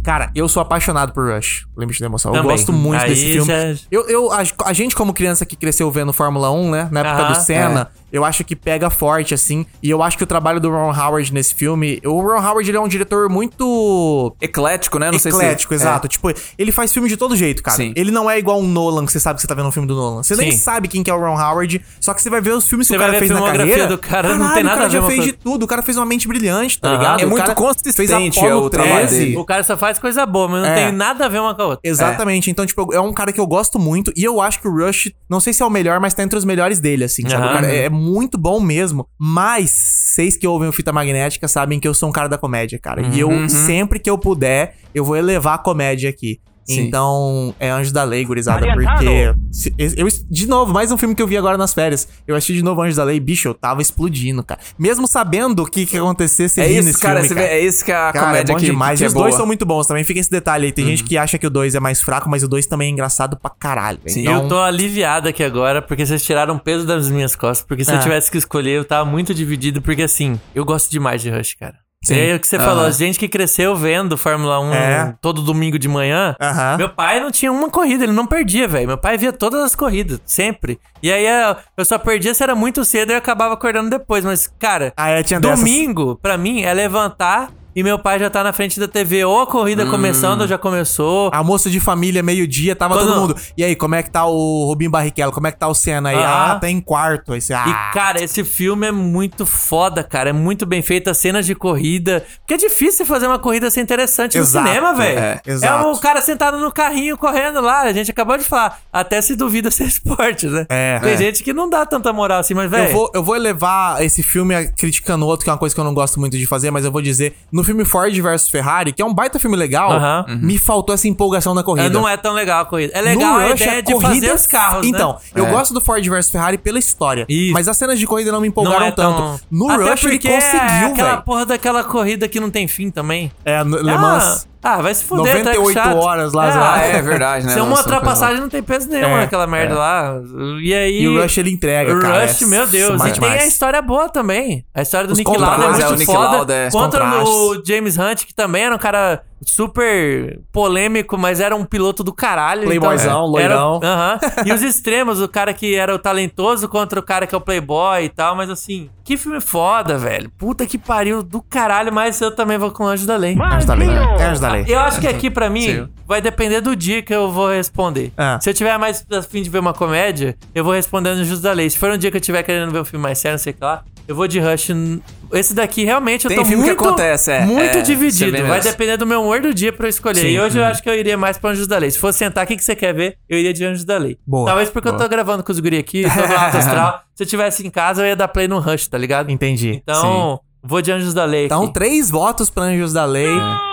Speaker 3: Cara, eu sou apaixonado por Rush, Limite da Emoção. Eu
Speaker 4: Também.
Speaker 3: gosto muito
Speaker 4: Aí
Speaker 3: desse filme.
Speaker 4: já-
Speaker 3: Eu, eu, a, a gente, como criança que cresceu vendo Fórmula 1, né? Na época
Speaker 4: Aham,
Speaker 3: do Senna, eu acho que pega forte, assim. E eu acho que o trabalho do Ron Howard nesse filme. O Ron Howard ele é um diretor muito.
Speaker 5: Eclético, né? Não
Speaker 3: Eclético,
Speaker 5: sei se...
Speaker 3: exato. Tipo, ele faz filme de todo jeito, cara.
Speaker 5: Sim.
Speaker 3: Ele não é igual um Nolan, que você sabe que você tá vendo um filme do Nolan. Você nem
Speaker 4: Sim.
Speaker 3: sabe quem que é o Ron Howard, só que você vai ver os filmes que
Speaker 4: Você
Speaker 3: o
Speaker 4: vai
Speaker 3: cara
Speaker 4: ver a
Speaker 3: fez na
Speaker 4: filmografia
Speaker 3: carreira.
Speaker 4: do cara, não tem
Speaker 3: Caralho,
Speaker 4: nada
Speaker 3: o
Speaker 4: a
Speaker 3: cara
Speaker 4: ver
Speaker 3: já
Speaker 4: uma
Speaker 3: fez
Speaker 4: coisa-
Speaker 3: de tudo. O cara fez uma mente brilhante, tá
Speaker 4: Aham.
Speaker 3: ligado?
Speaker 4: É
Speaker 3: O
Speaker 5: muito
Speaker 3: cara
Speaker 5: consistente
Speaker 3: fez Apollo
Speaker 5: é o trabalho
Speaker 3: 13.
Speaker 5: dele.
Speaker 4: O cara só faz coisa boa, mas não
Speaker 3: É.
Speaker 4: tem nada a ver uma com a outra.
Speaker 3: Exatamente. Então, tipo, é um cara que eu gosto muito. E eu acho que o Rush, não sei se é o melhor, mas tá entre os melhores dele, assim. Sabe? O
Speaker 4: Aham.
Speaker 3: cara é, é muito bom mesmo. Mas vocês que ouvem o Fita Magnética sabem que eu sou um cara da comédia, cara. E
Speaker 5: Uhum.
Speaker 3: eu, sempre que eu puder, eu vou elevar a comédia aqui.
Speaker 5: Sim.
Speaker 3: Então, é Anjo da Lei, gurizada,
Speaker 6: Adiantado.
Speaker 3: porque... se- eu, de novo, mais um filme que eu vi agora nas férias. Eu assisti de novo Anjo da Lei, bicho, eu tava explodindo, cara. Mesmo sabendo o que que ia acontecer, você
Speaker 5: É
Speaker 3: ri
Speaker 5: isso,
Speaker 3: nesse
Speaker 5: cara.
Speaker 3: filme,
Speaker 5: você vê-
Speaker 3: cara.
Speaker 5: É isso que a
Speaker 3: Cara,
Speaker 5: comédia
Speaker 3: é bom
Speaker 5: que,
Speaker 3: demais.
Speaker 5: que é
Speaker 3: e os dois
Speaker 5: boa.
Speaker 3: são muito bons também. Fica esse detalhe aí. Tem
Speaker 4: Uhum.
Speaker 3: gente que acha que o 2 é mais fraco, mas o 2 também é engraçado pra caralho. velho.
Speaker 5: Sim.
Speaker 3: Então,
Speaker 4: Eu tô aliviado aqui agora, porque vocês tiraram um peso das minhas costas. Porque se
Speaker 3: Ah.
Speaker 4: eu tivesse que escolher, eu tava muito dividido. Porque assim, eu gosto demais de Rush, cara.
Speaker 3: Sim.
Speaker 4: É o que você
Speaker 5: Aham.
Speaker 4: falou, gente que cresceu vendo Fórmula 1
Speaker 3: É.
Speaker 4: todo domingo de manhã.
Speaker 3: Aham.
Speaker 4: Meu pai não tinha uma corrida, ele não perdia, velho. Meu pai via todas as corridas, sempre. E aí eu- eu só perdia se era muito cedo e eu acabava acordando depois. Mas, cara,
Speaker 3: Ah, é, tinha dessas.
Speaker 4: domingo, pra mim, é levantar e meu pai já tá na frente da TV. Ou a corrida
Speaker 3: Hum.
Speaker 4: começando, ou já começou.
Speaker 3: Almoço de família, meio-dia, tava
Speaker 4: Quando-
Speaker 3: todo mundo. E aí, como é que tá o Rubinho Barrichello? Como é que tá o Senna aí?
Speaker 4: Aham.
Speaker 3: Ah, tá em quarto. Aí você, ah,
Speaker 4: E, cara, esse filme é muito foda, cara. É muito bem feito. As cenas de corrida. Porque é difícil fazer uma corrida ser interessante
Speaker 3: Exato,
Speaker 4: no cinema, velho.
Speaker 3: é,
Speaker 4: É,
Speaker 3: exato.
Speaker 4: o cara sentado no carrinho correndo lá. A gente acabou de falar. Até se duvida ser esporte, né?
Speaker 3: É.
Speaker 4: Tem
Speaker 3: É.
Speaker 4: gente que não dá tanta moral assim, mas,
Speaker 3: Eu
Speaker 4: velho.
Speaker 3: vou, eu vou elevar esse filme a- criticando outro, que é uma coisa que eu não gosto muito de fazer, mas eu vou dizer. No filme Ford versus Ferrari, que é um baita filme legal,
Speaker 4: Aham.
Speaker 3: me faltou essa empolgação na corrida.
Speaker 4: é, Não é tão legal a corrida. É
Speaker 3: No
Speaker 4: legal a
Speaker 3: Rush,
Speaker 4: ideia de
Speaker 3: corrida-
Speaker 4: fazer os carros,
Speaker 3: Então,
Speaker 4: né?
Speaker 3: eu
Speaker 5: É.
Speaker 3: gosto do Ford versus Ferrari pela história.
Speaker 4: Isso.
Speaker 3: Mas as cenas de corrida não me empolgaram
Speaker 4: não é tão...
Speaker 3: tanto. No
Speaker 4: Até
Speaker 3: Rush ele
Speaker 4: porque é
Speaker 3: conseguiu,
Speaker 4: aquela
Speaker 3: velho.
Speaker 4: porra daquela corrida que não tem fim também.
Speaker 3: É, no- Le
Speaker 4: Ah,
Speaker 3: Mans.
Speaker 4: Ah, vai se fuder, treco
Speaker 3: 98
Speaker 4: chato.
Speaker 3: horas lá, sei lá.
Speaker 5: Ah, é verdade, né?
Speaker 4: Se é uma
Speaker 5: Nossa,
Speaker 4: ultrapassagem, não tem peso nenhum
Speaker 3: É,
Speaker 4: naquela merda lá. E aí.
Speaker 3: E o Rush ele entrega,
Speaker 4: O
Speaker 3: cara.
Speaker 4: Rush,
Speaker 3: É
Speaker 4: meu Deus.
Speaker 3: massa
Speaker 4: E tem
Speaker 3: demais.
Speaker 4: a história boa também. A história do
Speaker 3: Os
Speaker 4: Nick Lauda é
Speaker 3: contrastes,
Speaker 4: muito
Speaker 5: é, o Nick
Speaker 4: foda.
Speaker 5: Lauda, é, os
Speaker 4: contra
Speaker 3: contrastes.
Speaker 4: o James Hunt, que também era um cara super polêmico, mas era um piloto do caralho.
Speaker 3: Playboyzão,
Speaker 4: então, era-
Speaker 3: loirão.
Speaker 4: Aham. E os extremos, o cara que era o talentoso contra o cara que é o playboy e tal. Mas assim, que filme foda, velho. Puta que pariu do caralho, mas eu também vou com o Anjo da Lei.
Speaker 3: Anjo da lei. Anjo da lei.
Speaker 4: Eu acho que aqui pra mim
Speaker 5: Sim. É.
Speaker 4: vai depender do dia que eu vou responder.
Speaker 3: Ah.
Speaker 4: Se eu tiver mais a fim de ver uma comédia, eu vou respondendo no Justo da Lei. Se for um dia que eu tiver querendo ver um filme mais sério, não sei o que lá, eu vou de Rush. n- Esse daqui realmente eu
Speaker 5: Tem
Speaker 3: Então,
Speaker 4: tô
Speaker 5: filme que
Speaker 4: muito,
Speaker 5: acontece, é.
Speaker 4: muito
Speaker 5: É, você
Speaker 4: dividido.
Speaker 5: vê
Speaker 4: Vai
Speaker 5: mesmo. Uhum.
Speaker 4: depender do meu humor do dia pra eu escolher. E hoje eu acho que eu iria mais pra Anjos da Lei. Se fosse sentar, o que, que você quer ver? Eu iria de Anjos da Lei.
Speaker 3: Boa,
Speaker 4: Talvez porque eu tô gravando com os guri aqui, tô no alto astral. Se eu tivesse em casa, eu ia dar play no Rush, tá ligado?
Speaker 3: Entendi. Sim.
Speaker 4: Então, vou de Anjos da Lei
Speaker 3: Então,
Speaker 4: aqui.
Speaker 3: três votos pra Anjos da Lei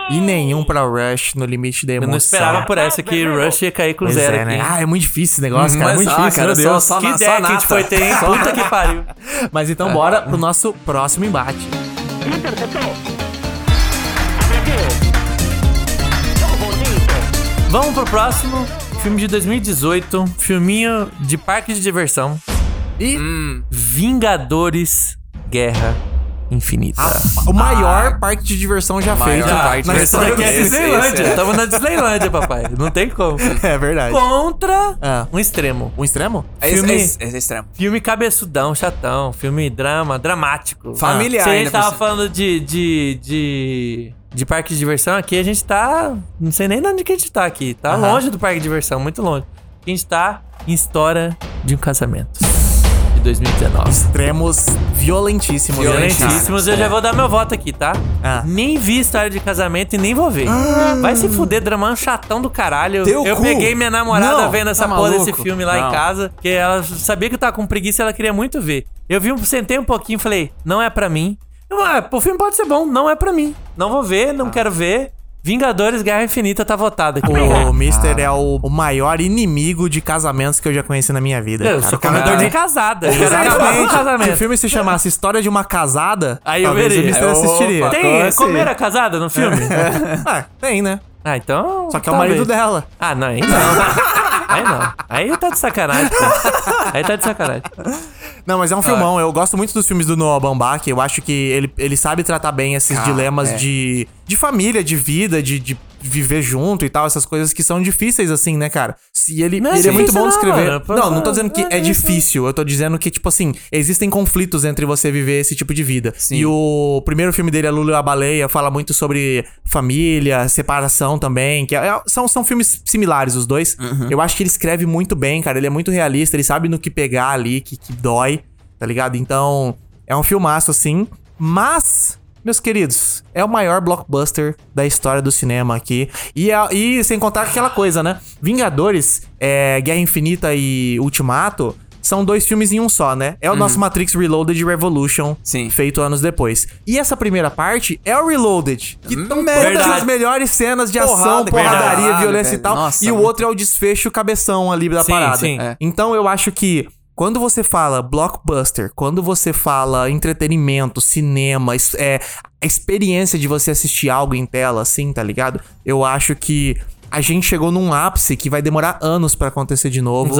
Speaker 3: e nenhum pra Rush no limite da
Speaker 4: Eu
Speaker 3: emoção.
Speaker 4: não esperava por essa que Rush ia cair com
Speaker 3: Pois
Speaker 4: zero
Speaker 3: é,
Speaker 4: aqui.
Speaker 3: né? Ah, é muito difícil esse negócio, cara. É
Speaker 5: Mas,
Speaker 3: muito
Speaker 5: ah,
Speaker 3: difícil,
Speaker 5: cara,
Speaker 3: meu
Speaker 5: só-
Speaker 3: Deus.
Speaker 5: só
Speaker 4: que
Speaker 5: na-
Speaker 4: ideia que a gente
Speaker 5: nata.
Speaker 4: foi ter, hein? Puta que pariu.
Speaker 3: Mas
Speaker 5: É.
Speaker 3: então, bora pro nosso próximo embate.
Speaker 6: Interceptó. Abreviou. Jogo bonito.
Speaker 4: Vamos pro próximo. Filme de 2018. Filminho de parque de diversão. E
Speaker 5: Hum.
Speaker 4: Vingadores Guerra Infinita.
Speaker 5: Ah,
Speaker 3: O maior parque de diversão já feito.
Speaker 5: maior parque de
Speaker 3: na
Speaker 5: diversão
Speaker 3: história
Speaker 5: já
Speaker 4: Aqui é
Speaker 5: esse, esse,
Speaker 4: Disneylândia.
Speaker 5: é.
Speaker 4: Tamo na Disneylândia, papai. Não tem como.
Speaker 3: É verdade.
Speaker 4: Contra
Speaker 3: Ah.
Speaker 4: um extremo.
Speaker 3: Um extremo?
Speaker 5: É,
Speaker 4: Filme-
Speaker 5: esse- esse é extremo.
Speaker 4: Filme cabeçudão, chatão. Filme drama, dramático.
Speaker 5: Familiar,
Speaker 4: Se a gente
Speaker 5: ainda por
Speaker 4: tava
Speaker 5: cima.
Speaker 4: falando de, de, de, de parque de diversão aqui, a gente tá... Não sei nem onde que a gente tá aqui. Tá
Speaker 3: Aham.
Speaker 4: longe do parque de diversão, muito longe. A gente tá em História de um Casamento. De 2019.
Speaker 3: Extremos violentíssimos.
Speaker 4: Violentíssimos. Eu já vou dar meu voto aqui, tá?
Speaker 3: Ah.
Speaker 4: Nem vi História de Casamento e nem vou ver. Vai se fuder, dramão chatão do caralho.
Speaker 5: Ah. Teu
Speaker 4: eu
Speaker 5: cu.
Speaker 4: peguei minha namorada
Speaker 5: Não,
Speaker 4: vendo essa
Speaker 5: tá
Speaker 4: porra desse
Speaker 5: maluco?
Speaker 4: filme lá em
Speaker 5: Não.
Speaker 4: casa casa, que ela sabia que eu tava com preguiça e ela queria muito ver. Eu vi, um- sentei um pouquinho e falei, não é pra mim. Eu, ah, o filme pode ser bom, não é pra mim. Não vou ver,
Speaker 3: Ah.
Speaker 4: não quero ver. Vingadores Guerra Infinita tá votado aqui.
Speaker 3: O Mister é o, o maior inimigo de casamentos que eu já conheci na minha vida.
Speaker 4: eu
Speaker 3: cara.
Speaker 4: sou
Speaker 3: O cara
Speaker 4: comedor
Speaker 3: tá-
Speaker 4: de casada. Eu quero acabar com o
Speaker 3: Exatamente. Se o
Speaker 4: casamento.
Speaker 3: filme se chamasse História de uma Casada,
Speaker 4: Aí eu
Speaker 3: talvez o
Speaker 4: veria.
Speaker 3: Mister
Speaker 5: É, opa.
Speaker 3: assistiria.
Speaker 4: Tem
Speaker 5: Assim.
Speaker 4: comer a casada no filme?
Speaker 3: Ah, tem, né?
Speaker 4: Ah, então.
Speaker 3: Só que é o marido dela.
Speaker 4: Ah, não, aí não. Aí não. Aí tá de sacanagem, cara. Aí tá de sacanagem.
Speaker 3: Não, mas é
Speaker 4: Ah.
Speaker 3: um filmão. Eu gosto muito dos filmes do Noah Baumbach. Eu acho que ele, ele sabe tratar bem esses
Speaker 5: Cara,
Speaker 3: dilemas
Speaker 5: é.
Speaker 3: de, de família, de vida, de, de viver junto e tal, essas coisas que são difíceis, assim, né, cara? Se ele,
Speaker 4: Não é
Speaker 3: ele é muito
Speaker 4: difícil,
Speaker 3: bom de
Speaker 4: não,
Speaker 3: escrever.
Speaker 4: mano. Pô,
Speaker 3: Não, não tô dizendo que
Speaker 4: é
Speaker 3: é difícil, eu tô dizendo que, tipo assim, existem conflitos entre você viver esse tipo de vida. E o primeiro filme dele, A Lula e a Baleia, fala muito sobre família, separação também, que é- é- são, são filmes similares os dois. Eu acho que ele escreve muito bem, cara, ele é muito realista, ele sabe no que pegar ali, que, que dói, tá ligado? Então, é um filmaço, assim, mas... Meus queridos, é o maior blockbuster da história do cinema aqui. E, a- e sem contar aquela coisa, né? Vingadores, é, Guerra Infinita e Ultimato são dois filmes em um só, né? É o nosso Matrix Reloaded e Revolution,
Speaker 5: Uhum. Sim.
Speaker 3: feito anos depois. E essa primeira parte é o Reloaded, que tão todas
Speaker 4: verdade.
Speaker 3: as melhores cenas de
Speaker 5: Hum, Porrada,
Speaker 3: ação,
Speaker 5: cara.
Speaker 3: porradaria,
Speaker 5: Caralho,
Speaker 3: violência
Speaker 5: velho.
Speaker 3: e tal.
Speaker 5: Nossa,
Speaker 3: e o
Speaker 5: muito
Speaker 3: outro é o desfecho cabeção ali da
Speaker 4: Sim,
Speaker 3: parada.
Speaker 4: sim.
Speaker 5: É.
Speaker 3: Então eu acho que quando você fala blockbuster, quando você fala entretenimento, cinema, es- é, a experiência de você assistir algo em tela, assim, tá ligado? Eu acho que a gente chegou num ápice que vai demorar anos pra acontecer de novo.
Speaker 4: Os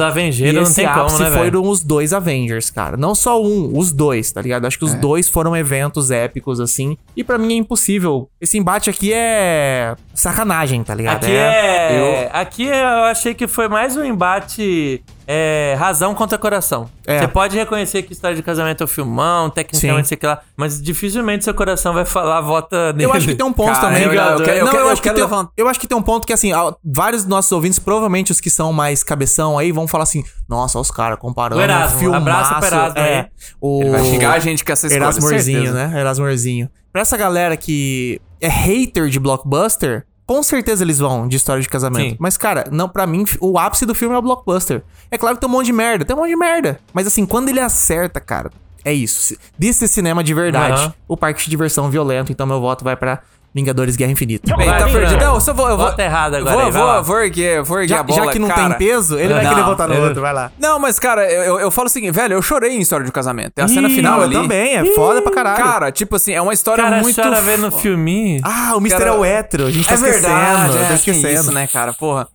Speaker 3: E
Speaker 4: Avengers não
Speaker 3: esse
Speaker 4: tem como,
Speaker 3: ápice
Speaker 4: né, velho?
Speaker 3: foram os dois Avengers, cara. Não só um, os dois, tá ligado? Acho que os dois foram eventos épicos, assim. E pra mim é impossível. Esse embate aqui é sacanagem, tá ligado?
Speaker 4: Aqui é. Aqui eu achei que foi mais um embate é, razão contra coração.
Speaker 3: É.
Speaker 4: Você pode reconhecer que história de casamento é um filmão, tecnicamente
Speaker 3: Sim.
Speaker 4: sei o que lá, mas dificilmente seu coração vai falar, vota nele.
Speaker 3: Eu acho que tem um ponto
Speaker 5: Cara,
Speaker 3: também.
Speaker 5: é verdade. Eu quero- eu
Speaker 3: Não,
Speaker 5: quero-
Speaker 3: eu
Speaker 5: eu
Speaker 3: acho que
Speaker 5: quero
Speaker 3: tem-
Speaker 5: levantar.
Speaker 3: eu acho que tem um ponto que, assim, ah, vários dos nossos ouvintes, provavelmente os que são mais cabeção aí, vão falar assim: nossa, olha os caras comparando. um
Speaker 4: O Erasmo,
Speaker 3: filmaço,
Speaker 4: abraço pro Erasmo
Speaker 3: é,
Speaker 4: aí.
Speaker 3: o...
Speaker 5: Ele vai xingar a gente com essa escolha,
Speaker 3: Erasmorzinho,
Speaker 5: certeza.
Speaker 3: né? Erasmorzinho. Pra essa galera que é hater de blockbuster, com certeza eles vão de história de casamento.
Speaker 4: Sim.
Speaker 3: Mas, cara, não para mim, o ápice do filme é o blockbuster. É claro que tem um monte de merda, tem um monte de merda. Mas, assim, quando ele acerta, cara, é isso. Disse cinema de verdade.
Speaker 4: Aham.
Speaker 3: O parque de diversão violento, então meu voto vai pra Vingadores Guerra Infinita.
Speaker 5: Bem,
Speaker 4: Vai,
Speaker 5: tá
Speaker 4: Vini.
Speaker 5: perdido. Não, eu só vou. Eu vou
Speaker 4: Vota errado agora
Speaker 5: Vou,
Speaker 4: aí, vai lá.
Speaker 5: vou, vou erguer, vou erguer
Speaker 3: Já,
Speaker 5: a bola.
Speaker 3: já que não
Speaker 5: cara.
Speaker 3: tem peso, ele vai
Speaker 4: Não,
Speaker 3: querer votar no
Speaker 4: eu-
Speaker 3: outro, vai lá.
Speaker 5: Não, mas, cara, eu, eu- eu falo o seguinte, velho, eu chorei em história de casamento. Tem a cena
Speaker 3: Ih,
Speaker 5: final
Speaker 3: eu
Speaker 5: ali.
Speaker 3: também, é foda pra caralho.
Speaker 5: Cara, tipo assim, é uma história
Speaker 4: Cara,
Speaker 5: muito.
Speaker 4: a senhora vê no filminho.
Speaker 3: Ah, o Mr.
Speaker 5: Cara,
Speaker 3: é o hétero, a gente tá
Speaker 5: É verdade,
Speaker 3: esquecendo,
Speaker 5: é,
Speaker 3: tá
Speaker 5: acho que é
Speaker 3: esquecendo.
Speaker 5: isso, né, cara? Porra.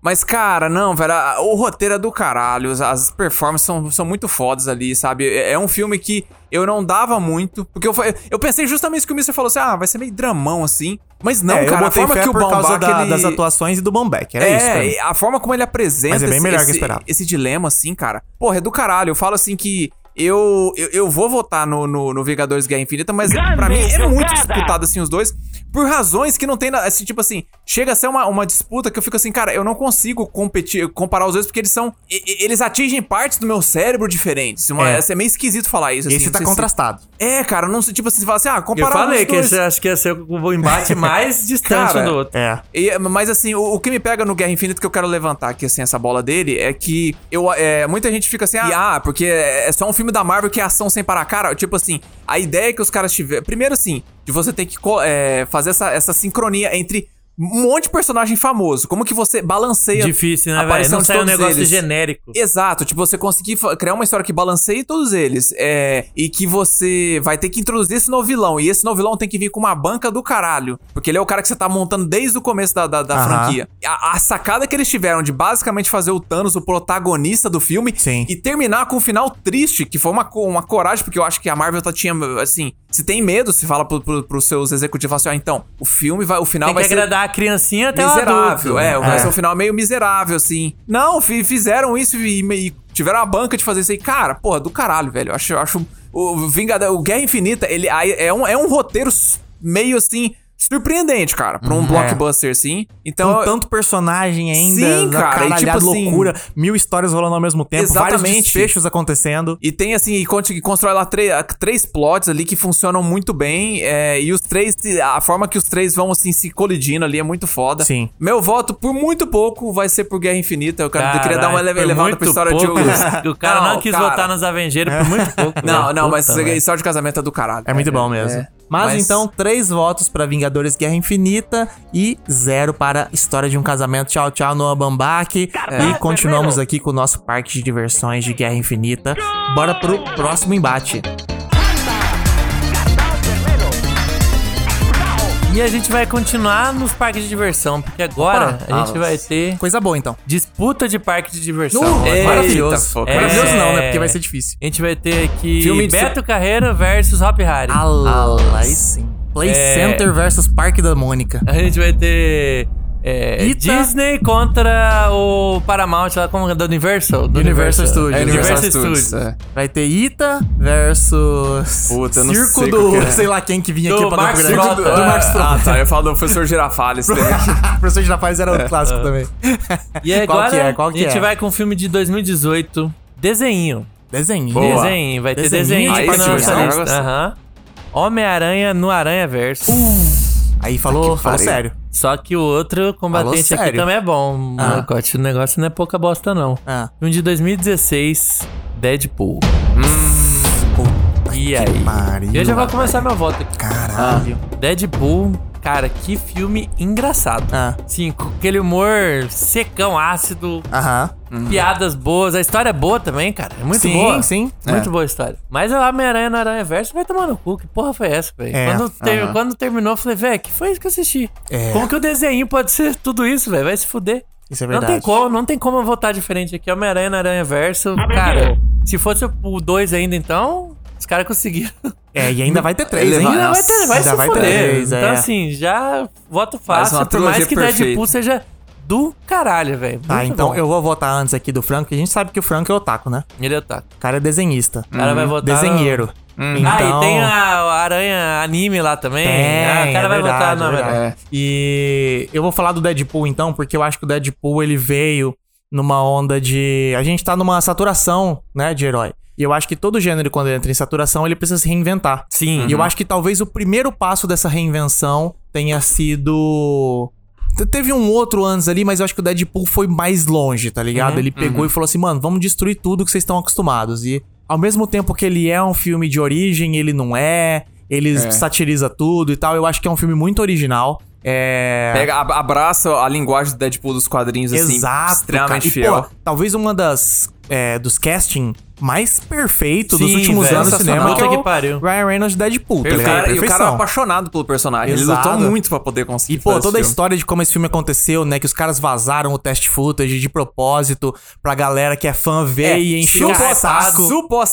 Speaker 5: Mas, cara, não, velho, a- o roteiro é do caralho, as- as performances são, são muito fodas ali, sabe? É, é um filme que eu não dava muito, porque eu, fa- eu pensei justamente que o Mr. falou assim, ah, vai ser meio dramão assim, mas não,
Speaker 3: é,
Speaker 5: cara,
Speaker 3: eu
Speaker 5: a
Speaker 3: botei
Speaker 5: forma
Speaker 3: fé
Speaker 5: que o
Speaker 3: por causa
Speaker 5: Baumbach,
Speaker 3: da-
Speaker 5: ele-
Speaker 3: das atuações e do Bombeck, era
Speaker 5: é,
Speaker 3: isso pra mim.
Speaker 5: e a forma como ele apresenta
Speaker 3: Mas é bem
Speaker 5: esse-
Speaker 3: melhor que eu
Speaker 5: esse-
Speaker 3: esperava.
Speaker 5: esse dilema, assim, cara. Porra, é do caralho. Eu falo assim que eu, eu, eu vou votar no, no, no Vingadores Guerra Infinita, mas
Speaker 6: Grande
Speaker 5: pra mim é
Speaker 6: jogada!
Speaker 5: muito disputado, assim, os dois. Por razões que não tem. na- Assim, tipo assim, chega a ser uma, uma disputa que eu fico assim, cara, eu não consigo competir, comparar os dois, porque eles são. e- e- Eles atingem partes do meu cérebro diferentes. Uma,
Speaker 3: É.
Speaker 5: é. meio esquisito falar isso. assim,
Speaker 3: Esse
Speaker 5: não
Speaker 3: tá
Speaker 5: sei se-
Speaker 3: contrastado.
Speaker 5: É, cara, não sei. Tipo assim, você fala assim, ah,
Speaker 4: eu
Speaker 5: comparar
Speaker 4: falei
Speaker 5: os
Speaker 4: que
Speaker 5: dois.
Speaker 4: esse, acho que ia ser o embate mais distante
Speaker 5: Cara,
Speaker 4: um do outro.
Speaker 3: É.
Speaker 5: E- mas assim, o, o que me pega no Guerra Infinita que eu quero levantar aqui, assim, essa bola dele, é que eu, é, muita gente fica assim, ah, ah, porque é é só um filme da Marvel que é ação sem parar. Cara, tipo assim, a ideia que os caras tiveram. Primeiro, assim, de você ter que co- é, fazer essa, essa sincronia entre um monte de personagem famoso. Como que você balanceia.
Speaker 4: Difícil, né, velho?
Speaker 5: aparição
Speaker 4: Não
Speaker 5: de
Speaker 4: sai um
Speaker 5: todos
Speaker 4: negócio
Speaker 5: eles.
Speaker 4: genérico.
Speaker 5: Exato, tipo, você conseguir fa- criar uma história que balanceie todos eles. É, e que você vai ter que introduzir esse novo vilão. E esse novo vilão tem que vir com uma banca do caralho. Porque ele é o cara que você tá montando desde o começo da, da, da
Speaker 3: Aham.
Speaker 5: franquia. A, a sacada que eles tiveram de basicamente fazer o Thanos o protagonista do filme
Speaker 3: Sim.
Speaker 5: e terminar com um final triste, que foi uma, co- uma coragem, porque eu acho que a Marvel tá tinha, assim, se tem medo, se fala pro, pro, pros seus executivos, fala assim, ó, então, o filme vai, o final
Speaker 4: Tem que
Speaker 5: vai ser
Speaker 4: agradar a criancinha até o adulto.
Speaker 5: miserável. É, vai
Speaker 3: É.
Speaker 5: ser um final meio miserável, assim. Não, fi- fizeram isso e, e tiveram a banca de fazer isso aí. Cara, porra, do caralho, velho. Eu acho, eu acho o Vingador, o Guerra Infinita, ele aí é um, é um roteiro s- meio assim surpreendente, cara,
Speaker 4: Uhum.
Speaker 5: pra um blockbuster, assim. Então,
Speaker 3: Com
Speaker 5: eu-
Speaker 3: tanto personagem ainda,
Speaker 5: Sim,
Speaker 3: uma
Speaker 5: cara, e
Speaker 3: caralhada,
Speaker 5: tipo assim-
Speaker 3: loucura, mil histórias rolando ao mesmo tempo, vários
Speaker 5: Exatamente.
Speaker 3: desfechos acontecendo.
Speaker 5: E tem assim, e con- que constrói lá tre- a- três plots ali que funcionam muito bem. é, e os três, a forma que os três vão assim se colidindo ali é muito foda.
Speaker 3: Sim.
Speaker 5: Meu voto, por muito pouco, vai ser por Guerra Infinita. Eu, quero, eu queria dar uma
Speaker 4: Caralho,
Speaker 5: eleva-
Speaker 4: por
Speaker 5: elevada pra
Speaker 4: muito
Speaker 5: história
Speaker 4: pouco.
Speaker 5: de
Speaker 4: O cara não, quis votar nos Avengers por muito pouco.
Speaker 5: Não,
Speaker 4: velho.
Speaker 5: não, mas
Speaker 4: Puta, velho.
Speaker 5: história de casamento é do caralho.
Speaker 3: É muito bom mesmo.
Speaker 5: é.
Speaker 3: Mas,
Speaker 5: Mas-
Speaker 3: então, três votos pra Vingadores Guerra Infinita e zero para História de um Casamento. Tchau, tchau, Noah Bambach. E continuamos aqui com o nosso parque de diversões de Guerra Infinita. Bora pro próximo embate.
Speaker 4: E a gente vai continuar nos parques de diversão, porque agora
Speaker 3: Opa.
Speaker 4: a gente vai ter
Speaker 3: Coisa boa, então.
Speaker 4: disputa de parque de diversão.
Speaker 5: No-
Speaker 4: Olha,
Speaker 5: Eita,
Speaker 3: Maravilhoso.
Speaker 5: foca.
Speaker 3: Maravilhoso
Speaker 4: É.
Speaker 3: não, né? Porque vai ser difícil.
Speaker 4: A gente vai ter aqui
Speaker 5: Filme de- Ah,
Speaker 4: Beto Carreira versus Hop Harry.
Speaker 3: Alá, aí sim. Play
Speaker 4: É.
Speaker 3: Center versus Parque da Mônica.
Speaker 4: A gente vai ter. é,
Speaker 3: Ita.
Speaker 4: Disney contra o Paramount lá, como é do Universal? Do
Speaker 3: Universal Studios.
Speaker 4: É, Universal, Studios.
Speaker 5: é.
Speaker 3: Vai ter Ita versus
Speaker 5: Puta, eu não
Speaker 3: Circo
Speaker 5: sei qual
Speaker 3: do
Speaker 5: que é.
Speaker 3: sei lá quem que vinha
Speaker 4: Do
Speaker 3: aqui pra
Speaker 4: Max
Speaker 3: dar programa.
Speaker 4: Frota.
Speaker 3: Do Max Frota.
Speaker 5: Ah, tá. Eu ia falar do professor Girafales. tá também.
Speaker 3: O professor de Rapaz era o clássico também.
Speaker 4: E agora
Speaker 3: qual que é? Qual que
Speaker 4: a gente
Speaker 3: é?
Speaker 4: vai com um filme de 2018, desenhinho.
Speaker 3: Desenho.
Speaker 5: Boa.
Speaker 4: Desenho, vai ter
Speaker 3: Desenhinho
Speaker 4: desenho
Speaker 3: de
Speaker 4: aqui na nossa
Speaker 3: participação.
Speaker 4: lista. Aham. Homem-Aranha no Aranha Verso.
Speaker 3: Aí falou,
Speaker 5: que
Speaker 3: falou
Speaker 5: pariu.
Speaker 3: sério.
Speaker 4: Só que o outro combatente
Speaker 3: Falou
Speaker 4: aqui
Speaker 3: sério.
Speaker 4: também é bom.
Speaker 3: Ah.
Speaker 4: Marcote, o negócio não é pouca bosta, não.
Speaker 3: Ah.
Speaker 4: Filme de 2016, Deadpool.
Speaker 3: Hum. Puta
Speaker 4: E
Speaker 3: que
Speaker 4: aí?
Speaker 3: pariu,
Speaker 4: Eu já vou começar meu voto aqui.
Speaker 5: Ah.
Speaker 3: Caralho.
Speaker 4: Deadpool, cara, que filme engraçado.
Speaker 3: Ah.
Speaker 4: Sim, com aquele humor secão, ácido,
Speaker 3: Aham.
Speaker 4: piadas boas. A história é boa também, cara. É muito
Speaker 3: Sim,
Speaker 4: boa.
Speaker 3: sim. É.
Speaker 4: Muito boa a história. Mas a Homem-Aranha no Aranha Verso vai tomar no cu. Que porra foi essa, velho?
Speaker 3: É,
Speaker 4: Quando, ter- quando terminou, eu falei, velho, que foi isso que eu assisti?
Speaker 3: É.
Speaker 4: Como que o desenho pode ser tudo isso, velho? Vai se fuder.
Speaker 3: Isso é
Speaker 4: Não
Speaker 3: verdade.
Speaker 4: tem como, não tem como eu votar diferente aqui. Homem-Aranha no Aranha Verso, cara. Se fosse o 2 ainda, então, os caras conseguiram.
Speaker 3: É, e ainda vai ter três,
Speaker 5: Ele
Speaker 3: hein?
Speaker 5: vai-
Speaker 4: Ainda vai,
Speaker 3: Nossa,
Speaker 4: ter, vai
Speaker 3: ainda
Speaker 4: se fuder.
Speaker 3: três,
Speaker 4: então,
Speaker 3: é.
Speaker 4: assim, já voto
Speaker 5: Faz
Speaker 4: fácil,
Speaker 5: uma
Speaker 4: por mais
Speaker 5: trilogia
Speaker 4: que Deadpool
Speaker 5: perfeita.
Speaker 4: seja do caralho, velho.
Speaker 3: Tá,
Speaker 4: Muito
Speaker 3: então
Speaker 4: bom.
Speaker 3: eu vou votar antes aqui do Franco, porque a gente sabe que o Franco é otaku, né?
Speaker 4: Ele é otaku.
Speaker 3: O cara é desenhista.
Speaker 4: O cara vai
Speaker 5: Uhum.
Speaker 4: votar. no-
Speaker 3: Desenheiro.
Speaker 4: Ah,
Speaker 3: Então-
Speaker 4: e tem a a aranha anime lá também.
Speaker 3: Tem,
Speaker 4: ah, o cara
Speaker 3: é
Speaker 4: vai votar
Speaker 3: verdade,
Speaker 4: na
Speaker 3: é
Speaker 4: verdade.
Speaker 3: verdade. E eu vou falar do Deadpool então, porque eu acho que o Deadpool ele veio numa onda de. A gente tá numa saturação, né, de herói. E eu acho que todo gênero, quando entra em saturação, ele precisa se reinventar.
Speaker 4: Sim.
Speaker 3: E eu acho que talvez o primeiro passo dessa reinvenção tenha sido. Te- Teve um outro antes ali, mas eu acho que o Deadpool foi mais longe, tá ligado?
Speaker 5: Uhum.
Speaker 3: ele pegou e falou assim, mano, vamos destruir tudo que vocês estão acostumados. E ao mesmo tempo que ele é um filme de origem, ele não é, ele satiriza tudo e tal. Eu acho que é um filme muito original. É.
Speaker 5: Pega, ab- abraça a linguagem do Deadpool dos quadrinhos, assim.
Speaker 3: Exato.
Speaker 5: Extremamente
Speaker 3: cara. E,
Speaker 5: fiel.
Speaker 3: pô, talvez uma das. é, dos casting mais perfeito dos
Speaker 4: Sim,
Speaker 3: últimos
Speaker 4: velho,
Speaker 3: anos do cinema.
Speaker 4: sensacional.
Speaker 3: é
Speaker 4: Puta
Speaker 3: o
Speaker 4: que pariu.
Speaker 3: Ryan Reynolds de Deadpool, tá
Speaker 5: E o,
Speaker 3: ligado?
Speaker 5: cara, e o cara é
Speaker 3: Perfeição.
Speaker 5: apaixonado pelo personagem. Ele
Speaker 3: Exato.
Speaker 5: lutou muito pra poder conseguir.
Speaker 3: E, pô,
Speaker 5: fazer
Speaker 3: toda a
Speaker 5: esse filme.
Speaker 3: história de como esse filme aconteceu, né? Que os caras vazaram o test footage de propósito pra galera que é fã ver
Speaker 5: É,
Speaker 3: e encher o
Speaker 5: suposta-
Speaker 3: saco.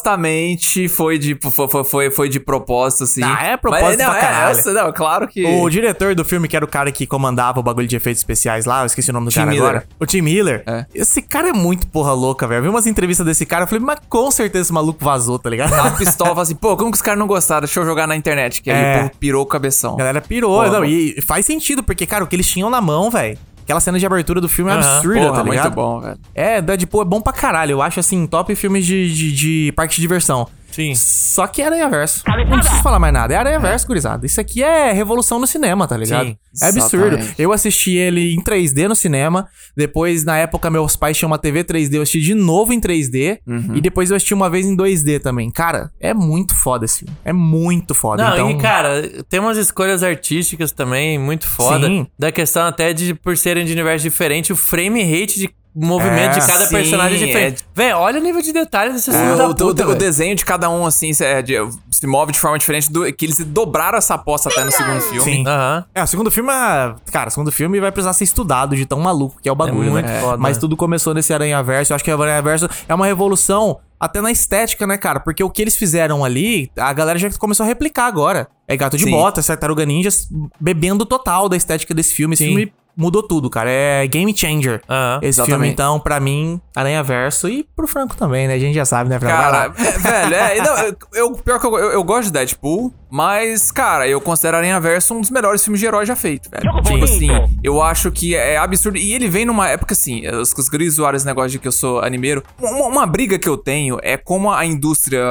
Speaker 5: Supostamente foi de, foi, foi, foi de propósito, assim.
Speaker 3: Ah, é propósito
Speaker 5: Mas, não,
Speaker 3: pra
Speaker 5: é,
Speaker 3: caralho.
Speaker 5: essa- não, claro que...
Speaker 3: O diretor do filme, que era o cara que comandava o bagulho de efeitos especiais lá, eu esqueci o nome do
Speaker 5: Tim
Speaker 3: cara
Speaker 5: Miller.
Speaker 3: agora. O Tim Miller.
Speaker 5: É.
Speaker 3: Esse cara é muito porra louca, velho. Eu vi umas entrevistas desse cara, eu falei, mas com certeza esse maluco vazou, tá ligado?
Speaker 5: A pistola fala assim, pô, como que os caras não gostaram? Deixa eu jogar na internet, que aí
Speaker 3: É.
Speaker 5: o povo pirou o cabeção.
Speaker 3: A galera pirou.
Speaker 5: Porra,
Speaker 3: não,
Speaker 5: mano.
Speaker 3: e faz sentido, porque, cara, o que eles tinham na mão, velho. Aquela cena de abertura do filme é
Speaker 4: Aham.
Speaker 3: absurda,
Speaker 5: Porra,
Speaker 3: tá
Speaker 5: muito
Speaker 3: ligado?
Speaker 5: bom, velho.
Speaker 3: É, Deadpool é bom pra caralho. Eu acho, assim, top filmes de, de, de parque de diversão.
Speaker 4: Sim.
Speaker 3: Só que é Aranha Verso. Não preciso falar mais nada. É Aranha Verso, gurizada. Isso aqui é revolução no cinema, tá ligado?
Speaker 4: Sim,
Speaker 3: é absurdo.
Speaker 5: exatamente.
Speaker 3: Eu assisti ele em 3D no cinema. Depois, na época, meus pais tinham uma TV 3D. Eu assisti de novo em 3D.
Speaker 4: Uhum.
Speaker 3: E depois eu assisti uma vez em 2D também. Cara, é muito foda esse filme. É muito foda.
Speaker 4: Não,
Speaker 3: então,
Speaker 4: e cara, tem umas escolhas artísticas também muito foda.
Speaker 3: Sim.
Speaker 4: Da questão até de, por serem de universo diferente, o frame rate de movimento
Speaker 5: É,
Speaker 4: de cada
Speaker 5: sim,
Speaker 4: personagem é diferente. Véi, olha o nível de detalhe desse filme
Speaker 5: É,
Speaker 4: da
Speaker 5: o, o-
Speaker 4: puta,
Speaker 5: o
Speaker 4: velho.
Speaker 5: desenho de cada um, assim, se, é, de- se move de forma diferente. do- que eles dobraram essa aposta até no segundo filme.
Speaker 3: Sim.
Speaker 4: Aham.
Speaker 3: É, o segundo filme, é- cara, o segundo filme vai precisar ser estudado de tão maluco que é o bagulho,
Speaker 4: muito
Speaker 3: né?
Speaker 4: foda.
Speaker 3: Mas tudo começou nesse Aranha Verso. Eu acho que o Aranha Verso é uma revolução até na estética, né, cara? Porque o que eles fizeram ali, a galera já começou a replicar agora. É Gato de
Speaker 5: Sim.
Speaker 3: Bota, é Tartaruga Ninja, bebendo total da estética desse filme. Esse filme mudou tudo, cara. É game changer.
Speaker 4: Aham.
Speaker 3: Esse filme,
Speaker 5: Exatamente.
Speaker 3: então, pra mim, Aranha Verso e pro Franco também, né? A gente já sabe, né, Franco? Vai lá.
Speaker 5: Cara, é, velho, é, não, eu- eu, pior que eu, eu, eu gosto de Deadpool, mas, cara, eu considero Aranha Verso um dos melhores filmes de herói já feito, velho.
Speaker 6: Jogo
Speaker 5: Tipo assim,
Speaker 6: bonito.
Speaker 5: eu acho que é absurdo. E ele vem numa época, assim, os, os gris usuários esse negócio de que eu sou animeiro. Uma, uma briga que eu tenho é como a indústria,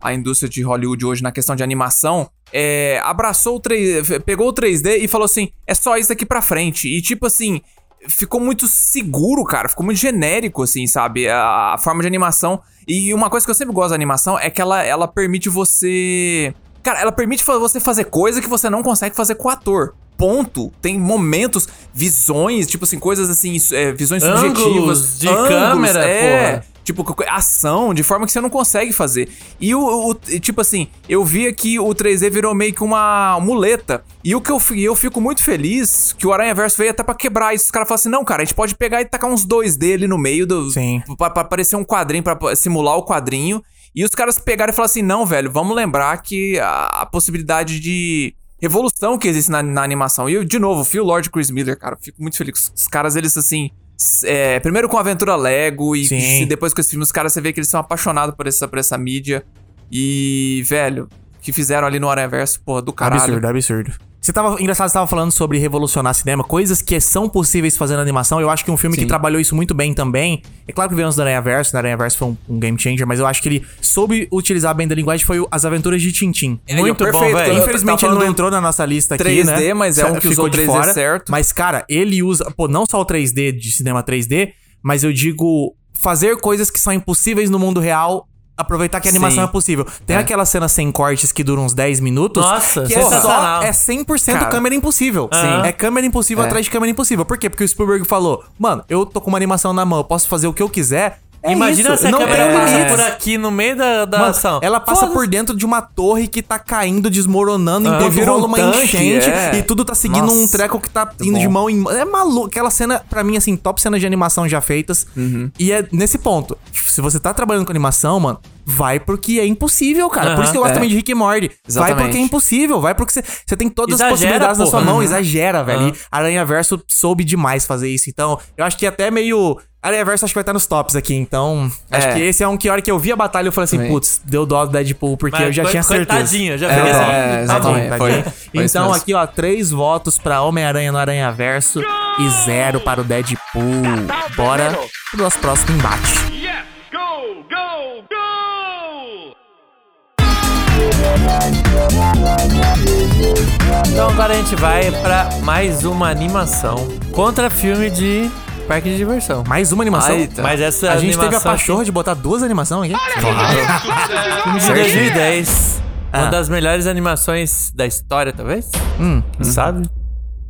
Speaker 5: a indústria de Hollywood hoje na questão de animação. é, abraçou o 3D, pegou o 3D e falou assim: é só isso aqui pra frente. E tipo assim, ficou muito seguro, cara. Ficou muito genérico, assim, sabe? A, a forma de animação. E uma coisa que eu sempre gosto da animação é que ela, ela permite você. Cara, ela permite fa- você fazer coisa que você não consegue fazer com o ator. Ponto. Tem momentos, visões, tipo assim, coisas assim, isso- é, visões
Speaker 4: Ângulos
Speaker 5: subjetivas.
Speaker 4: de câmera,
Speaker 5: é.
Speaker 4: porra.
Speaker 5: Tipo, co- ação de forma que você não consegue fazer. E o, o- tipo assim, eu via que o 3D virou meio que uma muleta. E o que eu, fi- eu fico muito feliz que o Aranha Verso veio até pra quebrar isso. Os caras falam assim: não, cara, a gente pode pegar e tacar uns 2D ali no meio do.
Speaker 3: Sim.
Speaker 5: Pra, pra parecer um quadrinho, pra pra simular o quadrinho. E os caras pegaram e falaram assim: não, velho, vamos lembrar que a, a possibilidade de. revolução que existe na, na animação. E, eu, de novo, Phil Lord e Chris Miller, cara, eu fico muito feliz. Os caras, eles, assim... s- é, primeiro com a Aventura Lego e,
Speaker 3: Sim.
Speaker 5: e depois com esse filme, os caras, você vê que eles são apaixonados por essa, por essa mídia. E, velho, o que fizeram ali no Aranverso, porra, do caralho.
Speaker 3: Absurdo, absurdo. Você tava, engraçado, você tava falando sobre revolucionar cinema, coisas que são possíveis fazendo animação. Eu acho que um filme que
Speaker 5: Sim.
Speaker 3: trabalhou isso muito bem também. É claro que veio antes do Aranha Verso, o Aranha Verso foi um, um game changer, mas eu acho que ele soube utilizar bem da linguagem foi o As Aventuras de Tintim.
Speaker 5: Ele é
Speaker 4: Muito bom,
Speaker 5: perfeito,
Speaker 4: velho.
Speaker 5: eu- eu
Speaker 3: Infelizmente
Speaker 5: tava
Speaker 3: ele não
Speaker 5: falando
Speaker 3: entrou na nossa lista aqui,
Speaker 5: 3D,
Speaker 3: né?
Speaker 5: mas é um que
Speaker 3: Ficou
Speaker 5: usou
Speaker 3: de
Speaker 5: 3D
Speaker 3: fora.
Speaker 5: certo.
Speaker 3: Mas, cara, ele usa, pô, não só o 3D de cinema 3D, mas eu digo fazer coisas que são impossíveis no mundo real, aproveitar que a animação
Speaker 5: Sim.
Speaker 3: é possível. Tem aquelas cenas sem cortes que duram uns 10 minutos.
Speaker 4: Nossa,
Speaker 3: que
Speaker 4: sensacional.
Speaker 3: É, só, é 100%
Speaker 5: Cara.
Speaker 3: câmera impossível.
Speaker 4: Sim.
Speaker 3: É câmera impossível atrás de câmera impossível. Por quê? Porque o Spielberg falou, mano, eu tô com uma animação na mão, eu posso fazer o que eu quiser. É
Speaker 4: Imagina
Speaker 3: isso,
Speaker 4: se a
Speaker 3: não
Speaker 4: câmera
Speaker 3: tem
Speaker 4: passa
Speaker 3: limites.
Speaker 4: por aqui no meio da, da
Speaker 3: Mano,
Speaker 4: ação.
Speaker 3: Ela passa
Speaker 4: Foda-se.
Speaker 3: por dentro de uma torre que tá caindo, desmoronando,
Speaker 4: Ah,
Speaker 3: enquanto
Speaker 5: vira um
Speaker 3: rola uma
Speaker 5: tanque,
Speaker 3: enchente
Speaker 5: é.
Speaker 3: e tudo tá seguindo
Speaker 5: Nossa,
Speaker 3: um treco que tá indo
Speaker 5: bom.
Speaker 3: de mão em mão. É maluco. Aquela cena, pra mim, assim, top cenas de animação já feitas.
Speaker 4: Uhum.
Speaker 3: E é nesse ponto. Se você tá trabalhando com animação, mano, vai porque é impossível, cara. Por
Speaker 4: Aham,
Speaker 3: isso que eu gosto
Speaker 5: é.
Speaker 3: também de Rick e Morty. Vai
Speaker 5: Exatamente.
Speaker 3: porque é impossível. Vai porque você você tem todas
Speaker 4: Exagera,
Speaker 3: as possibilidades na sua
Speaker 4: porra.
Speaker 3: mão.
Speaker 4: Uhum.
Speaker 3: Exagera, velho.
Speaker 4: Aham.
Speaker 3: E Aranha Verso soube demais fazer isso. Então, eu acho que até meio... Aranha Verso acho que vai estar nos tops aqui, então... Acho
Speaker 5: É.
Speaker 3: que esse é um que a hora que eu vi a batalha eu falei assim,
Speaker 5: Também.
Speaker 3: putz, deu dó do Deadpool, porque
Speaker 4: Mas
Speaker 3: eu já
Speaker 4: coi-
Speaker 3: tinha certeza. Tá
Speaker 4: coitadinho, já
Speaker 5: É,
Speaker 4: fiquei assim,
Speaker 5: é,
Speaker 4: tadinho.
Speaker 5: exatamente.
Speaker 3: Tadinho,
Speaker 5: Foi-
Speaker 3: tadinho.
Speaker 5: foi isso
Speaker 3: tá então
Speaker 5: mesmo.
Speaker 3: aqui, ó, três votos pra Homem-Aranha no Aranha Verso e zero para o Deadpool. Bora pro nosso próximo embate.
Speaker 6: Yes! Go! Go! Go!
Speaker 4: Então agora a gente vai pra mais uma animação contra filme de parque de diversão.
Speaker 3: Mais uma animação.
Speaker 5: Aí, tá.
Speaker 4: Mas essa
Speaker 3: a gente teve a
Speaker 4: animação
Speaker 3: pachorra de botar duas animações aqui.
Speaker 4: aqui, filme de 2010. Uma das melhores animações da história, talvez?
Speaker 3: Ah. Hum.
Speaker 4: Não Sabe?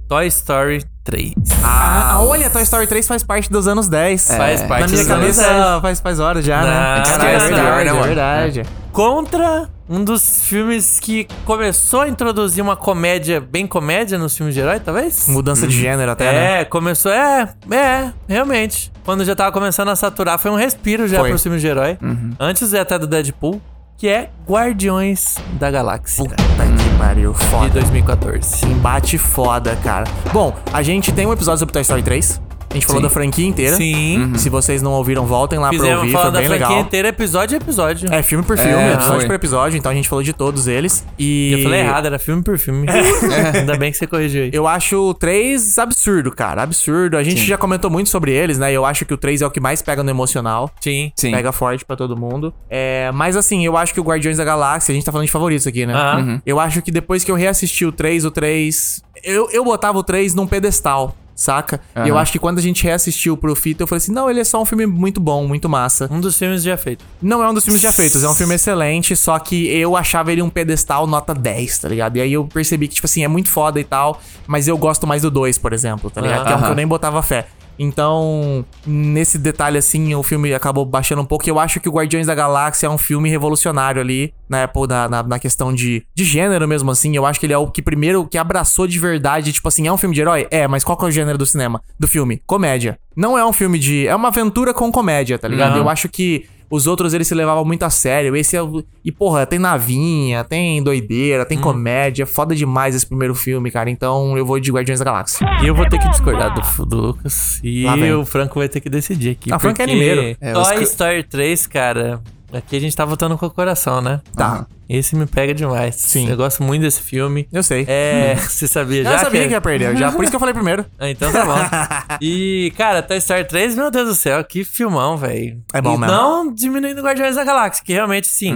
Speaker 4: Toy Story 3.
Speaker 3: Ah, olha, Toy Story 3 faz parte dos anos 10.
Speaker 4: Faz parte
Speaker 3: Na minha
Speaker 4: dos
Speaker 3: cabeça
Speaker 4: anos 10.
Speaker 3: faz, faz horas já,
Speaker 4: Não,
Speaker 3: né?
Speaker 4: não,
Speaker 3: Caralho,
Speaker 4: não, não,
Speaker 3: verdade,
Speaker 5: não, não.
Speaker 3: é verdade.
Speaker 4: Contra um dos filmes que começou a introduzir uma comédia, bem comédia nos filmes de herói, talvez?
Speaker 3: Mudança de gênero até, né?
Speaker 4: É, começou, é, é, realmente. Quando já tava começando a saturar, foi um respiro já
Speaker 3: Foi. Uhum.
Speaker 4: pro filme de herói. Antes é até do Deadpool, que é Guardiões da Galáxia.
Speaker 3: Puta que pariu,
Speaker 4: De
Speaker 3: foda.
Speaker 4: 2014.
Speaker 3: Embate foda, cara. Bom, a gente tem um episódio sobre Toy Story 3. A gente falou da franquia inteira.
Speaker 4: Sim.
Speaker 3: Se vocês não ouviram, voltem lá Uhum. pra
Speaker 4: Fizemos
Speaker 3: ouvir, foi
Speaker 4: falando da
Speaker 3: bem
Speaker 4: franquia
Speaker 3: legal.
Speaker 4: inteira, episódio a episódio.
Speaker 3: É filme por filme,
Speaker 5: É,
Speaker 3: episódio
Speaker 5: foi.
Speaker 3: por episódio, então a gente falou de todos eles. E. É.
Speaker 4: Eu falei errado, era filme por filme. Ainda bem que você corrigiu aí.
Speaker 3: Eu acho o 3 absurdo, cara. Absurdo. A gente já comentou muito sobre eles, né? Eu acho que o 3 é o que mais pega no emocional.
Speaker 4: Sim.
Speaker 5: Sim.
Speaker 3: Pega forte pra todo mundo. É, mas assim, eu acho que o Guardiões da Galáxia, a gente tá falando de favoritos aqui, né?
Speaker 4: Aham.
Speaker 3: Eu acho que depois que eu reassisti o 3, o 3. Eu, eu botava o 3 num pedestal, saca? E eu acho que quando a gente reassistiu pro Fita, eu falei assim: não, ele é só um filme muito bom, muito massa.
Speaker 4: Um dos filmes já feito.
Speaker 3: Não é um dos filmes já feitos, é um filme excelente, só que eu achava ele um pedestal nota 10, tá ligado? E aí eu percebi que, tipo assim, é muito foda e tal, mas eu gosto mais do 2, por exemplo, tá ligado? que é um que eu
Speaker 5: Aham.
Speaker 3: nem botava fé. Então, nesse detalhe, assim, o filme acabou baixando um pouco. e Eu acho que o Guardiões da Galáxia é um filme revolucionário ali, né? Pô, na, na, na questão de, de gênero mesmo, assim. Eu acho que ele é o que primeiro que abraçou de verdade. Tipo assim, é um filme de herói? É, mas qual que é o gênero do cinema? Do filme? Comédia. Não é um filme de. É uma aventura com comédia, tá ligado?
Speaker 4: Aham.
Speaker 3: Eu acho que os outros eles se levavam muito a sério. Esse é. o- E, porra, tem navinha, tem doideira, tem comédia. Foda demais esse primeiro filme, cara. Então eu vou de Guardiões da Galáxia.
Speaker 4: E eu vou ter que discordar do, do Lucas. E
Speaker 3: Lá vem.
Speaker 4: o Franco vai ter que decidir aqui.
Speaker 3: Ah, o Franco é
Speaker 4: porque
Speaker 3: mineiro.
Speaker 5: É, os
Speaker 4: Toy
Speaker 5: que-
Speaker 4: Story 3, cara. Aqui a gente tá votando com o coração, né?
Speaker 3: Tá,
Speaker 4: Esse me pega demais.
Speaker 3: Sim.
Speaker 4: Eu gosto muito desse filme.
Speaker 3: eu sei.
Speaker 4: É, você sabia já?
Speaker 3: eu sabia que, ia
Speaker 4: é...
Speaker 3: perder, já. Por isso que eu falei primeiro.
Speaker 4: Ah, então tá bom. e, cara, Toy Story 3, meu Deus do céu, que filmão, velho.
Speaker 3: É bom
Speaker 4: e
Speaker 3: mesmo. Uhum.
Speaker 4: Não diminuindo Guardiões da Galáxia, que realmente sim.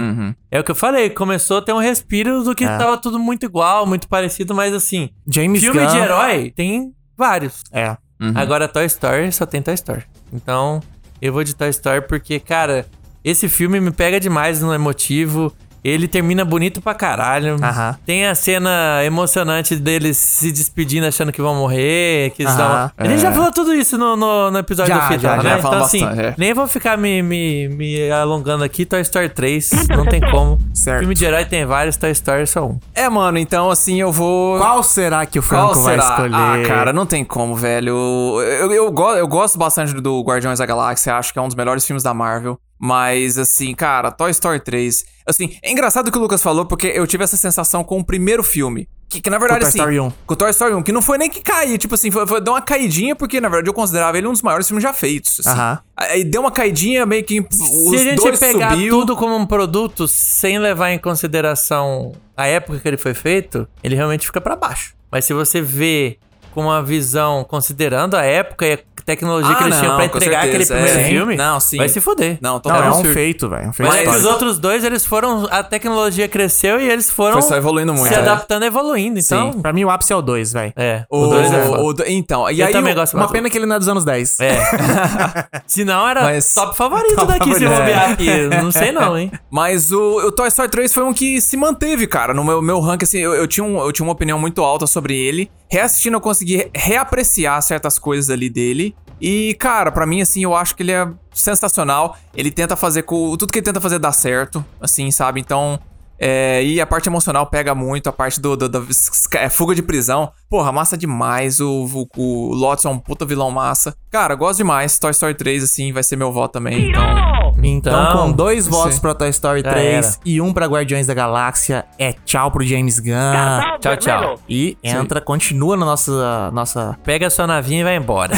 Speaker 4: É o que eu falei, começou a ter um respiro do que
Speaker 3: É.
Speaker 4: tava tudo muito igual, muito parecido, mas assim.
Speaker 3: James
Speaker 4: filme
Speaker 3: Gunn.
Speaker 4: de herói tem vários.
Speaker 3: É.
Speaker 4: Agora, Toy Story só tem Toy Story. Então, eu vou de Toy Story porque, cara, esse filme me pega demais no emotivo. Ele termina bonito pra caralho.
Speaker 3: Aham.
Speaker 4: Tem a cena emocionante deles se despedindo, achando que vão morrer. Que eles
Speaker 3: Aham. É.
Speaker 4: dão- A gente já falou tudo isso no, no- no episódio
Speaker 3: Já,
Speaker 4: do Fita,
Speaker 3: já,
Speaker 4: né?
Speaker 3: já
Speaker 4: então,
Speaker 5: falamos
Speaker 4: assim,
Speaker 5: bastante, é.
Speaker 4: nem vou ficar me, me- me alongando aqui. Toy Story 3, não tem como.
Speaker 3: Certo.
Speaker 4: Filme de herói tem vários, Toy Story só um.
Speaker 5: É, mano, então assim eu vou.
Speaker 3: Qual será que o
Speaker 5: Qual
Speaker 3: Franco vai
Speaker 5: será?
Speaker 3: escolher?
Speaker 5: Ah, cara, não tem como, velho. Eu, eu, go- eu gosto bastante do Guardiões da Galáxia, acho que é um dos melhores filmes da Marvel. Mas, assim, cara, Toy Story 3. Assim, é engraçado o que o Lucas falou, porque eu tive essa sensação com o primeiro filme. Que, que, na verdade,
Speaker 3: Com Toy
Speaker 5: assim.
Speaker 3: Story 1.
Speaker 5: Com Toy Story 1, que não foi nem que cair, tipo assim, foi, foi dar uma caidinha, porque na verdade eu considerava ele um dos maiores filmes já feitos. Assim.
Speaker 3: Aham.
Speaker 5: Aí deu uma caidinha, meio que os
Speaker 4: Se a gente
Speaker 5: dois
Speaker 4: pegar
Speaker 5: subiu.
Speaker 4: tudo como um produto sem levar em consideração a época que ele foi feito, ele realmente fica pra baixo. Mas se você vê com uma visão considerando a época e a tecnologia que
Speaker 5: Ah,
Speaker 4: eles tinham
Speaker 5: não,
Speaker 4: pra
Speaker 5: com
Speaker 4: entregar
Speaker 5: certeza,
Speaker 4: aquele primeiro
Speaker 5: é.
Speaker 4: filme,
Speaker 5: Não, sim.
Speaker 4: vai se foder.
Speaker 5: Não,
Speaker 3: Não,
Speaker 5: total.
Speaker 3: é um
Speaker 5: absurdo.
Speaker 3: feito, velho. É um feito
Speaker 4: Mas
Speaker 3: histórico.
Speaker 4: os outros dois, eles foram. A tecnologia cresceu e eles foram
Speaker 8: Foi só evoluindo muito,
Speaker 4: se
Speaker 3: né?
Speaker 8: é.
Speaker 4: adaptando e evoluindo. Então,
Speaker 3: Pra mim, o ápice é o 2, velho.
Speaker 4: é.
Speaker 5: O,
Speaker 4: O dois é foda.
Speaker 5: o do- então, e
Speaker 4: Eu
Speaker 5: aí
Speaker 4: também
Speaker 5: o-
Speaker 4: gosto
Speaker 3: Uma
Speaker 4: Mas-
Speaker 3: pena que ele não é dos anos 10.
Speaker 4: É. se não, era
Speaker 5: Mas-
Speaker 4: top favorito
Speaker 3: Top
Speaker 4: daqui se
Speaker 3: favorito.
Speaker 4: bobear aqui. Não sei não, hein?
Speaker 5: Mas o, o Toy Story 3 foi um que se manteve, cara. No meu, meu ranking, assim, eu, eu tinha um- eu tinha uma opinião muito alta sobre ele. Reassistindo, eu consegui re- reapreciar certas coisas ali dele. E, cara, pra mim, assim, eu acho que ele é sensacional. Ele tenta fazer com. Tudo que ele tenta fazer dá certo, assim, sabe? Então. é, e a parte emocional pega muito, a parte do, do- da s- é, fuga de prisão. Porra, massa demais. O, o, o Lotus é um puta vilão massa. Cara, gosto demais. Toy Story 3, assim, vai ser meu voto também. Então,
Speaker 4: Então,
Speaker 3: Então, com dois
Speaker 5: sim.
Speaker 3: votos pra Toy Story
Speaker 4: Já
Speaker 3: 3
Speaker 4: era.
Speaker 3: e um pra Guardiões da Galáxia, é tchau pro James Gunn.
Speaker 4: tchau, tchau.
Speaker 3: E entra, continua na nossa. nossa
Speaker 4: Pega sua navinha e vai embora.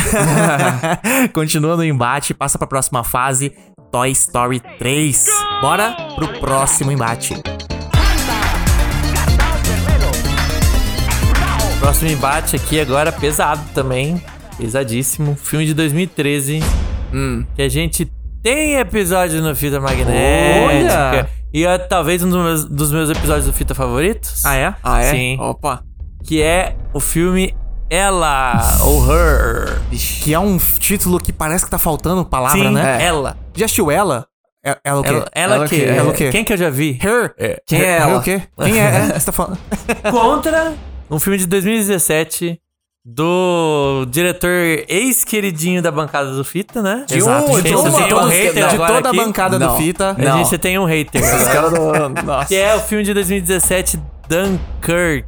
Speaker 3: continua no embate, passa pra próxima fase, Toy Story 3. Bora pro próximo embate.
Speaker 4: Próximo embate aqui agora pesado também. Pesadíssimo. Filme de 2013.
Speaker 3: Hum.
Speaker 4: Que a gente tem episódio no Fita Magnética.
Speaker 5: Olha!
Speaker 4: E é talvez um dos meus, dos meus episódios do Fita favoritos.
Speaker 3: Ah, é?
Speaker 5: Ah, é?
Speaker 4: Sim.
Speaker 5: Opa.
Speaker 4: Que é o filme Ela, ou Her.
Speaker 3: Que é um título que parece que tá faltando palavra,
Speaker 4: Sim,
Speaker 3: né?
Speaker 4: ela.
Speaker 3: Já assistiu ela? É- Ela o quê?
Speaker 4: Ela, ela,
Speaker 5: Ela
Speaker 4: que, é.
Speaker 5: que-
Speaker 3: ela que-
Speaker 4: Quem que eu já vi?
Speaker 3: Her?
Speaker 5: Quem
Speaker 3: Her-
Speaker 5: é
Speaker 3: Her
Speaker 5: ela?
Speaker 3: o quê? Quem é? é? Você tá falando?
Speaker 4: Contra um filme de 2017 do diretor ex-queridinho da bancada do Fita, né?
Speaker 5: um-
Speaker 3: Exato.
Speaker 5: de
Speaker 3: Tem-
Speaker 5: uma-
Speaker 3: tem um
Speaker 5: todos-
Speaker 3: hater
Speaker 4: de
Speaker 3: de
Speaker 4: agora
Speaker 3: toda a
Speaker 4: aqui.
Speaker 3: bancada do
Speaker 5: Não.
Speaker 3: Fita.
Speaker 4: A gente tem um hater.
Speaker 5: Os caras do. Nossa.
Speaker 4: Que é o filme de 2017 Dunkirk.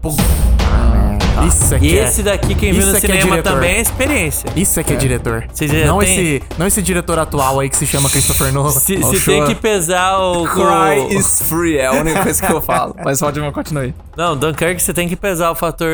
Speaker 3: Isso aqui
Speaker 4: E
Speaker 3: é-
Speaker 4: Tá. esse daqui, quem viu
Speaker 3: Isso
Speaker 4: no
Speaker 3: aqui é
Speaker 4: cinema
Speaker 3: diretor.
Speaker 4: também, é experiência.
Speaker 3: Isso é que é, diretor.
Speaker 4: Você já
Speaker 3: não,
Speaker 4: tem-
Speaker 3: esse, não esse diretor atual aí que se chama Christopher Nolan.
Speaker 4: Se,
Speaker 5: Oh,
Speaker 4: se tem
Speaker 5: sure.
Speaker 4: que pesar o.
Speaker 5: Cry
Speaker 4: o-
Speaker 5: is free, é a única coisa que eu falo. Mas pode continuar aí.
Speaker 4: Não, Dunkirk você tem que pesar o fator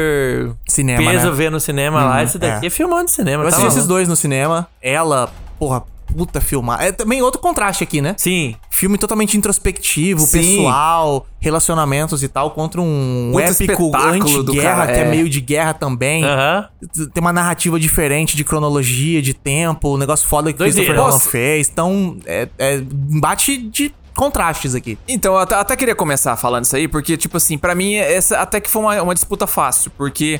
Speaker 3: Cinema,
Speaker 4: peso
Speaker 3: né?
Speaker 4: ver no cinema lá. Esse daqui
Speaker 3: é.
Speaker 4: é, filmando de cinema.
Speaker 3: Eu
Speaker 4: tá
Speaker 3: assisti esses
Speaker 4: maluco?
Speaker 3: dois no cinema. Ela, porra, puta filmar. É também outro contraste aqui, né?
Speaker 4: Sim.
Speaker 3: Filme totalmente introspectivo,
Speaker 5: Sim.
Speaker 3: pessoal, relacionamentos e tal, contra um
Speaker 5: Puta
Speaker 3: épico
Speaker 5: espetáculo do
Speaker 3: anti-guerra,
Speaker 5: cara,
Speaker 3: que é.
Speaker 5: é.
Speaker 3: meio de guerra também.
Speaker 4: Aham.
Speaker 3: Tem uma narrativa diferente de cronologia, de tempo, um negócio foda que o
Speaker 4: Doideira.
Speaker 3: Christopher Nolan
Speaker 5: Posso-
Speaker 3: fez. Então, é, é embate de contrastes aqui.
Speaker 5: Então, eu até, até queria começar falando isso aí, porque, tipo assim, pra mim, essa até que foi uma, uma disputa fácil, porque,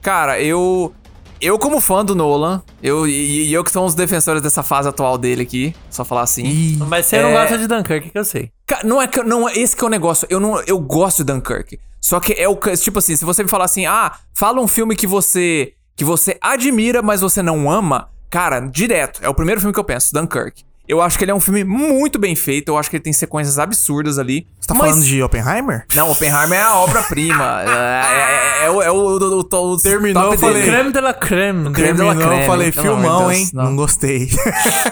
Speaker 5: cara, eu. Eu, como fã do Nolan, eu, e, e eu que sou um dos defensores dessa fase atual dele aqui, só falar assim.
Speaker 4: Mas você não
Speaker 5: É.
Speaker 4: gosta de Dunkirk, que eu sei.
Speaker 5: Ca- Não é que eu- não é esse que é o negócio. Eu não eu gosto de Dunkirk. Só que é o ca- tipo assim, se você me falar assim: "Ah, fala um filme que você que você admira, mas você não ama", cara, direto, é o primeiro filme que eu penso, Dunkirk. Eu acho que ele é um filme muito bem feito, eu acho que ele tem sequências absurdas ali.
Speaker 3: Você tá falando de Oppenheimer?
Speaker 5: Não, Oppenheimer é a obra-prima. É, é- é- é o, é o, o, o, o
Speaker 3: Terminou,
Speaker 5: top
Speaker 3: eu falei,
Speaker 5: dele.
Speaker 4: Creme de la creme.
Speaker 5: Creme de la
Speaker 3: Terminou,
Speaker 5: creme,
Speaker 3: eu falei,
Speaker 5: pelo amor de
Speaker 3: filmão,
Speaker 5: Deus,
Speaker 3: hein?
Speaker 5: não.
Speaker 3: não gostei.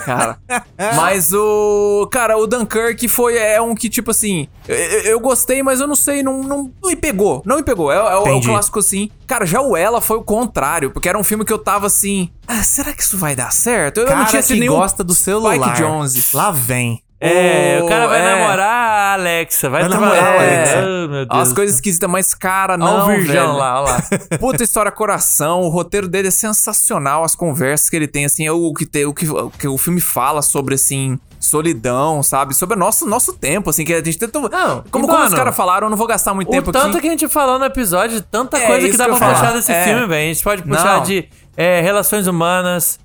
Speaker 5: cara.
Speaker 3: É.
Speaker 5: Mas o. Cara, o Dunkirk foi. É um que, tipo assim. Eu, eu gostei, mas eu não sei. Não, não, não me pegou. Não me pegou. É, é o- é o
Speaker 3: Entendi.
Speaker 5: clássico assim. Cara, já o Ela foi o contrário. Porque era um filme que eu tava assim. Ah, será que isso vai dar certo? Eu
Speaker 3: cara
Speaker 5: não tinha
Speaker 3: que
Speaker 5: sido nenhum.
Speaker 3: gosta do celular.
Speaker 5: Spike Jonze.
Speaker 3: Lá vem.
Speaker 4: É, o cara vai
Speaker 5: É.
Speaker 4: namorar a Alexa. Vai,
Speaker 3: Vai
Speaker 4: trabalhar
Speaker 3: namorar a
Speaker 4: a
Speaker 5: Alexa.
Speaker 4: Alexa. Ah, meu Deus.
Speaker 5: As coisas esquisitas, mas cara,
Speaker 4: Olha
Speaker 5: não.
Speaker 4: o virgão
Speaker 5: velho.
Speaker 4: lá, olha lá.
Speaker 5: Puta história coração, o roteiro dele é sensacional, as conversas que ele tem, assim, é o que, tem, o que, o que o filme fala sobre, assim, solidão, sabe? Sobre o nosso, nosso tempo, assim, que a gente tenta...
Speaker 4: Não,
Speaker 5: como,
Speaker 4: e,
Speaker 5: como os
Speaker 4: mano,
Speaker 5: caras falaram, eu não vou gastar muito
Speaker 4: O
Speaker 5: tempo
Speaker 4: tanto
Speaker 5: aqui.
Speaker 4: que a gente falou no episódio, tanta
Speaker 5: É,
Speaker 4: coisa que
Speaker 5: isso
Speaker 4: dá
Speaker 5: que eu
Speaker 4: pra
Speaker 5: ia
Speaker 4: puxar
Speaker 5: falar.
Speaker 4: desse
Speaker 5: É.
Speaker 4: filme, velho. A gente pode puxar
Speaker 5: Não.
Speaker 4: de é, relações humanas,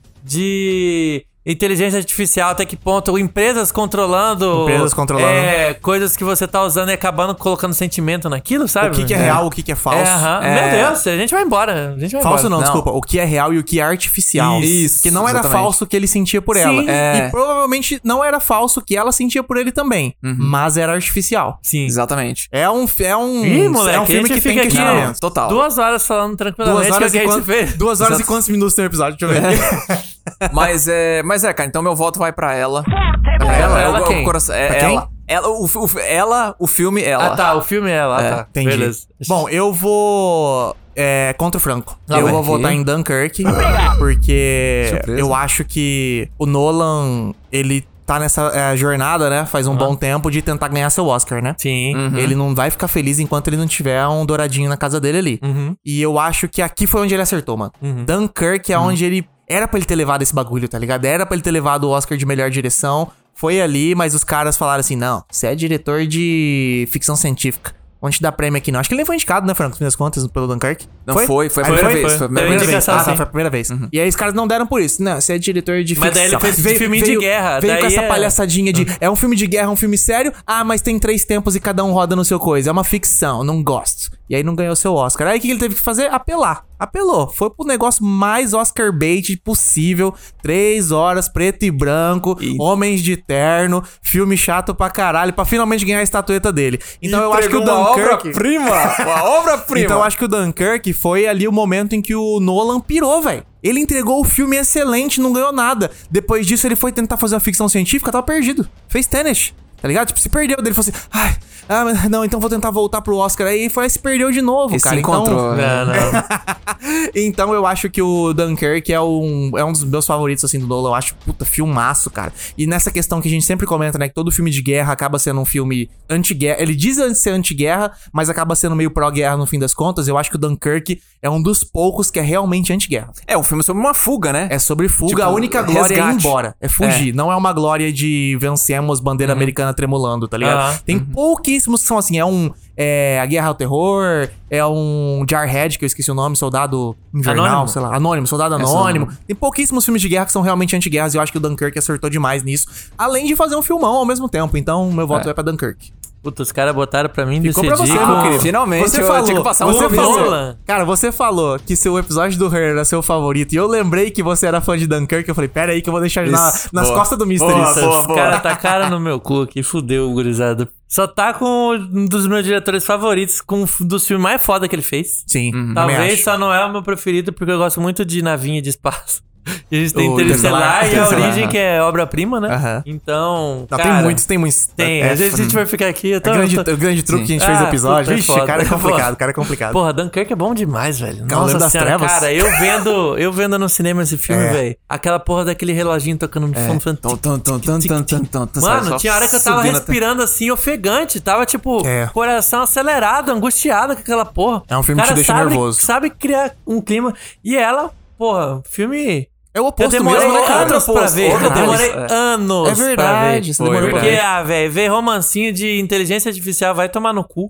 Speaker 4: de inteligência artificial, até que ponto empresas controlando...
Speaker 3: Empresas controlando.
Speaker 4: é, coisas que você tá usando e acabando colocando sentimento naquilo, sabe?
Speaker 3: O que, que é real, o que, que é falso.
Speaker 4: É, aham.
Speaker 5: É.
Speaker 4: Meu Deus, a gente vai embora. A gente vai
Speaker 3: Falso não,
Speaker 4: embora.
Speaker 3: desculpa. O que é real e o que é artificial.
Speaker 5: Isso,
Speaker 3: Que não era
Speaker 5: exatamente.
Speaker 3: falso o que ele sentia por
Speaker 4: Sim.
Speaker 3: ela.
Speaker 5: É.
Speaker 3: E provavelmente não era falso o que ela sentia por ele também. Mas era artificial.
Speaker 4: Sim.
Speaker 5: Exatamente.
Speaker 3: É um, é um,
Speaker 4: Ih, moleque,
Speaker 3: é um
Speaker 4: a
Speaker 3: filme
Speaker 4: gente
Speaker 3: que tem
Speaker 4: fica aqui
Speaker 5: questionamento.
Speaker 3: questionamentos.
Speaker 5: Não, total.
Speaker 4: duas horas falando tranquilamente
Speaker 3: Duas horas,
Speaker 4: que
Speaker 3: e,
Speaker 4: a gente
Speaker 3: quantos,
Speaker 4: fez.
Speaker 3: duas horas e quantos minutos tem o episódio? Deixa eu ver.
Speaker 5: Mas é, mas é, cara, então meu voto vai pra ela.
Speaker 4: Ela,
Speaker 5: é o-
Speaker 4: ela
Speaker 5: o
Speaker 4: quem?
Speaker 5: coração- é
Speaker 3: Pra quem?
Speaker 5: ela.
Speaker 7: Ela, o, fi- o fi- ela, o filme, ela.
Speaker 4: Ah, tá, o filme é lá,
Speaker 7: É,
Speaker 4: tá.
Speaker 3: Entendi.
Speaker 4: Beleza.
Speaker 3: Bom, eu vou. É, contra o Franco.
Speaker 4: Lá
Speaker 3: eu
Speaker 4: vai.
Speaker 3: vou votar em Dunkirk, porque
Speaker 5: Surpresa.
Speaker 3: eu acho que o Nolan, ele tá nessa é, jornada, né? Faz um bom tempo de tentar ganhar seu Oscar, né?
Speaker 4: Sim.
Speaker 7: Uhum.
Speaker 3: Ele não vai ficar feliz enquanto ele não tiver um douradinho na casa dele ali.
Speaker 7: Uhum.
Speaker 3: E eu acho que aqui foi onde ele acertou, mano. Dunkirk
Speaker 7: Uhum.
Speaker 3: é onde ele. Era pra ele ter levado esse bagulho, tá ligado? Era pra ele ter levado o Oscar de melhor direção. Foi ali, mas os caras falaram assim: não, você é diretor de ficção científica. Vamos te dar prêmio aqui, não. Acho que ele nem foi indicado, né, Franco? No fim das contas, pelo Dunkirk.
Speaker 7: Não, foi, foi, a primeira
Speaker 4: foi,
Speaker 7: vez.
Speaker 4: foi.
Speaker 7: Foi a primeira
Speaker 4: Teve
Speaker 7: vez.
Speaker 4: indicação,
Speaker 3: Ah,
Speaker 4: sim.
Speaker 3: tá, foi a primeira vez. E aí os caras não deram por isso. Não, você é diretor de
Speaker 4: assim. Uhum. Mas
Speaker 3: ficção.
Speaker 4: daí ele fez filme de guerra,
Speaker 3: Veio com
Speaker 4: daí
Speaker 3: essa
Speaker 4: é-
Speaker 3: palhaçadinha de... É um filme de guerra, é um filme sério. Ah, mas tem três tempos e cada um roda no seu coisa. É uma ficção, não gosto. E aí não ganhou seu Oscar. Aí o que ele teve que fazer? Apelar. Apelou. Foi pro negócio mais Oscar bait possível. Três horas, preto e branco, homens de terno, filme chato pra caralho, pra finalmente ganhar a estatueta dele. Então eu acho que o
Speaker 7: Entregou uma
Speaker 3: Dunkirk...
Speaker 7: obra-prima! Uma obra-prima!
Speaker 3: Então eu acho que o Dunkirk foi ali o momento em que o Nolan pirou, velho. Ele entregou o filme excelente, não ganhou nada. Depois disso, ele foi tentar fazer uma ficção científica, tava perdido. Fez Tenet, tá ligado? Tipo, se perdeu dele, falou assim: ai, ah, mas não, então vou tentar voltar pro Oscar. Aí foi, aí se perdeu de novo,
Speaker 7: Ele
Speaker 3: cara.
Speaker 7: se encontrou.
Speaker 3: Então,
Speaker 4: Não, não.
Speaker 3: então eu acho que o Dunkirk é um, é um dos meus favoritos, assim, do Nolan. Eu acho, puta, filmaço, cara. E nessa questão que a gente sempre comenta, né? Que todo filme de guerra acaba sendo um filme anti-guerra. Ele diz antes ser anti-guerra, mas acaba sendo meio pró-guerra no fim das contas. Eu acho que o Dunkirk é um dos poucos que é realmente anti-guerra.
Speaker 7: É um filme sobre uma fuga, né?
Speaker 3: É sobre fuga,
Speaker 7: Tipo,
Speaker 3: a única glória é ir
Speaker 7: resgate.
Speaker 3: embora. É fugir. Não é uma glória de vencemos bandeira americana tremulando, tá ligado?
Speaker 4: Aham.
Speaker 3: Tem pouquíssimos que são assim. É um. É a Guerra ao Terror, é um Jarhead, que eu esqueci o nome, Soldado Invernal,
Speaker 4: Anônimo.
Speaker 3: sei lá. Anônimo, Soldado Anônimo. Tem pouquíssimos filmes de guerra que são realmente anti-guerras e eu acho que o Dunkirk acertou demais nisso. Além de fazer um filmão ao mesmo tempo. Então, meu voto é, pra Dunkirk.
Speaker 4: Puta, os caras botaram pra mim
Speaker 3: Ficou
Speaker 4: decidir.
Speaker 3: pra você, meu
Speaker 4: com-
Speaker 3: querido.
Speaker 7: Finalmente,
Speaker 3: você
Speaker 7: eu
Speaker 3: falou,
Speaker 7: tinha que passar um
Speaker 3: você
Speaker 4: filme.
Speaker 3: falou,
Speaker 4: Nolan.
Speaker 3: Cara, você falou que seu episódio do Her era seu favorito. E eu lembrei que você era fã de Dunkirk. Eu falei, pera aí que eu vou deixar na-
Speaker 7: Isso,
Speaker 3: nas
Speaker 7: boa.
Speaker 3: costas do Mr.
Speaker 7: Boa,
Speaker 3: Isso.
Speaker 7: boa.
Speaker 4: Os caras tacaram tá no meu cu aqui, fudeu, gurizada. Só tá com um dos meus diretores favoritos, com um dos filmes mais foda que ele fez.
Speaker 3: Sim, também
Speaker 4: Uhum. Talvez
Speaker 3: acho.
Speaker 4: só não é o meu preferido, porque eu gosto muito de navinha de espaço. E a gente tem
Speaker 7: O
Speaker 4: Interestelar e a
Speaker 7: Interestelar,
Speaker 4: Origem,
Speaker 7: aham.
Speaker 4: que é obra-prima, né?
Speaker 3: Aham.
Speaker 4: Então.
Speaker 3: Não,
Speaker 4: cara,
Speaker 3: tem muitos, tem muitos.
Speaker 4: Tem.
Speaker 3: É,
Speaker 4: Às vezes a gente vai ficar aqui. Eu tô,
Speaker 3: o grande,
Speaker 4: eu tô-
Speaker 3: o grande truque que a gente
Speaker 4: Sim.
Speaker 3: fez no
Speaker 4: Ah,
Speaker 3: episódio.
Speaker 4: puta, é
Speaker 3: Ixi,
Speaker 4: foda.
Speaker 3: cara é complicado,
Speaker 4: Foda.
Speaker 3: cara é complicado.
Speaker 4: Porra, Dunkirk é bom demais, velho.
Speaker 3: Cavaleiro
Speaker 4: Nossa
Speaker 3: das
Speaker 4: senhora,
Speaker 3: Trevas.
Speaker 4: cara, eu vendo, eu vendo no cinema esse filme,
Speaker 3: É.
Speaker 4: velho. Aquela porra daquele reloginho tocando de
Speaker 3: um
Speaker 4: fundo. falando,
Speaker 7: Tum, tum, tum, tum, tum, tum, tum,
Speaker 3: Então,
Speaker 7: tum, sabe?
Speaker 4: Mano,
Speaker 7: Só
Speaker 4: tinha hora que eu tava
Speaker 7: subindo até-
Speaker 4: respirando assim, ofegante. Tava, tipo,
Speaker 3: É.
Speaker 4: coração acelerado, angustiado com aquela porra.
Speaker 3: É um filme que te
Speaker 4: Cara,
Speaker 3: deixa
Speaker 4: sabe-
Speaker 3: nervoso.
Speaker 4: Sabe criar um clima. E ela, porra, filme.
Speaker 3: É o
Speaker 4: Eu
Speaker 3: oposto
Speaker 4: demorei
Speaker 3: mesmo, né, cara?
Speaker 4: anos pra ver. Eu
Speaker 3: Verdade.
Speaker 4: demorei
Speaker 7: É.
Speaker 4: anos
Speaker 3: É
Speaker 4: pra
Speaker 3: verdade,
Speaker 4: ver.
Speaker 3: você demorou
Speaker 4: Porque,
Speaker 7: pra ver.
Speaker 4: ah, velho, ver romancinho de inteligência artificial vai tomar no cu.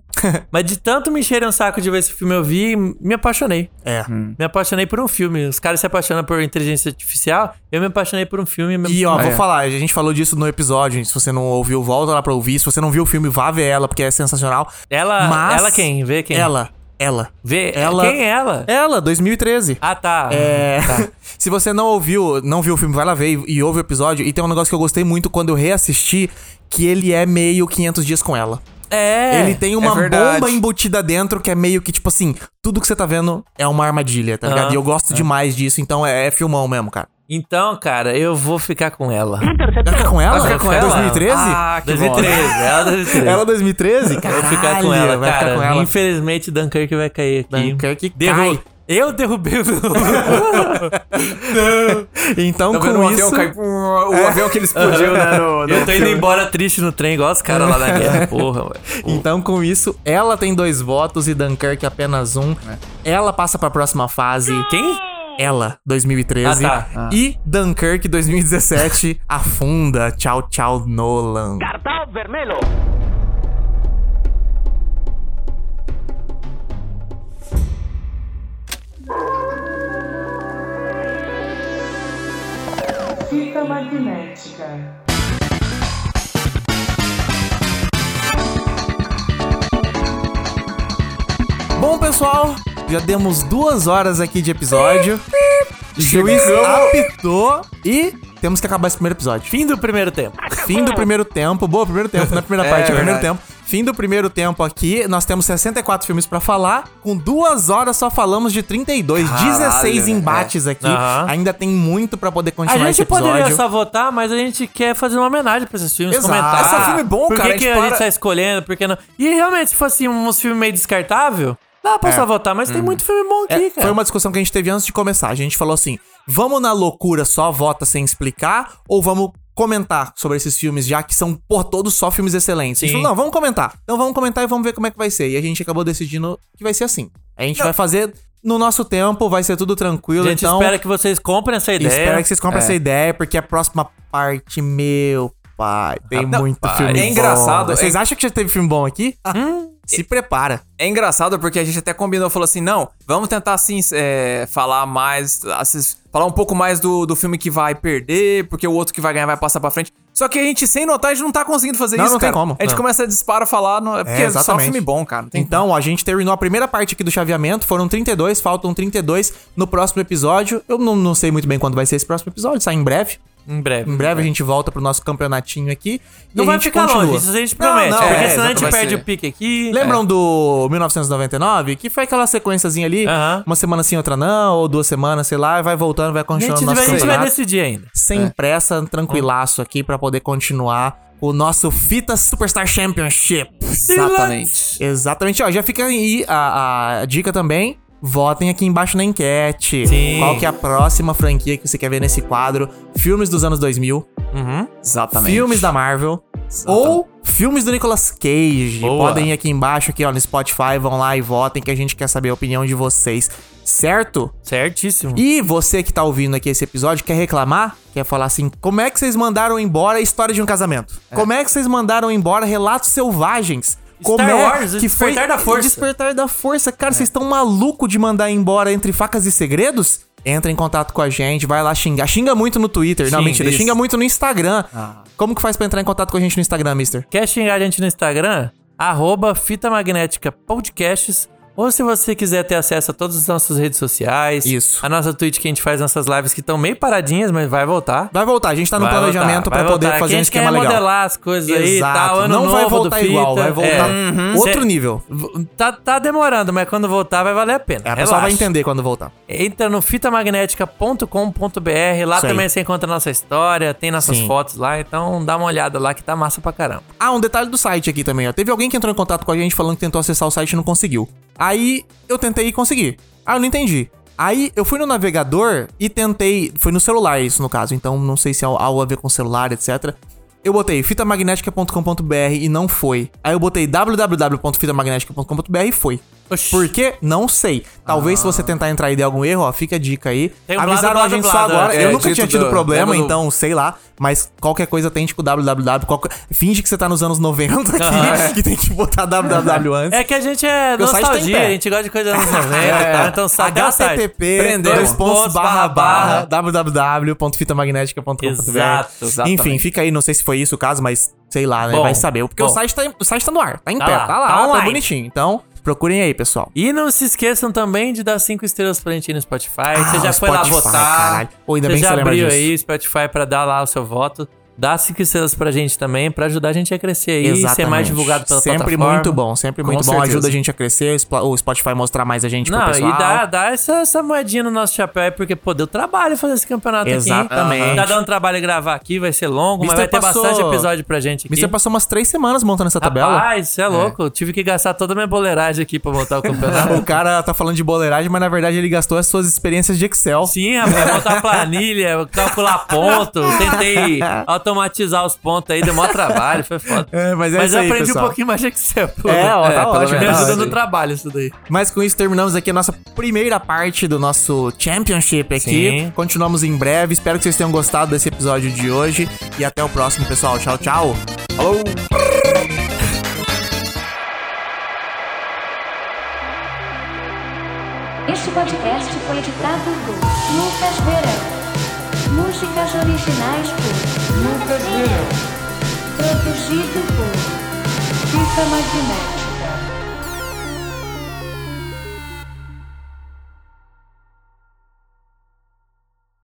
Speaker 4: Mas de tanto me encherem um saco de ver esse filme, eu vi e me apaixonei.
Speaker 3: É.
Speaker 4: Me apaixonei por um filme. Os caras se apaixonam por inteligência artificial, eu me apaixonei por um filme. me-
Speaker 3: E ó, vou
Speaker 7: é.
Speaker 3: falar, a gente falou disso no episódio. gente. Se você não ouviu, volta lá pra ouvir. Se você não viu o filme, vá ver ela, porque é sensacional.
Speaker 4: Ela,
Speaker 3: Mas-
Speaker 4: ela quem? Vê quem?
Speaker 3: Ela, ela.
Speaker 4: Vê
Speaker 3: Ela-
Speaker 4: quem é ela?
Speaker 3: Ela, 2013.
Speaker 4: Ah, tá.
Speaker 3: É. Se você não ouviu, não viu o filme, vai lá ver e, e ouve o episódio. E tem um negócio que eu gostei muito quando eu reassisti, que ele é meio 500 dias com ela.
Speaker 4: É.
Speaker 3: ele tem uma
Speaker 7: verdade.
Speaker 3: bomba embutida dentro que é meio que tipo assim, tudo que você tá vendo é uma armadilha, tá ligado? E eu
Speaker 7: Ah,
Speaker 3: gosto demais disso, então é, é filmão mesmo, cara.
Speaker 4: Então, cara, eu vou ficar com ela.
Speaker 7: É
Speaker 3: Vai ficar com ela? É
Speaker 4: Vai ficar com ela?
Speaker 3: 2013?
Speaker 7: Ah, que
Speaker 4: 2013,
Speaker 7: bom.
Speaker 4: ela
Speaker 3: é
Speaker 4: 2013.
Speaker 3: Ela 2013?
Speaker 4: Eu
Speaker 3: Caralho,
Speaker 4: Vou ficar com ela,
Speaker 3: vai
Speaker 4: cara.
Speaker 3: ficar com ela.
Speaker 4: Infelizmente, Dunkirk vai cair aqui.
Speaker 3: Dunkirk
Speaker 4: Derru-
Speaker 3: cai.
Speaker 4: Eu derrubei o...
Speaker 3: Então
Speaker 7: Tá vendo
Speaker 3: com
Speaker 7: um
Speaker 3: isso... É.
Speaker 7: avião cai- O avião que ele explodiu, né? no-
Speaker 4: Eu tô indo embora triste no trem, igual os caras lá na guerra. Porra, ué.
Speaker 3: Então, com isso, ela tem dois votos e Dunkirk apenas um.
Speaker 4: É.
Speaker 3: Ela passa pra próxima fase.
Speaker 4: Quem?
Speaker 3: Ela, 2013.
Speaker 4: Ah, tá.
Speaker 3: E Dunkirk, 2017, afunda. Tchau, tchau, Nolan.
Speaker 6: Cartão vermelho.
Speaker 1: Fita magnética.
Speaker 3: Bom, pessoal, já demos duas horas aqui de episódio. Juiz apitou e temos que acabar esse primeiro episódio.
Speaker 4: Fim do primeiro tempo.
Speaker 3: Fim do primeiro tempo. Boa, primeiro tempo, não é a primeira
Speaker 7: É,
Speaker 3: parte, é o
Speaker 7: verdade.
Speaker 3: primeiro tempo. Fim do primeiro tempo aqui, nós temos 64 filmes pra falar. Com duas horas só falamos de 32,
Speaker 7: Caralho,
Speaker 3: 16
Speaker 7: é.
Speaker 3: embates aqui.
Speaker 4: Aham.
Speaker 3: Ainda tem muito pra poder
Speaker 4: A
Speaker 3: continuar esse
Speaker 4: gente
Speaker 3: episódio.
Speaker 4: poderia só votar, mas a gente quer fazer uma homenagem pra esses filmes,
Speaker 3: Exato.
Speaker 4: comentar.
Speaker 3: Esse é um
Speaker 7: filme bom,
Speaker 4: por
Speaker 7: cara, a gente
Speaker 4: que que a
Speaker 7: para-
Speaker 4: gente tá escolhendo, por que não... E realmente, se fosse uns filmes meio descartável, dá pra só votar, mas tem muito filme bom aqui,
Speaker 3: É,
Speaker 4: cara.
Speaker 3: foi uma discussão que a gente teve antes de começar. A gente falou assim: vamos na loucura só vota sem explicar ou vamos comentar sobre esses filmes, já que são por todos só filmes excelentes? A gente
Speaker 4: Sim.
Speaker 3: falou, não, vamos comentar. Então vamos comentar e vamos ver como é que vai ser. E a gente acabou decidindo que vai ser assim. A gente vai fazer no nosso tempo, vai ser tudo
Speaker 4: A
Speaker 3: tranquilo.
Speaker 4: gente
Speaker 3: então,
Speaker 4: espera que vocês comprem essa ideia. É.
Speaker 3: espero que vocês comprem essa ideia, porque a próxima parte, meu pai,
Speaker 4: Ah,
Speaker 3: tem muito filme
Speaker 7: é
Speaker 3: bom.
Speaker 7: engraçado,
Speaker 3: Vocês
Speaker 7: é-
Speaker 3: acham que já teve filme bom aqui?
Speaker 4: Hum.
Speaker 3: Se prepara.
Speaker 7: É engraçado porque a gente até combinou, falou assim, não, vamos tentar assim é, falar mais, assim, falar um pouco mais do, do filme que vai perder, porque o outro que vai ganhar vai passar pra frente. Só que a gente, sem notar, a gente não tá conseguindo fazer
Speaker 3: Não,
Speaker 7: isso,
Speaker 3: não tem
Speaker 7: cara.
Speaker 3: como.
Speaker 7: A gente
Speaker 3: Não.
Speaker 7: começa a disparar, falar, não, é porque é só
Speaker 3: exatamente.
Speaker 7: filme bom, cara. não tem
Speaker 3: Então, ó, a gente terminou a primeira parte aqui do chaveamento, foram 32, faltam 32 no próximo episódio. Eu não, não sei muito bem quando vai ser esse próximo episódio, sai em breve.
Speaker 4: Em breve.
Speaker 3: Em breve a gente volta pro nosso campeonatinho aqui. e
Speaker 4: É. Não
Speaker 3: a
Speaker 4: vai
Speaker 3: gente
Speaker 4: ficar
Speaker 3: continua.
Speaker 4: longe, isso a gente
Speaker 3: Não,
Speaker 4: promete.
Speaker 3: não,
Speaker 4: porque
Speaker 3: é,
Speaker 4: senão a gente É.
Speaker 7: vai
Speaker 4: perde
Speaker 7: ser.
Speaker 4: o pique aqui.
Speaker 3: Lembram do 1999? Que foi aquela sequenciazinha ali,
Speaker 4: Aham.
Speaker 3: uma semana sim, outra não, ou duas semanas, sei lá, e vai voltando, vai
Speaker 4: A
Speaker 3: continuando
Speaker 4: gente,
Speaker 3: o
Speaker 4: vai, É.
Speaker 3: nosso
Speaker 4: a gente vai
Speaker 3: campeonato.
Speaker 4: decidir ainda.
Speaker 3: Sem pressa, tranquilaço aqui pra poder continuar o nosso Fita Superstar Championship.
Speaker 7: Exatamente.
Speaker 3: Exatamente, ó, já fica aí a, a dica também. Votem aqui embaixo na enquete.
Speaker 4: Sim.
Speaker 3: Qual que é a próxima franquia que você quer ver nesse quadro? Filmes dos anos 2000,
Speaker 7: Exatamente.
Speaker 3: filmes da Marvel ou filmes do Nicolas Cage. Podem ir aqui embaixo aqui, ó, no Spotify, vão lá e votem que a gente quer saber a opinião de vocês, certo?
Speaker 4: Certíssimo.
Speaker 3: E você que tá ouvindo aqui esse episódio, quer reclamar? Quer falar assim, como é que vocês mandaram embora a história de um casamento? Como é que vocês mandaram embora relatos selvagens? Como é
Speaker 4: Wars, o Despertar da Força. É.
Speaker 3: Despertar da Força. Cara, vocês estão maluco de mandar embora entre facas e segredos? Entra em contato com a gente, vai lá xingar. Xinga muito no Twitter, não,
Speaker 4: Xinga,
Speaker 3: mentira.
Speaker 4: isso. Ah.
Speaker 3: Xinga muito no Instagram. Como que faz pra entrar em contato com a gente no Instagram, mister?
Speaker 4: Quer xingar a gente no Instagram? Arroba Fita Magnética Podcasts. Ou se você quiser ter acesso a todas as nossas redes sociais.
Speaker 3: Isso.
Speaker 4: A nossa Twitch que a gente faz nossas lives que estão meio paradinhas, mas vai voltar.
Speaker 3: Vai voltar, a gente tá no
Speaker 4: Vai
Speaker 3: planejamento
Speaker 4: voltar,
Speaker 3: pra
Speaker 4: vai
Speaker 3: poder
Speaker 4: voltar.
Speaker 3: fazer
Speaker 4: Aqui
Speaker 3: um
Speaker 4: a gente
Speaker 3: esquema
Speaker 4: quer
Speaker 3: legal.
Speaker 4: modelar as coisas aí e tal. Ano
Speaker 3: Não
Speaker 4: novo
Speaker 3: vai
Speaker 4: do
Speaker 3: voltar igual,
Speaker 4: Fita.
Speaker 3: vai voltar Uhum.
Speaker 4: É.
Speaker 3: outro
Speaker 4: Cê-
Speaker 3: nível.
Speaker 4: Tá, tá demorando, mas quando voltar vai valer a pena.
Speaker 3: É, a pessoa vai
Speaker 4: Relaxa.
Speaker 3: entender quando voltar.
Speaker 4: Entra no fitamagnética.com.br, lá
Speaker 3: Isso aí.
Speaker 4: também você encontra a nossa história, tem nossas
Speaker 3: Sim.
Speaker 4: fotos lá, então dá uma olhada lá que tá massa pra caramba.
Speaker 3: Ah, um detalhe do site aqui também, ó. Teve alguém que entrou em contato com a gente falando que tentou acessar o site e não conseguiu. Aí eu tentei e consegui. Ah, eu não entendi. Aí eu fui no navegador e tentei. Foi no celular isso, no caso, então não sei se é algo a ver com celular, etc. Eu botei fitamagnética.com.br e não foi. Aí eu botei www.fitamagnética.com.br e foi.
Speaker 4: Oxi.
Speaker 3: Por quê? Não sei. Talvez se você tentar entrar e der algum erro, ó, fica a dica aí.
Speaker 4: Ah. Tem um blado,
Speaker 3: Avisaram a
Speaker 4: blado,
Speaker 3: gente só
Speaker 4: blado,
Speaker 3: agora.
Speaker 7: é,
Speaker 3: eu nunca
Speaker 7: dito
Speaker 3: tinha tido
Speaker 7: do-
Speaker 3: problema,
Speaker 7: lembra do-
Speaker 3: então. Então, sei lá, mas qualquer coisa tipo, tente com www. qualquer- Finge que você tá nos anos 90 aqui, que tem que botar www antes.
Speaker 4: É que a gente é
Speaker 3: Meu site tá em
Speaker 4: nostalgia,
Speaker 3: pé. É.
Speaker 4: a gente gosta de coisa dos anos 90, tá? então sai até o site.
Speaker 3: http
Speaker 7: Prendeu.
Speaker 3: dois pontos
Speaker 4: Pontos
Speaker 3: barra barra
Speaker 4: barra
Speaker 3: www.fitamagnética.com.br
Speaker 4: Exato, exatamente.
Speaker 3: Enfim, fica aí, não sei se foi isso o caso, mas sei lá, né?
Speaker 4: Bom,
Speaker 3: vai saber. Porque o
Speaker 4: bom.
Speaker 3: site, tá, em- o site tá no ar, tá em
Speaker 4: Tá
Speaker 3: pé,
Speaker 4: lá,
Speaker 3: tá lá,
Speaker 4: tá
Speaker 3: tá
Speaker 4: online.
Speaker 3: bonitinho. Então, procurem aí, pessoal.
Speaker 4: E não se esqueçam também de dar cinco estrelas pra gente aí no Spotify, você já
Speaker 3: o
Speaker 4: foi lá
Speaker 3: Ah, Spotify,
Speaker 4: votar,
Speaker 3: caralho. Pô, ainda bem que
Speaker 4: já
Speaker 3: você lembra
Speaker 4: abriu
Speaker 3: disso.
Speaker 4: aí o Spotify pra dar lá o seu voto. Dá cinco estrelas pra gente também, pra ajudar a gente a crescer aí e ser é mais divulgado pela
Speaker 3: Sempre
Speaker 4: plataforma.
Speaker 3: muito bom, sempre
Speaker 7: Com
Speaker 3: muito bom.
Speaker 7: certeza.
Speaker 3: Ajuda a gente a crescer, o Spo- o Spotify mostrar mais a gente pro
Speaker 4: Não,
Speaker 3: Tipo, pessoal.
Speaker 4: e dá, dá essa, essa moedinha no nosso chapéu aí, porque, pô, deu trabalho fazer esse campeonato aqui.
Speaker 3: Exatamente.
Speaker 4: hein? Tá dando trabalho gravar aqui, vai ser longo, mas
Speaker 3: Mister
Speaker 4: vai ter
Speaker 3: passou-
Speaker 4: bastante episódio pra gente aqui.
Speaker 3: Mister passou umas três semanas montando essa tabela.
Speaker 4: Rapaz, você é louco. Eu tive que gastar toda a minha boleiragem aqui pra montar o campeonato.
Speaker 3: O cara tá falando de boleiragem, mas na verdade ele gastou as suas experiências de Excel.
Speaker 4: Sim, rapaz, montar planilha, calcular ponto, tentei automatizar os pontos aí, deu maior trabalho, foi foda.
Speaker 3: É, mas é isso
Speaker 4: eu
Speaker 3: aí,
Speaker 4: aprendi
Speaker 3: pessoal.
Speaker 4: um pouquinho mais de Excel. pô.
Speaker 3: É, ó, tá
Speaker 4: pelo
Speaker 3: ótimo,
Speaker 4: menos
Speaker 3: tá
Speaker 4: ajuda
Speaker 3: ótimo.
Speaker 4: no trabalho isso daí.
Speaker 3: Mas com isso terminamos aqui a nossa primeira parte do nosso Championship aqui.
Speaker 4: Sim.
Speaker 3: Continuamos em breve. Espero que vocês tenham gostado desse episódio de hoje. E até o próximo, pessoal. Tchau, tchau.
Speaker 9: Este podcast foi editado por Lucas Verão. Músicas originais por Lucas Verão. Produzido por Fita Magnética.